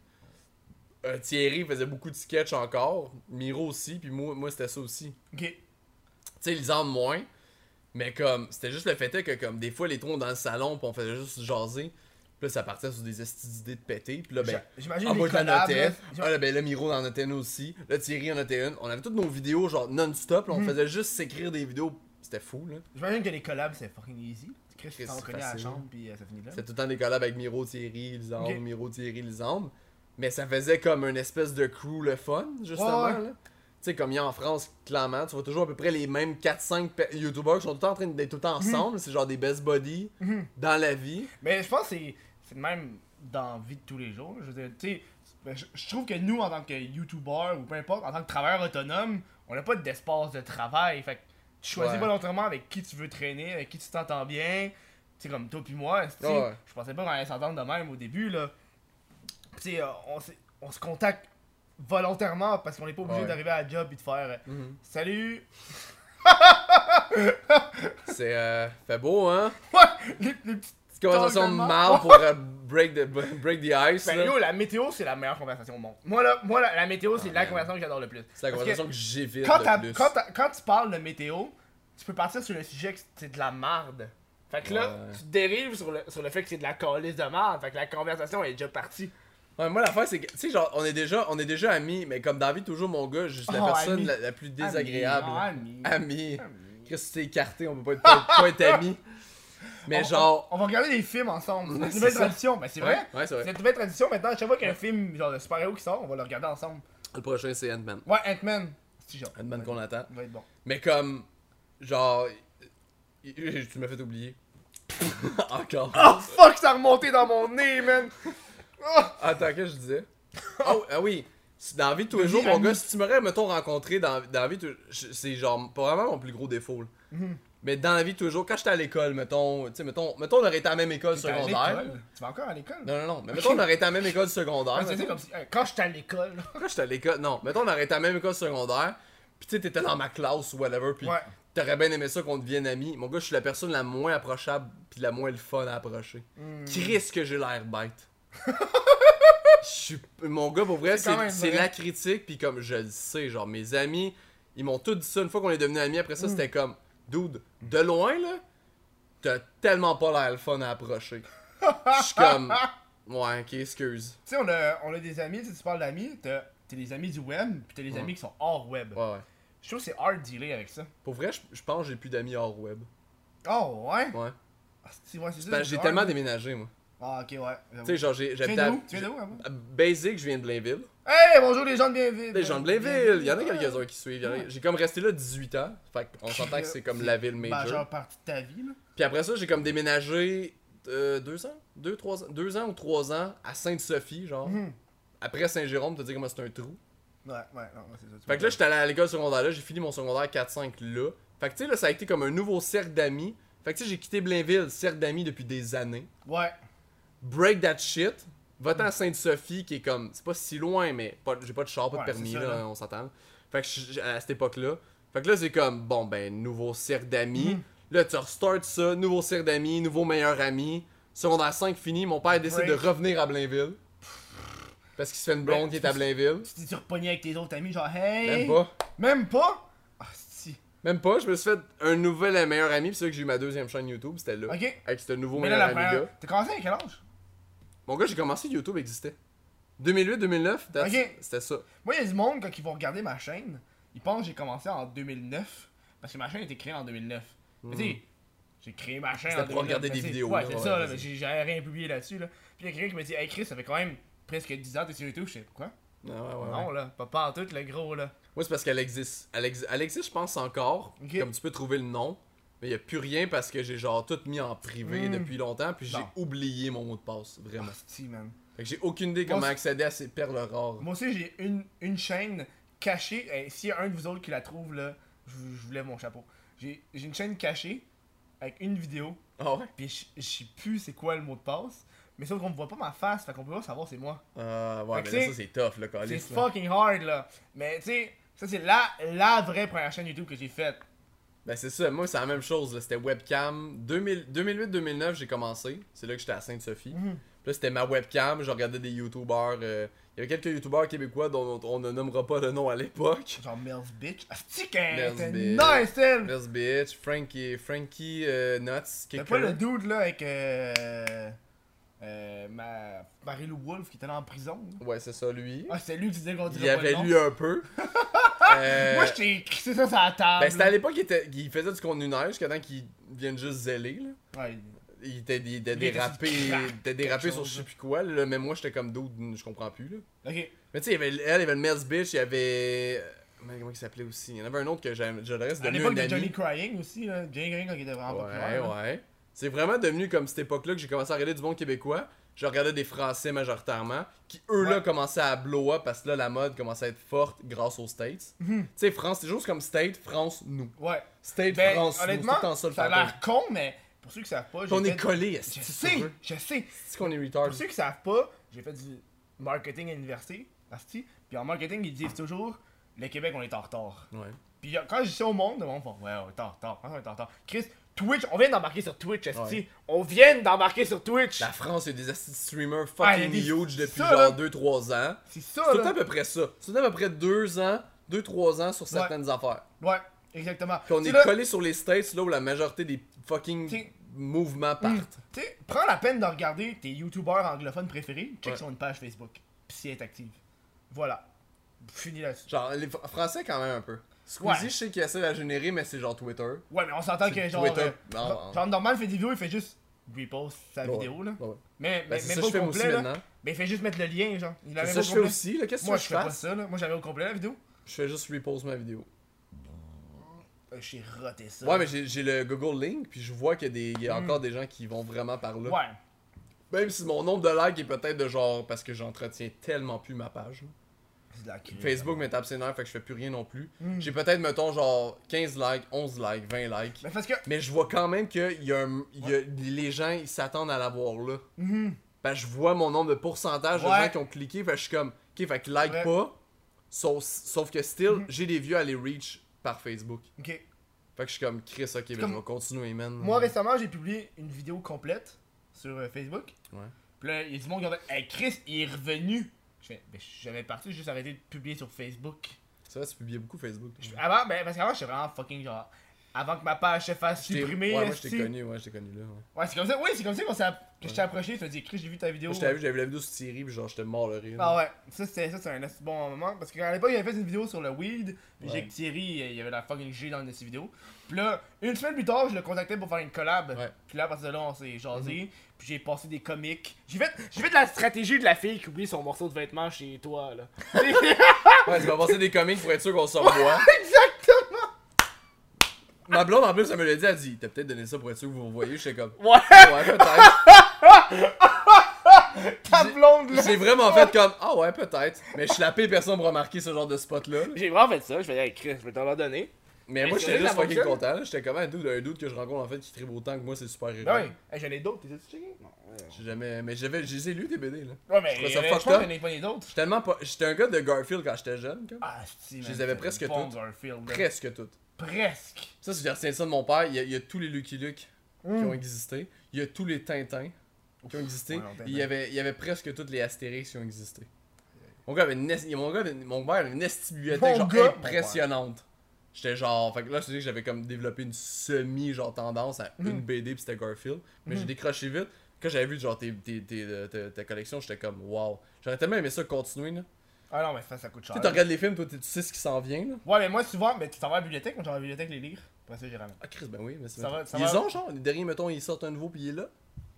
[SPEAKER 2] Euh, Thierry faisait beaucoup de sketch encore. Miro aussi, puis moi, moi c'était ça aussi.
[SPEAKER 1] Ok.
[SPEAKER 2] Tu sais, Lisandre moins. Mais comme, c'était juste le fait est que, comme, des fois, les trous dans le salon, puis on faisait juste jaser. Puis là, ça partait sur des estis d'idées de péter. Puis là, ben.
[SPEAKER 1] J'imagine
[SPEAKER 2] Ah,
[SPEAKER 1] les
[SPEAKER 2] moi, j'en
[SPEAKER 1] collabs,
[SPEAKER 2] notais.
[SPEAKER 1] là.
[SPEAKER 2] Ah, là, ben, là, Miro en notait une aussi. Là, Thierry en notait une. On avait toutes nos vidéos, genre, non-stop. là,
[SPEAKER 1] Hmm.
[SPEAKER 2] On faisait juste s'écrire des vidéos. C'était fou, là.
[SPEAKER 1] J'imagine que les collabs, c'est fucking easy. Chris, tu t'en
[SPEAKER 2] c'est
[SPEAKER 1] reconnais à la
[SPEAKER 2] facile.
[SPEAKER 1] chambre, puis euh, ça finit là.
[SPEAKER 2] C'était tout le temps des collabs avec Miro, Thierry, Lisandre,
[SPEAKER 1] Ok.
[SPEAKER 2] Miro, Thierry, Lisandre. Mais ça faisait comme une espèce de crew le fun, justement.
[SPEAKER 1] Ouais, ouais.
[SPEAKER 2] là. Tu sais, comme il y a en France, clairement, tu vois toujours à peu près les mêmes 4-5 pe- YouTubers qui sont tout le temps en train d'être tout le temps
[SPEAKER 1] Mhm.
[SPEAKER 2] ensemble. C'est genre des best buddies dans la vie.
[SPEAKER 1] Mais je pense que c'est- c'est de même dans la vie de tous les jours. Je veux dire, tu sais, ben, je, je trouve que nous, en tant que YouTuber ou peu importe, en tant que travailleur autonome, on n'a pas d'espace de travail. Fait que tu choisis
[SPEAKER 2] Ouais.
[SPEAKER 1] volontairement avec qui tu veux traîner, avec qui tu t'entends bien. Tu sais, comme toi puis moi, esti,
[SPEAKER 2] Ouais, ouais.
[SPEAKER 1] je pensais pas qu'on allait s'entendre de même au début, là. Tu sais, euh, on, s'est- on se contacte volontairement parce qu'on n'est pas obligé
[SPEAKER 2] Ouais. Mm-hmm.
[SPEAKER 1] d'arriver à la job et de faire euh, Salut! (laughs)
[SPEAKER 2] C'est. euh, fait beau, hein?
[SPEAKER 1] Ouais! Les, les petites-
[SPEAKER 2] Petite conversation de
[SPEAKER 1] Totalement.
[SPEAKER 2] mal pour euh, break, the, break the ice.
[SPEAKER 1] Ben,
[SPEAKER 2] là.
[SPEAKER 1] yo, la météo, c'est la meilleure conversation au monde. Moi, là, moi la, la météo, c'est
[SPEAKER 2] Ah,
[SPEAKER 1] la
[SPEAKER 2] man.
[SPEAKER 1] conversation que j'adore le plus.
[SPEAKER 2] C'est la
[SPEAKER 1] Parce que
[SPEAKER 2] conversation que, j'évite.
[SPEAKER 1] quand,
[SPEAKER 2] le
[SPEAKER 1] t'as-
[SPEAKER 2] plus.
[SPEAKER 1] quand t'as- quand tu parles de météo, tu peux partir sur le sujet que c'est de la marde. Fait que là,
[SPEAKER 2] Ouais.
[SPEAKER 1] tu dérives sur le, sur le fait que c'est de la calice de marde. Fait que la conversation est déjà partie.
[SPEAKER 2] Ouais, moi l'affaire c'est que tu sais genre on est déjà on est déjà amis mais comme David toujours mon gars juste la
[SPEAKER 1] Oh,
[SPEAKER 2] personne
[SPEAKER 1] ami.
[SPEAKER 2] la, la plus désagréable
[SPEAKER 1] Ami, ami,
[SPEAKER 2] (laughs) ami
[SPEAKER 1] ami.
[SPEAKER 2] Chris tu t'es écarté on peut pas être, pas, pas être (laughs) amis mais
[SPEAKER 1] On-
[SPEAKER 2] genre
[SPEAKER 1] On, on va regarder des films ensemble. C'est
[SPEAKER 2] Ouais,
[SPEAKER 1] une nouvelle
[SPEAKER 2] (laughs) c'est
[SPEAKER 1] tradition. Ben, c'est vrai.
[SPEAKER 2] ouais, ouais c'est
[SPEAKER 1] C'est
[SPEAKER 2] vrai
[SPEAKER 1] une nouvelle tradition maintenant. À chaque fois qu'il y a un film genre de super-héros qui sort, on va le regarder ensemble.
[SPEAKER 2] le prochain c'est Ant-Man
[SPEAKER 1] Ouais, Ant-Man. C'est genre.
[SPEAKER 2] Ant-Man qu'on attend
[SPEAKER 1] Il va être bon.
[SPEAKER 2] mais comme genre y- y- tu m'as fait (laughs) oublier encore
[SPEAKER 1] Oh fuck, ça a remonté dans mon nez, man!
[SPEAKER 2] Attends, qu'est-ce que je disais? Ah oui, ah oui. C'est Dans la vie de tous les
[SPEAKER 1] Devenir
[SPEAKER 2] jours, mon
[SPEAKER 1] ami.
[SPEAKER 2] gars, si tu m'aurais, mettons, rencontré dans, dans la vie, de tous- je- c'est genre probablement mon plus gros défaut. là. Mais dans la vie de tous les jours, quand j'étais à l'école, mettons, tu sais, mettons, mettons, on aurait été à la même école
[SPEAKER 1] T'es à
[SPEAKER 2] secondaire.
[SPEAKER 1] l'école? Tu vas encore à l'école?
[SPEAKER 2] Non, non, non, mais mettons, on aurait été à la même école secondaire.
[SPEAKER 1] Ah, c'est- c'est
[SPEAKER 2] mettons.
[SPEAKER 1] comme si- euh, Quand j'étais à l'école.
[SPEAKER 2] Quand j'étais à l'école, non, mettons, on aurait été à la même école secondaire, pis tu sais, t'étais dans ma classe ou whatever, pis
[SPEAKER 1] Ouais.
[SPEAKER 2] t'aurais bien aimé ça qu'on devienne amis. Mon gars, je suis la personne la moins approchable, pis la moins le fun à approcher.
[SPEAKER 1] Hmm.
[SPEAKER 2] Chris que j'ai l'air
[SPEAKER 1] (laughs)
[SPEAKER 2] bête. Je suis- Mon gars, pour vrai,
[SPEAKER 1] C'est quand
[SPEAKER 2] c'est
[SPEAKER 1] même
[SPEAKER 2] c'est
[SPEAKER 1] vrai.
[SPEAKER 2] la critique, puis comme je le sais, genre mes amis, ils m'ont tout dit ça une fois qu'on est devenus amis. Après
[SPEAKER 1] Hmm.
[SPEAKER 2] ça, c'était comme, dude, de loin là, t'as tellement pas l'air le fun à approcher. Je suis
[SPEAKER 1] (laughs)
[SPEAKER 2] comme, ouais, ok, excuse.
[SPEAKER 1] Tu sais, on a, on a des amis, tu sais, tu parles d'amis, t'as t'as des amis du web, puis t'as des
[SPEAKER 2] Ouais.
[SPEAKER 1] amis qui sont hors web.
[SPEAKER 2] Ouais, ouais.
[SPEAKER 1] Je trouve que c'est hard de dealer avec ça.
[SPEAKER 2] Pour vrai, je- je pense que j'ai plus d'amis hors web.
[SPEAKER 1] Oh, ouais?
[SPEAKER 2] Ouais.
[SPEAKER 1] Ah, c'est- ouais, c'est ça,
[SPEAKER 2] Parce que
[SPEAKER 1] c'est
[SPEAKER 2] j'ai
[SPEAKER 1] hard.
[SPEAKER 2] tellement déménagé, moi.
[SPEAKER 1] Ah, ok, ouais.
[SPEAKER 2] Tu sais, genre, j'ai-
[SPEAKER 1] tu
[SPEAKER 2] j'habitais
[SPEAKER 1] viens
[SPEAKER 2] à.
[SPEAKER 1] d'où? Tu viens d'où, avant?
[SPEAKER 2] à Basic, je viens de Blainville.
[SPEAKER 1] Hey, bonjour les gens de Blainville! Ah.
[SPEAKER 2] Les gens de Blainville, il y en a quelques-uns qui suivent. il y en a-
[SPEAKER 1] Ouais.
[SPEAKER 2] J'ai comme resté là 18 ans. Fait qu'on s'entend que c'est comme la ville
[SPEAKER 1] Bah,
[SPEAKER 2] major.
[SPEAKER 1] genre, partie de ta vie, là.
[SPEAKER 2] Puis après ça, j'ai comme déménagé euh, deux ans, deux, trois ans, deux ans ou trois ans à Sainte-Sophie, genre.
[SPEAKER 1] Mhm.
[SPEAKER 2] Après Saint-Jérôme, te dire comment c'est un trou.
[SPEAKER 1] Ouais, ouais, non, c'est ça. tu
[SPEAKER 2] Fait
[SPEAKER 1] vois.
[SPEAKER 2] que là, j'étais allé à l'école secondaire là, j'ai fini mon secondaire 4-5 là. Fait que tu sais, là, ça a été comme un nouveau cercle d'amis. Fait que tu sais, j'ai quitté Blainville, cercle d'amis depuis des années.
[SPEAKER 1] Ouais.
[SPEAKER 2] Break that shit. Va-t'en à Sainte-Sophie, qui est comme. C'est pas si loin, mais pas- j'ai pas de char, pas
[SPEAKER 1] Ouais,
[SPEAKER 2] de
[SPEAKER 1] c'est
[SPEAKER 2] permis,
[SPEAKER 1] ça,
[SPEAKER 2] là,
[SPEAKER 1] là.
[SPEAKER 2] on s'entend. Fait que je- je- à cette époque-là. Fait que là, c'est comme, bon, ben, nouveau cercle
[SPEAKER 1] Mhm.
[SPEAKER 2] d'amis. Là, tu restarts ça, nouveau cercle d'amis, nouveau meilleur ami. Secondaire 5 fini, mon père décide
[SPEAKER 1] Break. Ben,
[SPEAKER 2] de revenir à Blainville. Parce qu'il se fait une blonde qui est à Blainville.
[SPEAKER 1] Tu t'es repogné avec tes autres amis, genre, hey!
[SPEAKER 2] Même pas.
[SPEAKER 1] Même pas? Ah, si.
[SPEAKER 2] Même pas, je me suis fait un nouvel et meilleur ami, puis c'est là que j'ai eu ma deuxième chaîne YouTube, c'était là.
[SPEAKER 1] Ok.
[SPEAKER 2] Avec ce nouveau
[SPEAKER 1] Mais là,
[SPEAKER 2] meilleur
[SPEAKER 1] la
[SPEAKER 2] ami-là.
[SPEAKER 1] première. T'as commencé à quel âge?
[SPEAKER 2] Mon gars, j'ai commencé, YouTube existait. 2008-2009,
[SPEAKER 1] Ok.
[SPEAKER 2] c'était ça.
[SPEAKER 1] Moi, il y a du monde, quand ils vont regarder ma chaîne, ils pensent que j'ai commencé en 2009. Parce que ma chaîne a été créée en 2009. Mais tu sais, j'ai créé ma chaîne en
[SPEAKER 2] Hmm.
[SPEAKER 1] 2009.
[SPEAKER 2] C'était pour
[SPEAKER 1] mais
[SPEAKER 2] regarder des
[SPEAKER 1] tu sais,
[SPEAKER 2] vidéos,
[SPEAKER 1] Ouais,
[SPEAKER 2] là,
[SPEAKER 1] c'est
[SPEAKER 2] ouais,
[SPEAKER 1] ça, là,
[SPEAKER 2] vas-y.
[SPEAKER 1] mais j'ai- j'avais rien publié là-dessus. Là. Puis il y a quelqu'un qui me dit Hey Chris, ça fait quand même presque 10 ans que t'es sur YouTube. Je sais pourquoi
[SPEAKER 2] Ouais, Ah, ouais, ouais.
[SPEAKER 1] Non, là, pas, pas en tout, le gros, là.
[SPEAKER 2] Moi, c'est parce qu'elle existe. Elle, exi- elle existe, je pense, encore.
[SPEAKER 1] Ok.
[SPEAKER 2] Comme tu peux trouver le nom. Mais il a plus rien parce que j'ai genre tout mis en privé
[SPEAKER 1] Mm.
[SPEAKER 2] depuis longtemps. Puis j'ai
[SPEAKER 1] Bon.
[SPEAKER 2] oublié mon mot de passe, vraiment.
[SPEAKER 1] Hostie, Ah, man.
[SPEAKER 2] Fait que j'ai aucune idée comment
[SPEAKER 1] Moi, c'est-
[SPEAKER 2] accéder à ces perles rares.
[SPEAKER 1] Moi aussi, j'ai une, une chaîne cachée. Eh, S'il y a un de vous autres qui la trouve, là, je vous je vous lève mon chapeau. J'ai j'ai une chaîne cachée avec une vidéo.
[SPEAKER 2] Ah ouais?
[SPEAKER 1] Puis je- je sais plus c'est quoi le mot de passe. Mais sauf qu'on me voit pas ma face, fait qu'on peut pas savoir c'est moi.
[SPEAKER 2] Ah ouais,
[SPEAKER 1] Fait que
[SPEAKER 2] mais là,
[SPEAKER 1] c'est-
[SPEAKER 2] ça c'est tough, le
[SPEAKER 1] C'est
[SPEAKER 2] calice. là.
[SPEAKER 1] fucking hard là. Mais tu sais, ça c'est la, la vraie première chaîne YouTube que j'ai faite.
[SPEAKER 2] Ben c'est ça, moi c'est
[SPEAKER 1] Hmm.
[SPEAKER 2] la même chose. là. C'était webcam. 2000 2008-2009, j'ai commencé. C'est là que j'étais à Sainte-Sophie. Puis Là, c'était ma webcam, je regardais des youtubeurs. euh, Il y avait quelques youtubeurs québécois dont on ne nommera pas le nom à l'époque.
[SPEAKER 1] Genre Mel's Bitch. Asti qu'elle
[SPEAKER 2] Mel's
[SPEAKER 1] était
[SPEAKER 2] Bitch.
[SPEAKER 1] nice, elle!
[SPEAKER 2] Let's Bitch, Frankie, Frankie euh, Nuts,
[SPEAKER 1] C'était
[SPEAKER 2] quelqu'un.
[SPEAKER 1] pas le dude là avec. Euh, euh, ma... Marie-Lou Wolfe qui était là en prison. là.
[SPEAKER 2] Ouais, c'est ça, lui.
[SPEAKER 1] Ah, c'est lui qui disait qu'on
[SPEAKER 2] Il y
[SPEAKER 1] dirait pas
[SPEAKER 2] avait
[SPEAKER 1] le nom.
[SPEAKER 2] lu un
[SPEAKER 1] (laughs)
[SPEAKER 2] peu. Euh,
[SPEAKER 1] Moi, je t'ai crissé ça sur la table.
[SPEAKER 2] ben, c'était à l'époque qu'il était- qu'il faisait du contenu neige jusqu'à temps qu'il vienne juste zéler, là.
[SPEAKER 1] Ouais.
[SPEAKER 2] Il était, il était
[SPEAKER 1] Il était
[SPEAKER 2] dérapé,
[SPEAKER 1] sur le crack,
[SPEAKER 2] il était dérapé
[SPEAKER 1] quelque
[SPEAKER 2] sur
[SPEAKER 1] chose,
[SPEAKER 2] je sais
[SPEAKER 1] là.
[SPEAKER 2] plus quoi, là, mais moi j'étais comme d'autres, je comprends plus là.
[SPEAKER 1] Ok.
[SPEAKER 2] Mais tu sais, il y avait elle, il y avait le Mel's Bitch, il y avait. Mais comment il s'appelait aussi Il y en avait un autre que j'aime- j'adorais, c'est
[SPEAKER 1] À
[SPEAKER 2] devenu
[SPEAKER 1] l'époque
[SPEAKER 2] un
[SPEAKER 1] de Johnny
[SPEAKER 2] ami.
[SPEAKER 1] Crying aussi, là. Johnny Crying quand il était vraiment
[SPEAKER 2] Ouais,
[SPEAKER 1] populaire. là.
[SPEAKER 2] ouais. C'est vraiment devenu comme cette époque-là que j'ai commencé à regarder du monde québécois. Je regardais des Français majoritairement, qui eux là
[SPEAKER 1] Ouais.
[SPEAKER 2] commençaient à blow up parce que là la mode commençait à être forte grâce aux States.
[SPEAKER 1] Mhm.
[SPEAKER 2] Tu sais, France, c'est juste comme States, France, nous.
[SPEAKER 1] Ouais.
[SPEAKER 2] States,
[SPEAKER 1] Ben,
[SPEAKER 2] France, nous. C'est tout le
[SPEAKER 1] honnêtement,
[SPEAKER 2] temps ça le
[SPEAKER 1] ça a
[SPEAKER 2] fantôme.
[SPEAKER 1] l'air con, mais pour ceux qui savent pas, j'ai
[SPEAKER 2] On est
[SPEAKER 1] fait...
[SPEAKER 2] collé,
[SPEAKER 1] Je
[SPEAKER 2] c'est
[SPEAKER 1] sais, je sais.
[SPEAKER 2] qu'on est retard.
[SPEAKER 1] Pour ceux qui savent pas, j'ai fait du marketing à l'université, asti. Puis en marketing, ils disent toujours, le Québec, on est en retard.
[SPEAKER 2] Ouais.
[SPEAKER 1] Puis y a- quand je dis ça au monde, le monde font, ouais, on est en retard, hein, on est en retard. Chris, Twitch, on vient d'embarquer sur Twitch, asti.
[SPEAKER 2] Ouais.
[SPEAKER 1] On vient d'embarquer sur Twitch.
[SPEAKER 2] La France, il y a des asti de streamers
[SPEAKER 1] Ah, il y a
[SPEAKER 2] fucking
[SPEAKER 1] des-
[SPEAKER 2] huge depuis
[SPEAKER 1] ça, là.
[SPEAKER 2] genre 2-3 ans.
[SPEAKER 1] C'est
[SPEAKER 2] C'est
[SPEAKER 1] ça,
[SPEAKER 2] tout le temps
[SPEAKER 1] là.
[SPEAKER 2] à peu près ça. C'est tout le temps à peu près 2 ans, 2-3 ans sur certaines affaires.
[SPEAKER 1] Ouais, exactement.
[SPEAKER 2] Puis on
[SPEAKER 1] Tu
[SPEAKER 2] est
[SPEAKER 1] sais, là,
[SPEAKER 2] collé sur les States, là où la majorité des fucking
[SPEAKER 1] T'sais- Hmm.
[SPEAKER 2] mouvements partent.
[SPEAKER 1] Tu sais, prends la peine de regarder tes youtubeurs anglophones préférés, check
[SPEAKER 2] Ouais.
[SPEAKER 1] sur une page Facebook, puis si elle est active. Voilà. Fini là-dessus.
[SPEAKER 2] Genre, les Fr- Français, quand même un peu. Squeezie,
[SPEAKER 1] Ouais.
[SPEAKER 2] je sais qu'il essaie de la générer, mais c'est genre Twitter.
[SPEAKER 1] Ouais, mais on s'entend
[SPEAKER 2] C'est
[SPEAKER 1] que genre.
[SPEAKER 2] Twitter.
[SPEAKER 1] euh,
[SPEAKER 2] Non,
[SPEAKER 1] genre-
[SPEAKER 2] non.
[SPEAKER 1] genre, normal, il fait des vidéos, il fait juste repost sa
[SPEAKER 2] Ouais.
[SPEAKER 1] vidéo, là.
[SPEAKER 2] Ouais.
[SPEAKER 1] Mais, mais,
[SPEAKER 2] Ben, c'est
[SPEAKER 1] mais pas
[SPEAKER 2] ça
[SPEAKER 1] au
[SPEAKER 2] que je fais moi aussi
[SPEAKER 1] complet, là.
[SPEAKER 2] maintenant.
[SPEAKER 1] Mais il fait juste mettre le lien, genre. Il
[SPEAKER 2] C'est
[SPEAKER 1] l'avait
[SPEAKER 2] ça
[SPEAKER 1] pas au
[SPEAKER 2] que je fais
[SPEAKER 1] complet.
[SPEAKER 2] aussi, là. Qu'est-ce que tu veux
[SPEAKER 1] Moi,
[SPEAKER 2] que
[SPEAKER 1] je
[SPEAKER 2] je
[SPEAKER 1] fais pas
[SPEAKER 2] fasse?
[SPEAKER 1] ça, là. Moi, j'avais au complet la vidéo.
[SPEAKER 2] Je fais juste repose ma vidéo.
[SPEAKER 1] Euh, J'ai raté ça.
[SPEAKER 2] Ouais, mais j'ai j'ai le Google Link, puis je vois qu'il y a, des, il y a encore des gens qui vont vraiment par là.
[SPEAKER 1] Hmm. Ouais.
[SPEAKER 2] Même si mon nombre de likes est peut-être de genre parce que j'entretiens tellement plus ma page. là.
[SPEAKER 1] C'est de la crise.
[SPEAKER 2] Facebook me tape ses nerfs, fait que je fais plus rien non plus.
[SPEAKER 1] Hmm.
[SPEAKER 2] J'ai peut-être, mettons, genre 15 likes, 11 likes, 20 likes.
[SPEAKER 1] Mais Ben, parce que.
[SPEAKER 2] Mais je vois quand même que y a un- il y a- les gens ils s'attendent à l'avoir là. Fait que je vois mon nombre de pourcentage de
[SPEAKER 1] Mm-hmm. Ouais.
[SPEAKER 2] gens qui ont cliqué, fait que je suis comme, ok, fait que like
[SPEAKER 1] Ouais. Mm-hmm.
[SPEAKER 2] pas. Sauf, sauf que still, j'ai des vues à les reach par Facebook.
[SPEAKER 1] Ok.
[SPEAKER 2] Fait que je suis comme, Chris, ok, ben,
[SPEAKER 1] comme-
[SPEAKER 2] je vais continuer, man.
[SPEAKER 1] Moi, récemment, j'ai publié une vidéo complète sur euh, Facebook.
[SPEAKER 2] Ouais.
[SPEAKER 1] Puis là, il y a du monde qui a fait Hey Chris, il est revenu. Je fais, Ben, J'avais parti, j'ai juste arrêté de publier sur Facebook.
[SPEAKER 2] C'est vrai, tu publiais beaucoup Facebook.
[SPEAKER 1] Je- Avant, ben, parce qu'avant, j'étais vraiment fucking genre. Avant que ma page se fasse
[SPEAKER 2] J'étais-
[SPEAKER 1] supprimer.
[SPEAKER 2] ouais, moi je
[SPEAKER 1] esti.
[SPEAKER 2] t'ai connu, ouais, je t'ai connu là. Ouais.
[SPEAKER 1] Ouais, c'est comme ça, oui, c'est comme ça qu'on s'est app- que je t'ai approché. Tu m'as dit, Chris, j'ai vu ta vidéo.
[SPEAKER 2] Moi, je t'avais vu, j'avais vu la vidéo sur Thierry, puis genre, j'étais mort le rire.
[SPEAKER 1] Oh, Ah ouais, ça c'était ça, c'est un assez bon moment. Parce qu'à l'époque, il avait fait une vidéo sur le weed. Puis
[SPEAKER 2] Ouais.
[SPEAKER 1] j'ai que Thierry, euh, il y avait la fucking G dans une de ses vidéos. Puis là, une semaine plus tard, je le contactais pour faire une collab.
[SPEAKER 2] Ouais.
[SPEAKER 1] Puis là, à partir de là, on s'est jasé. Puis j'ai passé des comiques. J'ai fait, j'ai fait de la stratégie de la fille qui oublie son morceau de vêtement chez toi, (laughs) là.
[SPEAKER 2] Ouais, tu vas passer des comics pour être sûr qu'on se revoit.
[SPEAKER 1] (laughs) Exactement!
[SPEAKER 2] Ma blonde, en plus, elle me l'a dit, elle dit, t'as peut-être donné ça pour être sûr que vous vous voyez. J'étais comme,
[SPEAKER 1] Ouais,
[SPEAKER 2] ouais, peut-être.
[SPEAKER 1] ta blonde, là.
[SPEAKER 2] J'ai vraiment fait comme, ah ouais, peut-être. Mais je suis la pire personne pour remarquer ce genre de spot-là.
[SPEAKER 1] J'ai vraiment fait ça. Je faisais, hey, Chris, je vais t'en leur donner.
[SPEAKER 2] Mais
[SPEAKER 1] Mais
[SPEAKER 2] moi,
[SPEAKER 1] c'est
[SPEAKER 2] j'étais
[SPEAKER 1] vrai
[SPEAKER 2] juste
[SPEAKER 1] que ça
[SPEAKER 2] fucking
[SPEAKER 1] fonctionne.
[SPEAKER 2] content. là. J'étais comme un dude, un dude que je rencontre en fait qui tripe autant que moi, c'est super
[SPEAKER 1] Ben
[SPEAKER 2] rare.
[SPEAKER 1] oui. Hey, j'en ai d'autres, t'es tu checké? Non.
[SPEAKER 2] J'ai jamais. Mais j'avais. J'ai lu des BD, là.
[SPEAKER 1] Ouais, mais
[SPEAKER 2] Je trouvais
[SPEAKER 1] je
[SPEAKER 2] ça
[SPEAKER 1] pense
[SPEAKER 2] fucked
[SPEAKER 1] que
[SPEAKER 2] up.
[SPEAKER 1] j'en ai pas les d'autres.
[SPEAKER 2] J'étais tellement pas. J'étais un gars de Garfield quand j'étais jeune, comme.
[SPEAKER 1] Ah, si,
[SPEAKER 2] Je les avais presque
[SPEAKER 1] bon
[SPEAKER 2] toutes.
[SPEAKER 1] Garfield, là.
[SPEAKER 2] Presque toutes.
[SPEAKER 1] Presque.
[SPEAKER 2] Ça, si j'ai retiens ça de mon père, il y a, il y a tous les Lucky Luke
[SPEAKER 1] Hmm.
[SPEAKER 2] qui ont existé. Il y a tous les Tintins qui ont existé.
[SPEAKER 1] ouais, non, Tintin.
[SPEAKER 2] il, y avait, il y avait presque toutes les Astérix qui ont existé. Mon gars avait une, esti- mon gars avait une- mon père avait une esti bibliothèque
[SPEAKER 1] Mon
[SPEAKER 2] genre
[SPEAKER 1] gars.
[SPEAKER 2] impressionnante. J'étais genre. Fait que là, je te dis que j'avais comme développé une semi genre tendance à
[SPEAKER 1] Hmm.
[SPEAKER 2] une BD pis c'était Garfield. Mais j'ai décroché vite. Quand j'avais vu genre tes, tes, tes, euh, ta- ta collection, j'étais comme wow. J'aurais tellement aimé ça continuer là.
[SPEAKER 1] Ah non, mais ça, ça coûte cher.
[SPEAKER 2] Tu sais, tu regardes les films, toi tu sais ce qui s'en vient là.
[SPEAKER 1] Ouais, mais moi, souvent, mais tu t'en vas à la bibliothèque, moi, j'en vais à la bibliothèque les lire. Après ça, j'y ramène.
[SPEAKER 2] Ah Chris, ben oui, mais c'est
[SPEAKER 1] Ça va- ça
[SPEAKER 2] Ils
[SPEAKER 1] va-
[SPEAKER 2] ont genre, les derniers mettons, ils sortent un nouveau pis il est là.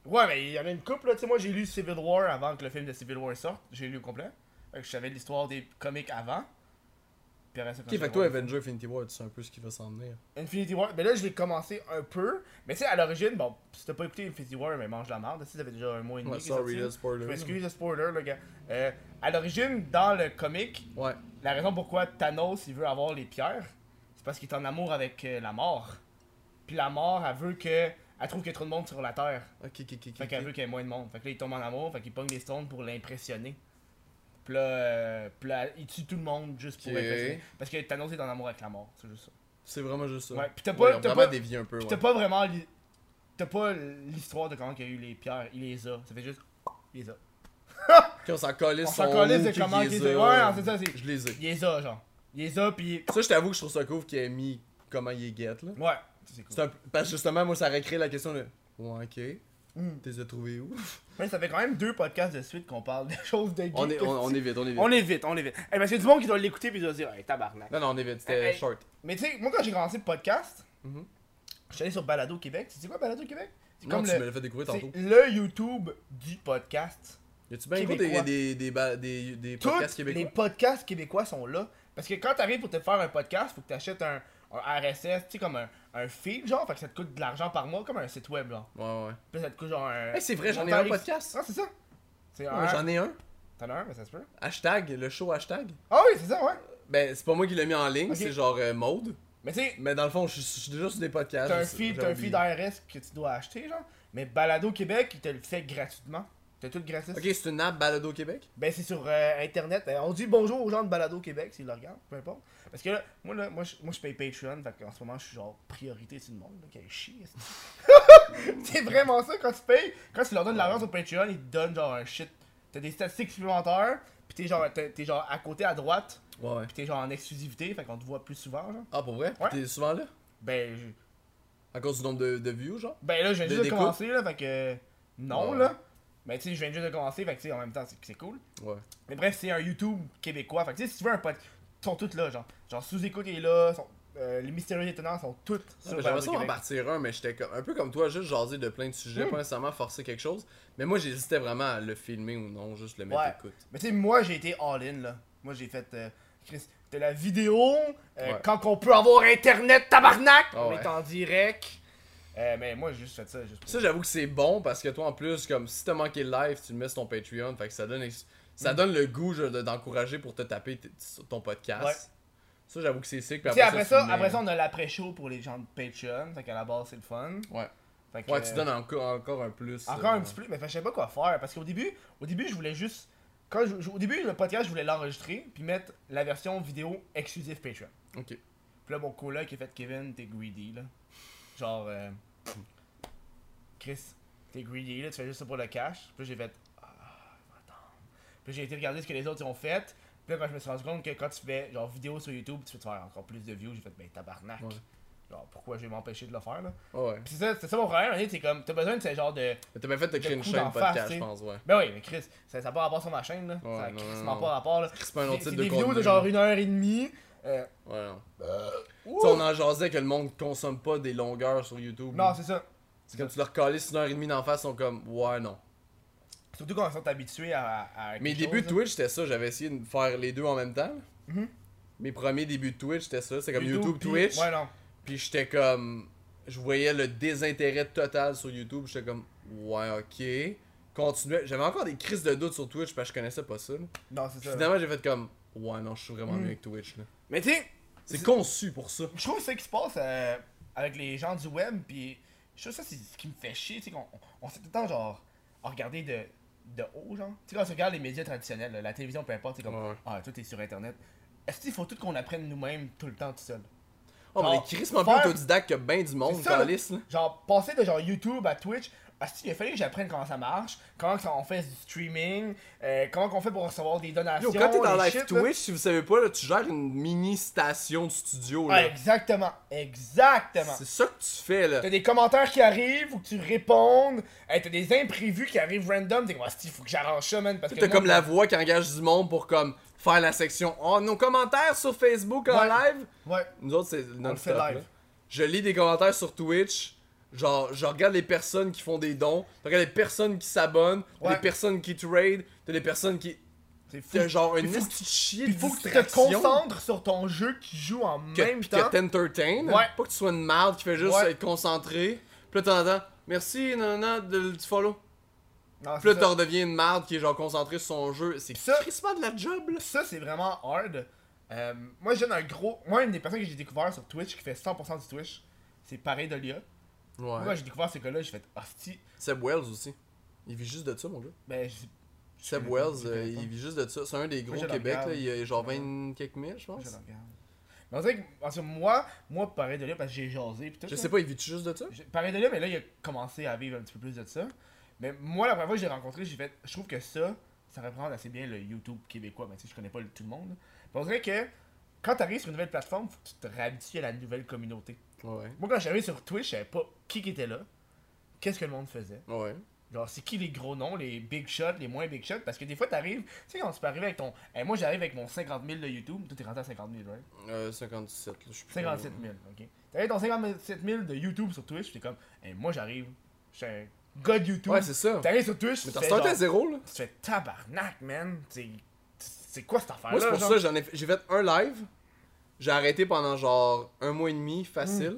[SPEAKER 1] Ouais, mais il y en a une couple, là. Tu sais, moi, j'ai lu Civil War avant que le film de Civil War sorte. J'ai lu au complet. Fait que je savais l'histoire des comics avant. Puis après ça, quand
[SPEAKER 2] Ok,
[SPEAKER 1] j'ai
[SPEAKER 2] fait que toi
[SPEAKER 1] vu-
[SPEAKER 2] Avenger Infinity War, tu sais un peu ce qui va s'en venir.
[SPEAKER 1] Infinity War, mais là, je l'ai commencé un peu. Mais tu sais, à l'origine, bon, si t'as pas écouté Infinity War, mais mange la merde. Tu sais, ça fait déjà un mois et demi.
[SPEAKER 2] Ouais,
[SPEAKER 1] qu'il est sorti,
[SPEAKER 2] sorry,
[SPEAKER 1] là.
[SPEAKER 2] là, spoiler.
[SPEAKER 1] Je
[SPEAKER 2] là.
[SPEAKER 1] m'excuse, le spoiler, le gars. Euh, à l'origine, dans le comic,
[SPEAKER 2] Ouais.
[SPEAKER 1] La raison pourquoi Thanos il veut avoir les pierres, c'est parce qu'il est en amour avec euh, la mort. Puis la mort, elle veut que. Elle trouve qu'il y a trop de monde sur la Terre.
[SPEAKER 2] Ok, ok, ok.
[SPEAKER 1] Fait
[SPEAKER 2] ok.
[SPEAKER 1] qu'elle veut qu'il y ait moins de monde. Fait que là, il tombe en amour, fait qu'il pogne les stones pour l'impressionner. Puis là, euh, puis là, il tue tout le monde juste pour
[SPEAKER 2] Ok.
[SPEAKER 1] l'impressionner. Parce que Thanos est en amour avec la mort, c'est juste ça.
[SPEAKER 2] C'est vraiment juste ça.
[SPEAKER 1] Ouais, pis t'as pas-
[SPEAKER 2] ils ont
[SPEAKER 1] t'as
[SPEAKER 2] vraiment
[SPEAKER 1] pas-
[SPEAKER 2] dévié un peu,
[SPEAKER 1] Puis
[SPEAKER 2] ouais.
[SPEAKER 1] t'as pas vraiment. li- T'as pas l'histoire de comment il y a eu les pierres, il les a. Ça fait juste. il les a.
[SPEAKER 2] Puis on s'en collait
[SPEAKER 1] On
[SPEAKER 2] son
[SPEAKER 1] s'en collait, c'est
[SPEAKER 2] hook,
[SPEAKER 1] comment
[SPEAKER 2] il les
[SPEAKER 1] qu'ils-
[SPEAKER 2] a.
[SPEAKER 1] ouais, c'est ça, c'est-
[SPEAKER 2] Je les ai.
[SPEAKER 1] Il les a, genre. Il les a, pis.
[SPEAKER 2] Ça, je t'avoue que je trouve ça cool qu'il ait mis comment il est guette, là.
[SPEAKER 1] Ouais, c'est cool.
[SPEAKER 2] C'est un- Parce que justement, moi, ça récrée la question de. Ouais, ok.
[SPEAKER 1] Mm.
[SPEAKER 2] T'es trouvé où
[SPEAKER 1] Mais ça fait quand même deux podcasts de (laughs) suite qu'on parle des choses de geek.
[SPEAKER 2] (laughs) on est, on, on est vite, on est vite.
[SPEAKER 1] On est vite, on est vite. Eh, parce qu'il y a du monde qui doit l'écouter pis il doit se dire, hey, tabarnak.
[SPEAKER 2] Non, non, on est vite, c'était
[SPEAKER 1] Hey, hey.
[SPEAKER 2] short.
[SPEAKER 1] Mais tu sais, moi quand j'ai commencé le podcast,
[SPEAKER 2] Mhm.
[SPEAKER 1] je suis allé sur Balado Québec. Tu sais quoi, Balado Québec C'est
[SPEAKER 2] Non,
[SPEAKER 1] comme
[SPEAKER 2] tu me
[SPEAKER 1] le,
[SPEAKER 2] l'as fait découvrir
[SPEAKER 1] c'est
[SPEAKER 2] tantôt.
[SPEAKER 1] le YouTube du podcast.
[SPEAKER 2] Y a-tu bien gros des,
[SPEAKER 1] Québécois.
[SPEAKER 2] des, des, ba- des, des
[SPEAKER 1] Tous
[SPEAKER 2] podcasts
[SPEAKER 1] les
[SPEAKER 2] québécois
[SPEAKER 1] podcasts québécois sont là. Parce que quand t'arrives pour te faire un podcast, faut que t'achètes un, un RSS, tu sais, comme un, un feed, genre. Fait que ça te coûte de l'argent par mois, comme un site web, genre.
[SPEAKER 2] Ouais, ouais.
[SPEAKER 1] Puis ça te coûte genre un.
[SPEAKER 2] Hey, Eh, c'est vrai, j'en ai
[SPEAKER 1] montant
[SPEAKER 2] un
[SPEAKER 1] X.
[SPEAKER 2] podcast.
[SPEAKER 1] Ah, c'est ça C'est
[SPEAKER 2] Ouais,
[SPEAKER 1] un.
[SPEAKER 2] J'en ai un.
[SPEAKER 1] T'en as un, mais ça se peut.
[SPEAKER 2] Hashtag, le show hashtag.
[SPEAKER 1] Ah oui, c'est ça, ouais.
[SPEAKER 2] Ben, c'est pas moi qui l'ai mis en ligne,
[SPEAKER 1] Ok.
[SPEAKER 2] c'est genre euh, mode.
[SPEAKER 1] Mais tu sais,
[SPEAKER 2] Mais dans le fond, je je suis déjà sur des podcasts.
[SPEAKER 1] T'as un
[SPEAKER 2] Ah, je-
[SPEAKER 1] feed,
[SPEAKER 2] j'ai
[SPEAKER 1] t'as un
[SPEAKER 2] oublié.
[SPEAKER 1] feed RS que tu dois acheter, genre. Mais Balado Québec, il te le fait gratuitement. T'as tout gratis.
[SPEAKER 2] Ok, c'est une app Balado Québec.
[SPEAKER 1] Ben, c'est sur euh, Internet. Euh, on dit bonjour aux gens de Balado Québec s'ils le regardent, peu importe. Parce que là, moi, là, moi, je, moi, je paye Patreon. Fait qu'en ce moment, je suis genre priorité sur le monde. Là, qu'elle chie. est-ce que- (laughs) c'est vraiment ça quand tu payes. Quand tu leur donnes de l'argent sur Patreon, ils te donnent genre un shit. T'as des statistiques supplémentaires. Pis t'es genre, t'es, t'es genre à côté à droite.
[SPEAKER 2] Ouais, ouais.
[SPEAKER 1] Pis t'es genre en exclusivité. Fait qu'on te voit plus souvent, genre.
[SPEAKER 2] Ah, pour vrai
[SPEAKER 1] Ouais.
[SPEAKER 2] T'es souvent là
[SPEAKER 1] Ben, je-
[SPEAKER 2] À cause du nombre de, de views, genre
[SPEAKER 1] Ben là, je viens
[SPEAKER 2] De
[SPEAKER 1] juste de
[SPEAKER 2] déco?
[SPEAKER 1] commencer, là, fait que. Non,
[SPEAKER 2] Ouais.
[SPEAKER 1] là. Mais tu sais, je viens juste de commencer, fait que tu sais, en même temps, c'est c'est cool.
[SPEAKER 2] Ouais.
[SPEAKER 1] Mais bref, c'est un YouTube québécois, fait que tu sais, si tu veux un pote, ils sont tous là, genre. Genre, sous-écoute est là, sont- euh, les mystérieux étonnants sont tous
[SPEAKER 2] Ah,
[SPEAKER 1] sur
[SPEAKER 2] ben, J'aimerais
[SPEAKER 1] Balado
[SPEAKER 2] ça en
[SPEAKER 1] Québec.
[SPEAKER 2] partir un, mais j'étais comme- un peu comme toi, juste jaser de plein de sujets,
[SPEAKER 1] Mm.
[SPEAKER 2] pas nécessairement forcer quelque chose. Mais moi, j'hésitais vraiment à le filmer ou non, juste le mettre
[SPEAKER 1] Ouais.
[SPEAKER 2] écoute.
[SPEAKER 1] Mais tu sais, moi, j'ai été all-in, là. Moi, j'ai fait. euh, Chris, de la vidéo, euh,
[SPEAKER 2] Ouais.
[SPEAKER 1] quand on peut avoir internet, tabarnak!
[SPEAKER 2] Ah
[SPEAKER 1] On
[SPEAKER 2] ouais.
[SPEAKER 1] est en direct. Euh, mais moi, j'ai juste fait ça, juste pour.
[SPEAKER 2] Ça, j'avoue que c'est bon parce que toi, en plus, comme si t'as manqué le live, tu le mets sur ton Patreon. Fait que ça donne, ex-
[SPEAKER 1] Hmm.
[SPEAKER 2] ça donne le goût je- de- d'encourager pour te taper t- sur ton podcast.
[SPEAKER 1] Ouais.
[SPEAKER 2] Ça, j'avoue que c'est sick. puis
[SPEAKER 1] Tu sais, après, ça,
[SPEAKER 2] tu mets-
[SPEAKER 1] après ça, on a l'après-show pour les gens de Patreon, fait qu'à la base, c'est le fun.
[SPEAKER 2] Ouais.
[SPEAKER 1] Fait que,
[SPEAKER 2] Ouais, tu
[SPEAKER 1] euh,
[SPEAKER 2] donnes encore, encore un plus.
[SPEAKER 1] Encore
[SPEAKER 2] euh,
[SPEAKER 1] un petit peu, mais je savais pas quoi faire. Parce qu'au début, au début, je voulais juste. Quand je- je- au début, le podcast, je voulais l'enregistrer puis mettre la version vidéo exclusive Patreon.
[SPEAKER 2] Ok.
[SPEAKER 1] Puis là, mon coloc qui a fait Kevin, t'es greedy là. Genre, euh, Chris, t'es greedy là, tu fais juste ça pour le cash. Puis là, j'ai fait. Ah, je vais attendre. Puis j'ai été regarder ce que les autres ont fait. Puis là, quand je me suis rendu compte que quand tu fais genre vidéo sur YouTube, tu fais te faire encore plus de views, j'ai fait, ben tabarnak.
[SPEAKER 2] Ouais.
[SPEAKER 1] Genre, pourquoi je vais m'empêcher de le faire là?
[SPEAKER 2] Ouais.
[SPEAKER 1] Puis c'est ça, c'est ça mon problème, c'est comme, t'as besoin de ce genre de.
[SPEAKER 2] Mais t'as bien fait de créer une
[SPEAKER 1] coup
[SPEAKER 2] chaîne
[SPEAKER 1] d'en face,
[SPEAKER 2] podcast,
[SPEAKER 1] t'sais.
[SPEAKER 2] je pense, ouais.
[SPEAKER 1] Ben oui, mais Chris, ça n'a pas rapport sur ma chaîne, là.
[SPEAKER 2] Ouais,
[SPEAKER 1] ça a
[SPEAKER 2] non,
[SPEAKER 1] crissement
[SPEAKER 2] non, non.
[SPEAKER 1] pas rapport, là.
[SPEAKER 2] C'est pas un autre
[SPEAKER 1] C'est
[SPEAKER 2] type
[SPEAKER 1] des
[SPEAKER 2] de
[SPEAKER 1] vidéos de
[SPEAKER 2] contenu,
[SPEAKER 1] genre
[SPEAKER 2] là.
[SPEAKER 1] une heure et demie. Euh,
[SPEAKER 2] Ouais, non.
[SPEAKER 1] ouh!
[SPEAKER 2] Tu sais, on en jasait que le monde consomme pas des longueurs sur YouTube.
[SPEAKER 1] Non, c'est ça.
[SPEAKER 2] c'est comme tu leur calais sur une heure et demie d'en face, ils sont comme, ouais, non.
[SPEAKER 1] Surtout quand ils sont habitués à. à- à
[SPEAKER 2] Mes
[SPEAKER 1] quelque
[SPEAKER 2] débuts de
[SPEAKER 1] chose, hein.
[SPEAKER 2] Twitch, c'était ça. J'avais essayé de faire les deux en même temps.
[SPEAKER 1] Mhm.
[SPEAKER 2] Mes premiers débuts de Twitch, c'était ça. C'est
[SPEAKER 1] là.
[SPEAKER 2] comme YouTube,
[SPEAKER 1] puis-
[SPEAKER 2] Twitch.
[SPEAKER 1] Ouais, non.
[SPEAKER 2] Puis j'étais comme. Je voyais le désintérêt total sur YouTube. J'étais comme, ouais, ok. Continuais. J'avais encore des crises de doute sur Twitch parce que je connaissais pas ça. là.
[SPEAKER 1] Non, c'est
[SPEAKER 2] Puis
[SPEAKER 1] ça. là.
[SPEAKER 2] finalement, j'ai fait comme, ouais, non, je suis vraiment
[SPEAKER 1] Mhm.
[SPEAKER 2] mieux avec Twitch. là.
[SPEAKER 1] Mais tu sais,
[SPEAKER 2] C'est
[SPEAKER 1] C'est-
[SPEAKER 2] conçu pour ça.
[SPEAKER 1] je trouve ça qui se passe euh, avec les gens du web, puis je trouve ça, c'est ce qui me fait chier, tu sais, qu'on on- on s'est tout le temps, genre, à regarder de, de haut, genre. Tu sais, quand tu regardes les médias traditionnels, là, la télévision, peu importe, c'est comme,
[SPEAKER 2] Ouais.
[SPEAKER 1] ah, tout est sur Internet. Est-ce qu'il faut tout qu'on apprenne nous-mêmes tout le temps tout seul?
[SPEAKER 2] Oh, mais
[SPEAKER 1] Genre,
[SPEAKER 2] les crises plus
[SPEAKER 1] faire-
[SPEAKER 2] autodidacte que ben du monde,
[SPEAKER 1] C'est ça, là.
[SPEAKER 2] calice, là.
[SPEAKER 1] Genre, passer de genre YouTube à Twitch, asti, il a fallu que j'apprenne comment ça marche, comment que ça- on fait du streaming, euh, comment qu'on fait pour recevoir des donations.
[SPEAKER 2] Yo, quand t'es dans
[SPEAKER 1] les
[SPEAKER 2] live
[SPEAKER 1] shit, là.
[SPEAKER 2] Twitch, si vous savez pas, là, tu gères une mini station de studio.
[SPEAKER 1] Ouais,
[SPEAKER 2] Là.
[SPEAKER 1] exactement, exactement.
[SPEAKER 2] c'est ça que tu fais là.
[SPEAKER 1] T'as des commentaires qui arrivent ou que tu répondes, Hey, t'as des imprévus qui arrivent random, t'es comme, Ah, asti, faut que j'arrange ça, man. Parce que
[SPEAKER 2] T'as
[SPEAKER 1] moi,
[SPEAKER 2] comme la voix qui engage du monde pour comme faire la section oh, nos commentaires sur Facebook en
[SPEAKER 1] Ouais.
[SPEAKER 2] live.
[SPEAKER 1] Ouais,
[SPEAKER 2] Nous autres c'est
[SPEAKER 1] on le
[SPEAKER 2] non-stop.
[SPEAKER 1] fait
[SPEAKER 2] là.
[SPEAKER 1] live.
[SPEAKER 2] Je lis des commentaires sur Twitch. Genre, je regarde les personnes qui font des dons, je regarde les personnes qui s'abonnent, t'as
[SPEAKER 1] Ouais.
[SPEAKER 2] les personnes qui trade, t'as les personnes qui.
[SPEAKER 1] C'est fou.
[SPEAKER 2] T'as genre une
[SPEAKER 1] faut que-
[SPEAKER 2] petite chier
[SPEAKER 1] Il
[SPEAKER 2] de
[SPEAKER 1] faut que tu te
[SPEAKER 2] distraction
[SPEAKER 1] concentres sur ton jeu qui joue en
[SPEAKER 2] que,
[SPEAKER 1] même
[SPEAKER 2] pis
[SPEAKER 1] temps.
[SPEAKER 2] que t'entertaines.
[SPEAKER 1] Ouais.
[SPEAKER 2] Pas que tu sois une marde qui fait juste
[SPEAKER 1] Ouais.
[SPEAKER 2] être concentré. Puis là, t'entends, merci, nanana, de- du follow.
[SPEAKER 1] Non, c'est
[SPEAKER 2] Puis là,
[SPEAKER 1] ça.
[SPEAKER 2] t'en redeviens une marde qui est genre concentrée sur son jeu. C'est
[SPEAKER 1] Ça-
[SPEAKER 2] crissement de la job, là.
[SPEAKER 1] Ça, c'est vraiment hard. Euh, moi, je donne un gros. Moi, une des personnes que j'ai découvert sur Twitch qui fait 100% du Twitch, c'est pareil Delia. Moi,
[SPEAKER 2] Ouais.
[SPEAKER 1] j'ai découvert ce gars-là, j'ai fait hostie.
[SPEAKER 2] Seb Wells aussi. Il vit juste de ça, mon gars.
[SPEAKER 1] Ben, je-
[SPEAKER 2] Seb
[SPEAKER 1] connais pas,
[SPEAKER 2] Wells,
[SPEAKER 1] je
[SPEAKER 2] euh,
[SPEAKER 1] connais pas.
[SPEAKER 2] il vit juste de ça. C'est un des
[SPEAKER 1] Moi,
[SPEAKER 2] gros
[SPEAKER 1] je le
[SPEAKER 2] Québec,
[SPEAKER 1] regarde.
[SPEAKER 2] là. Il y a genre
[SPEAKER 1] Je le
[SPEAKER 2] 20 quelques mille, je
[SPEAKER 1] je le
[SPEAKER 2] pense.
[SPEAKER 1] regarde. Mais on dirait que, en tout cas, moi, moi, pareil Delia, parce que j'ai jasé. Pis tout,
[SPEAKER 2] Je
[SPEAKER 1] là.
[SPEAKER 2] sais pas, il vit juste de ça
[SPEAKER 1] Je- Pareil Delia, mais là, il a commencé à vivre un petit peu plus de ça. Mais moi, la première fois que j'ai rencontré, j'ai fait. Je trouve que ça, ça représente assez bien le YouTube québécois. Mais tu sais, je connais pas le- tout le monde. là. Puis on dirait que quand t'arrives sur une nouvelle plateforme, faut que tu te réhabitues à la nouvelle communauté.
[SPEAKER 2] Ouais.
[SPEAKER 1] Moi, quand j'arrivais sur Twitch, je savais pas qui qui était là, qu'est-ce que le monde faisait.
[SPEAKER 2] Ouais.
[SPEAKER 1] Genre, c'est qui les gros noms, les big shots, les moins big shots? Parce que des fois, t'arrives, tu sais, quand tu peux arriver avec ton. Eh, moi, j'arrive avec mon 50 000 de YouTube, toi, t'es rendu à 50 000, right?
[SPEAKER 2] Euh, 57, là, je suis plus.
[SPEAKER 1] 57 000, ok? T'arrives ton 57 000 de YouTube sur Twitch, t'es comme, eh, moi, j'arrive, je suis un gars de YouTube.
[SPEAKER 2] Ouais, c'est ça.
[SPEAKER 1] T'arrives sur Twitch,
[SPEAKER 2] Mais
[SPEAKER 1] tu
[SPEAKER 2] t'as
[SPEAKER 1] fais,
[SPEAKER 2] starté à
[SPEAKER 1] genre,
[SPEAKER 2] zéro, là.
[SPEAKER 1] tu fais tabarnak, man. C'est- C'est quoi cette affaire-là?
[SPEAKER 2] Moi, c'est pour
[SPEAKER 1] genre?
[SPEAKER 2] ça j'en ai fait- j'ai fait un live. J'ai arrêté pendant genre un mois et demi, facile.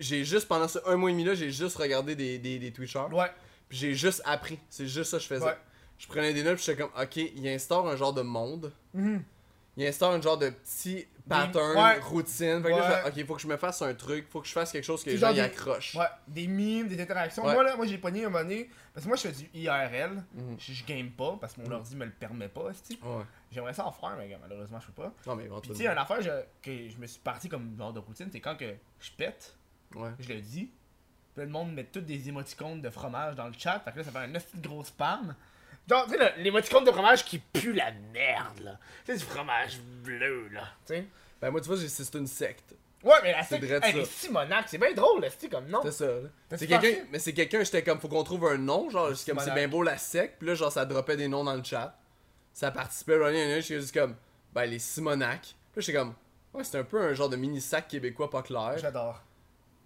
[SPEAKER 2] J'ai juste, pendant ce un mois et demi-là, j'ai juste regardé des, des, des Twitchers.
[SPEAKER 1] Ouais,
[SPEAKER 2] Puis j'ai juste appris. C'est juste ça que je faisais.
[SPEAKER 1] Ouais.
[SPEAKER 2] Je prenais des notes, puis j'étais comme, ok, il instaure un genre de monde. Il instaure un genre de petit pattern,
[SPEAKER 1] Mhm. ouais.
[SPEAKER 2] routine. Fait que là,
[SPEAKER 1] Ouais.
[SPEAKER 2] je fais, ok, faut que je me fasse un truc, faut que je fasse quelque chose que
[SPEAKER 1] C'est
[SPEAKER 2] les gens
[SPEAKER 1] genre
[SPEAKER 2] y
[SPEAKER 1] des-
[SPEAKER 2] accrochent.
[SPEAKER 1] ouais, des mimes, des interactions.
[SPEAKER 2] Ouais.
[SPEAKER 1] Moi, là, moi, j'ai pogné un moment donné, parce que moi, je fais du IRL,
[SPEAKER 2] Mhm.
[SPEAKER 1] je, je game pas, parce que mon ordi me le permet pas, esti.
[SPEAKER 2] Ouais. Ah,
[SPEAKER 1] J'aimerais ça en faire, mais malheureusement, je peux pas.
[SPEAKER 2] Non, mais
[SPEAKER 1] Puis
[SPEAKER 2] éventuellement.
[SPEAKER 1] tu sais, une affaire je- que je me suis parti comme genre de routine, c'est quand que je pète,
[SPEAKER 2] Ouais.
[SPEAKER 1] je le dis, puis le monde met toutes des émoticônes de fromage dans le chat, fait que là ça fait un esti de gros spam. Genre, tu sais, là, l'émoticône de fromage qui pue la merde, là. Tu sais, du fromage bleu, là. Tu sais?
[SPEAKER 2] Ben, moi, tu vois, j'ai- c'est une secte.
[SPEAKER 1] Ouais, mais la
[SPEAKER 2] C'est
[SPEAKER 1] secte,
[SPEAKER 2] drôle,
[SPEAKER 1] hey,
[SPEAKER 2] ça.
[SPEAKER 1] les Simonac, c'est bien drôle, c'est comme non.
[SPEAKER 2] C'est ça, là.
[SPEAKER 1] T'as
[SPEAKER 2] C'est
[SPEAKER 1] super
[SPEAKER 2] quelqu'un,
[SPEAKER 1] fait.
[SPEAKER 2] mais c'est quelqu'un, j'étais comme, faut qu'on trouve un nom, genre, c'est comme, c'est
[SPEAKER 1] malade.
[SPEAKER 2] bien beau la sec, puis là, genre, ça droppait des noms dans le chat. Ça participait, là, il y en a un, j'étais juste comme, ben, les Simonac. Puis là, j'étais comme, ouais, c'est un peu un genre de mini-sac québécois pas clair.
[SPEAKER 1] J'adore,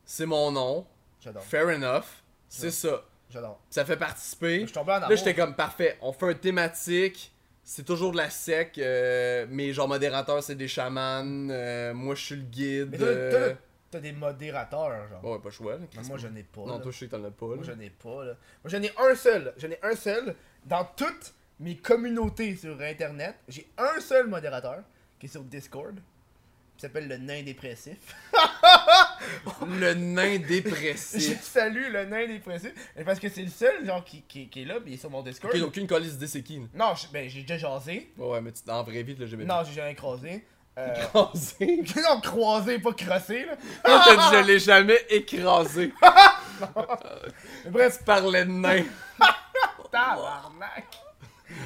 [SPEAKER 2] C'est mon nom,
[SPEAKER 1] j'adore,
[SPEAKER 2] fair enough, c'est ça.
[SPEAKER 1] j'adore.
[SPEAKER 2] Ça fait participer.
[SPEAKER 1] Je suis tombé en amour.
[SPEAKER 2] Là, j'étais comme, parfait, on fait un thématique, c'est toujours de la sec, euh, mais genre, modérateur, c'est des chamans, euh, moi, je suis le guide.
[SPEAKER 1] Mais toi,
[SPEAKER 2] euh,
[SPEAKER 1] toi, là, t'as des modérateurs, genre.
[SPEAKER 2] Bon, ouais, pas chouette.
[SPEAKER 1] Mais moi, je n'ai pas.
[SPEAKER 2] Non,
[SPEAKER 1] là.
[SPEAKER 2] toi, je sais que t'en as pas, là.
[SPEAKER 1] Moi, j'en ai pas, là. Moi, j'en ai un seul. J'en ai un seul. Dans toutes mes communautés sur Internet, j'ai un seul modérateur qui est sur Discord. qui s'appelle le nain dépressif. (laughs)
[SPEAKER 2] Le nain
[SPEAKER 1] Je (laughs)
[SPEAKER 2] dépressif.
[SPEAKER 1] salue le nain dépressif. mais Parce que c'est le seul, genre, qui, qui, qui est là, puis il est sur mon Discord.
[SPEAKER 2] Ok, aucune colise d'idée c'est qui. là.
[SPEAKER 1] Non, je- ben, j'ai déjà jasé.
[SPEAKER 2] Ouais, ouais, mais tu, en vraie vie, tu l'as jamais
[SPEAKER 1] Non, j'ai jamais croisé. Euh... (laughs)
[SPEAKER 2] écrasé.
[SPEAKER 1] non, croisé, pas crossé, là.
[SPEAKER 2] Quand t'as
[SPEAKER 1] Ah!
[SPEAKER 2] dit je l'ai jamais
[SPEAKER 1] (laughs)
[SPEAKER 2] écrasé. Euh,
[SPEAKER 1] Mais bref,
[SPEAKER 2] tu parlais de nain. (laughs)
[SPEAKER 1] Tabarnak!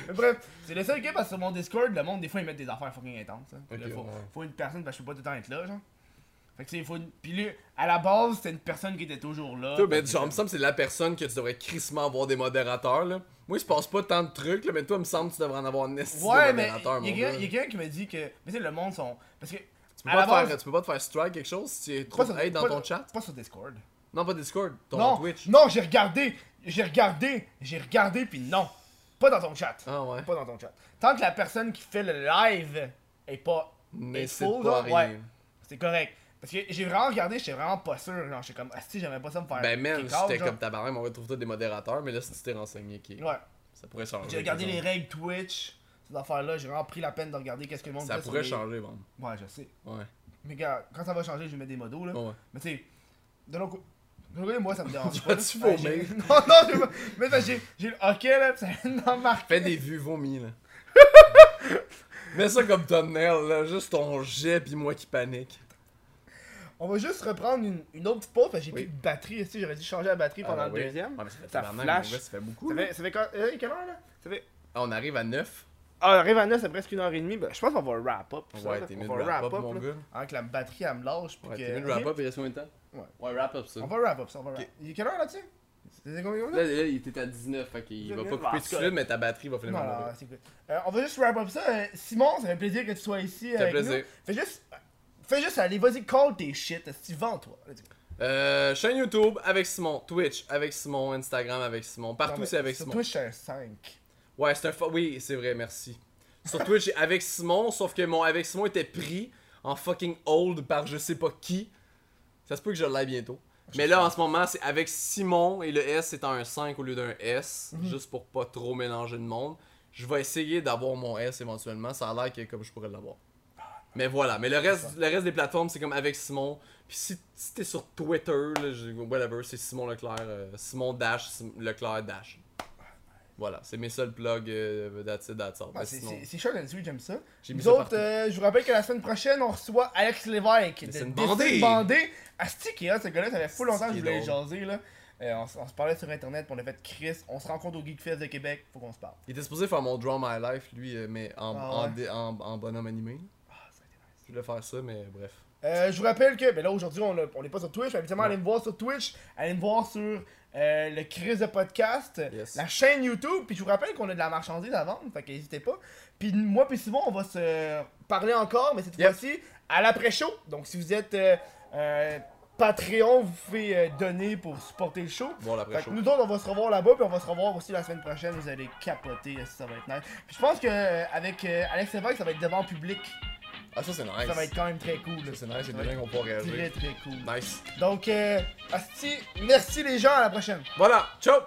[SPEAKER 1] Mais Bref, c'est le seul gars parce que sur mon Discord, le monde, des fois, ils mettent des affaires fucking intenses. hein. Puis là,
[SPEAKER 2] Ok,
[SPEAKER 1] faut,
[SPEAKER 2] ouais.
[SPEAKER 1] faut une personne parce que je peux pas tout le temps être là, genre. Fait que c'est, faut une. Puis lui, à la base, c'était une personne qui était toujours là.
[SPEAKER 2] Toi, ben, mais
[SPEAKER 1] Fait que-
[SPEAKER 2] genre, me semble que c'est la personne que tu devrais crissement avoir des modérateurs, là. Moi, il se passe pas tant de trucs, là, mais toi, me semble que tu devrais en avoir un esti de
[SPEAKER 1] Ouais, mais
[SPEAKER 2] modérateur,
[SPEAKER 1] il y
[SPEAKER 2] mon
[SPEAKER 1] a quelqu'un-
[SPEAKER 2] gars.
[SPEAKER 1] il y a quelqu'un qui me dit que. Mais tu sais, le monde sont. Parce que.
[SPEAKER 2] Tu peux, pas te faire, tu peux pas te faire strike quelque chose si tu es trop
[SPEAKER 1] sur-
[SPEAKER 2] hey, dans
[SPEAKER 1] pas-
[SPEAKER 2] ton chat?
[SPEAKER 1] Pas sur Discord.
[SPEAKER 2] Non, pas Discord, ton
[SPEAKER 1] non,
[SPEAKER 2] Twitch.
[SPEAKER 1] non, j'ai regardé, j'ai regardé, j'ai regardé, puis non. Pas dans ton chat.
[SPEAKER 2] Ah ouais.
[SPEAKER 1] Pas dans ton chat. Tant que la personne qui fait le live est pas. est
[SPEAKER 2] Mais c'est
[SPEAKER 1] full,
[SPEAKER 2] pas
[SPEAKER 1] genre,
[SPEAKER 2] rien.
[SPEAKER 1] ouais. C'est correct. Parce que j'ai vraiment regardé, j'étais vraiment pas sûr. Genre, j'étais comme, ah si, j'aimerais pas ça me faire.
[SPEAKER 2] Ben, man,
[SPEAKER 1] kick out,
[SPEAKER 2] c'était
[SPEAKER 1] genre.
[SPEAKER 2] comme tabarnak, mais on retrouve toi des modérateurs, mais là, si tu t'es renseigné, qui
[SPEAKER 1] Ouais.
[SPEAKER 2] ça pourrait changer.
[SPEAKER 1] J'ai regardé
[SPEAKER 2] par
[SPEAKER 1] les
[SPEAKER 2] exemple.
[SPEAKER 1] règles Twitch, ces affaires-là, j'ai vraiment pris la peine de regarder qu'est-ce que le monde
[SPEAKER 2] Ça
[SPEAKER 1] disait sur
[SPEAKER 2] pourrait
[SPEAKER 1] les-
[SPEAKER 2] changer, bon.
[SPEAKER 1] Ouais, je sais.
[SPEAKER 2] Ouais.
[SPEAKER 1] Mais gars, quand ça va changer, je vais mettre des modos, là.
[SPEAKER 2] Ouais.
[SPEAKER 1] Mais tu sais, de l'autre côté. de l'autre côté, Moi, ça me
[SPEAKER 2] (laughs)
[SPEAKER 1] dérange pas. là.
[SPEAKER 2] Vas-tu
[SPEAKER 1] Ouais,
[SPEAKER 2] vomir?
[SPEAKER 1] j'ai- Non, non, j'ai pas. Mais ça, j'ai j'ai le hockey, là, pis ça (laughs) vient d'en marquer.
[SPEAKER 2] (laughs) Fais des vues vomi (laughs) là. Mets ça comme thumbnail là, juste ton jet pis moi qui panique.
[SPEAKER 1] On va juste reprendre une, une autre pause, parce que j'ai
[SPEAKER 2] Oui. Ah, ben
[SPEAKER 1] plus de batterie ici. J'aurais dû changer la batterie pendant le deuxième.
[SPEAKER 2] Ouais, mais ça fait
[SPEAKER 1] Ça
[SPEAKER 2] tabarnak,
[SPEAKER 1] flash.
[SPEAKER 2] mon gars, ça fait beaucoup.
[SPEAKER 1] Ça
[SPEAKER 2] là.
[SPEAKER 1] fait, ça fait quand- euh, quelle heure, là Ça fait
[SPEAKER 2] Ah, on arrive à 9.
[SPEAKER 1] Ah, on arrive à 9, c'est presque une heure et demie. Ben, je pense qu'on va wrap up. ça,
[SPEAKER 2] Ouais,
[SPEAKER 1] là.
[SPEAKER 2] t'es
[SPEAKER 1] on
[SPEAKER 2] mieux de
[SPEAKER 1] va
[SPEAKER 2] wrap up, mon
[SPEAKER 1] là.
[SPEAKER 2] gars.
[SPEAKER 1] Avant que la batterie elle me lâche. Puis
[SPEAKER 2] Ouais,
[SPEAKER 1] que...
[SPEAKER 2] t'es mieux de
[SPEAKER 1] Ok,
[SPEAKER 2] wrap up, il reste combien de temps
[SPEAKER 1] Ouais.
[SPEAKER 2] Ouais, wrap up ça.
[SPEAKER 1] On va wrap up, ça, on va wrap.
[SPEAKER 2] Ok.
[SPEAKER 1] Il est quelle heure là-dessus C'était combien de
[SPEAKER 2] Là,
[SPEAKER 1] minutes
[SPEAKER 2] là, il était à 19, fait qu'il
[SPEAKER 1] Deux
[SPEAKER 2] va pas
[SPEAKER 1] minutes,
[SPEAKER 2] couper
[SPEAKER 1] bah,
[SPEAKER 2] tout
[SPEAKER 1] c'est
[SPEAKER 2] de suite, mais ta batterie va
[SPEAKER 1] Non,
[SPEAKER 2] finalement
[SPEAKER 1] non,
[SPEAKER 2] mourir.
[SPEAKER 1] c'est cool. Euh, on va juste wrap up ça. Euh, Simon, ça fait plaisir que tu sois ici. euh,
[SPEAKER 2] Ça fait
[SPEAKER 1] avec
[SPEAKER 2] plaisir.
[SPEAKER 1] nous. Fais juste. Fais juste aller, vas-y, call tes shit. Si vends toi. Let's go.
[SPEAKER 2] Euh, chaîne YouTube avec Simon, Twitch avec Simon, Instagram avec Simon,
[SPEAKER 1] Non,
[SPEAKER 2] partout
[SPEAKER 1] mais
[SPEAKER 2] c'est avec
[SPEAKER 1] sur
[SPEAKER 2] Simon.
[SPEAKER 1] Twitch, c'est un 5.
[SPEAKER 2] Ouais, c'est un fa- Oui, c'est vrai, merci. Sur Twitch, j'ai avec Simon, sauf que mon avec Simon était pris en fucking hold par je sais pas qui. Ça se peut que je l'aille bientôt. Mais là, en ce moment, c'est avec Simon et le S, c'est un 5 au lieu d'un S,
[SPEAKER 1] Mhm.
[SPEAKER 2] juste pour pas trop mélanger le monde. Je vais essayer d'avoir mon S éventuellement, ça a l'air que comme je pourrais l'avoir.
[SPEAKER 1] Ah,
[SPEAKER 2] Mais voilà, mais le reste, le reste des plateformes, c'est comme avec Simon. Puis si, si t'es sur Twitter, là, je- whatever, c'est Simon Leclerc, euh, Simon Dash, Sim- Leclerc Dash.
[SPEAKER 1] Ah,
[SPEAKER 2] Voilà, c'est mes seuls plugs, euh, that's it, that's all.
[SPEAKER 1] Ah,
[SPEAKER 2] Mais
[SPEAKER 1] c'est-
[SPEAKER 2] sinon,
[SPEAKER 1] c'est c'est short and sweet, j'aime ça.
[SPEAKER 2] J'ai mis
[SPEAKER 1] Nous
[SPEAKER 2] ça
[SPEAKER 1] autres,
[SPEAKER 2] partout.
[SPEAKER 1] euh, je vous rappelle que la semaine prochaine, on reçoit Alex Lévesque de Ah,
[SPEAKER 2] Dessine
[SPEAKER 1] Dessine
[SPEAKER 2] Bandée.
[SPEAKER 1] Bandée. Asti qui est hot, ce gars-là, ça fait full longtemps que je
[SPEAKER 2] Asti,
[SPEAKER 1] voulais
[SPEAKER 2] drôle.
[SPEAKER 1] jaser là. Euh, on, s- on se parlait sur internet, puis on a fait Chris, on se rencontre au Geek Fest de Québec, faut qu'on se parle.
[SPEAKER 2] Il était supposé faire mon Draw My Life, lui, euh, mais en,
[SPEAKER 1] Ah
[SPEAKER 2] en
[SPEAKER 1] ouais.
[SPEAKER 2] dé- en- en bonhomme animé.
[SPEAKER 1] Ah, ça a été nice.
[SPEAKER 2] Je voulais faire ça, mais bref.
[SPEAKER 1] Euh, je vous rappelle que, ben là aujourd'hui on, a- on est pas sur Twitch, mais habituellement
[SPEAKER 2] Non.
[SPEAKER 1] allez me voir sur Twitch, allez me voir sur euh, le Chris de podcast,
[SPEAKER 2] Yes.
[SPEAKER 1] la chaîne YouTube, puis je vous rappelle qu'on a de la marchandise à vendre, fait qu'hésitez pas. Puis moi puis Simon on va se parler encore, mais cette
[SPEAKER 2] Yep.
[SPEAKER 1] fois-ci à l'après-show. Donc si vous êtes euh, euh, Patreon, vous pouvez euh, donner pour supporter le show.
[SPEAKER 2] Bon,
[SPEAKER 1] Fait
[SPEAKER 2] l'après
[SPEAKER 1] que
[SPEAKER 2] chaud.
[SPEAKER 1] nous autres, on va se revoir là-bas, puis on va se revoir aussi la semaine prochaine. Vous allez capoter, euh, ça va être nice. Puis je pense que euh, avec euh, Alex Lévesque, ça va être devant public.
[SPEAKER 2] Ah, ça, c'est nice.
[SPEAKER 1] Ça va être quand même très cool. là.
[SPEAKER 2] Ça, c'est nice,
[SPEAKER 1] Ça
[SPEAKER 2] les
[SPEAKER 1] va
[SPEAKER 2] deux
[SPEAKER 1] être
[SPEAKER 2] qu'on pourra
[SPEAKER 1] Très
[SPEAKER 2] réagir.
[SPEAKER 1] très cool.
[SPEAKER 2] Nice.
[SPEAKER 1] Donc, euh, Asti, merci les gens, à la prochaine.
[SPEAKER 2] Voilà, ciao!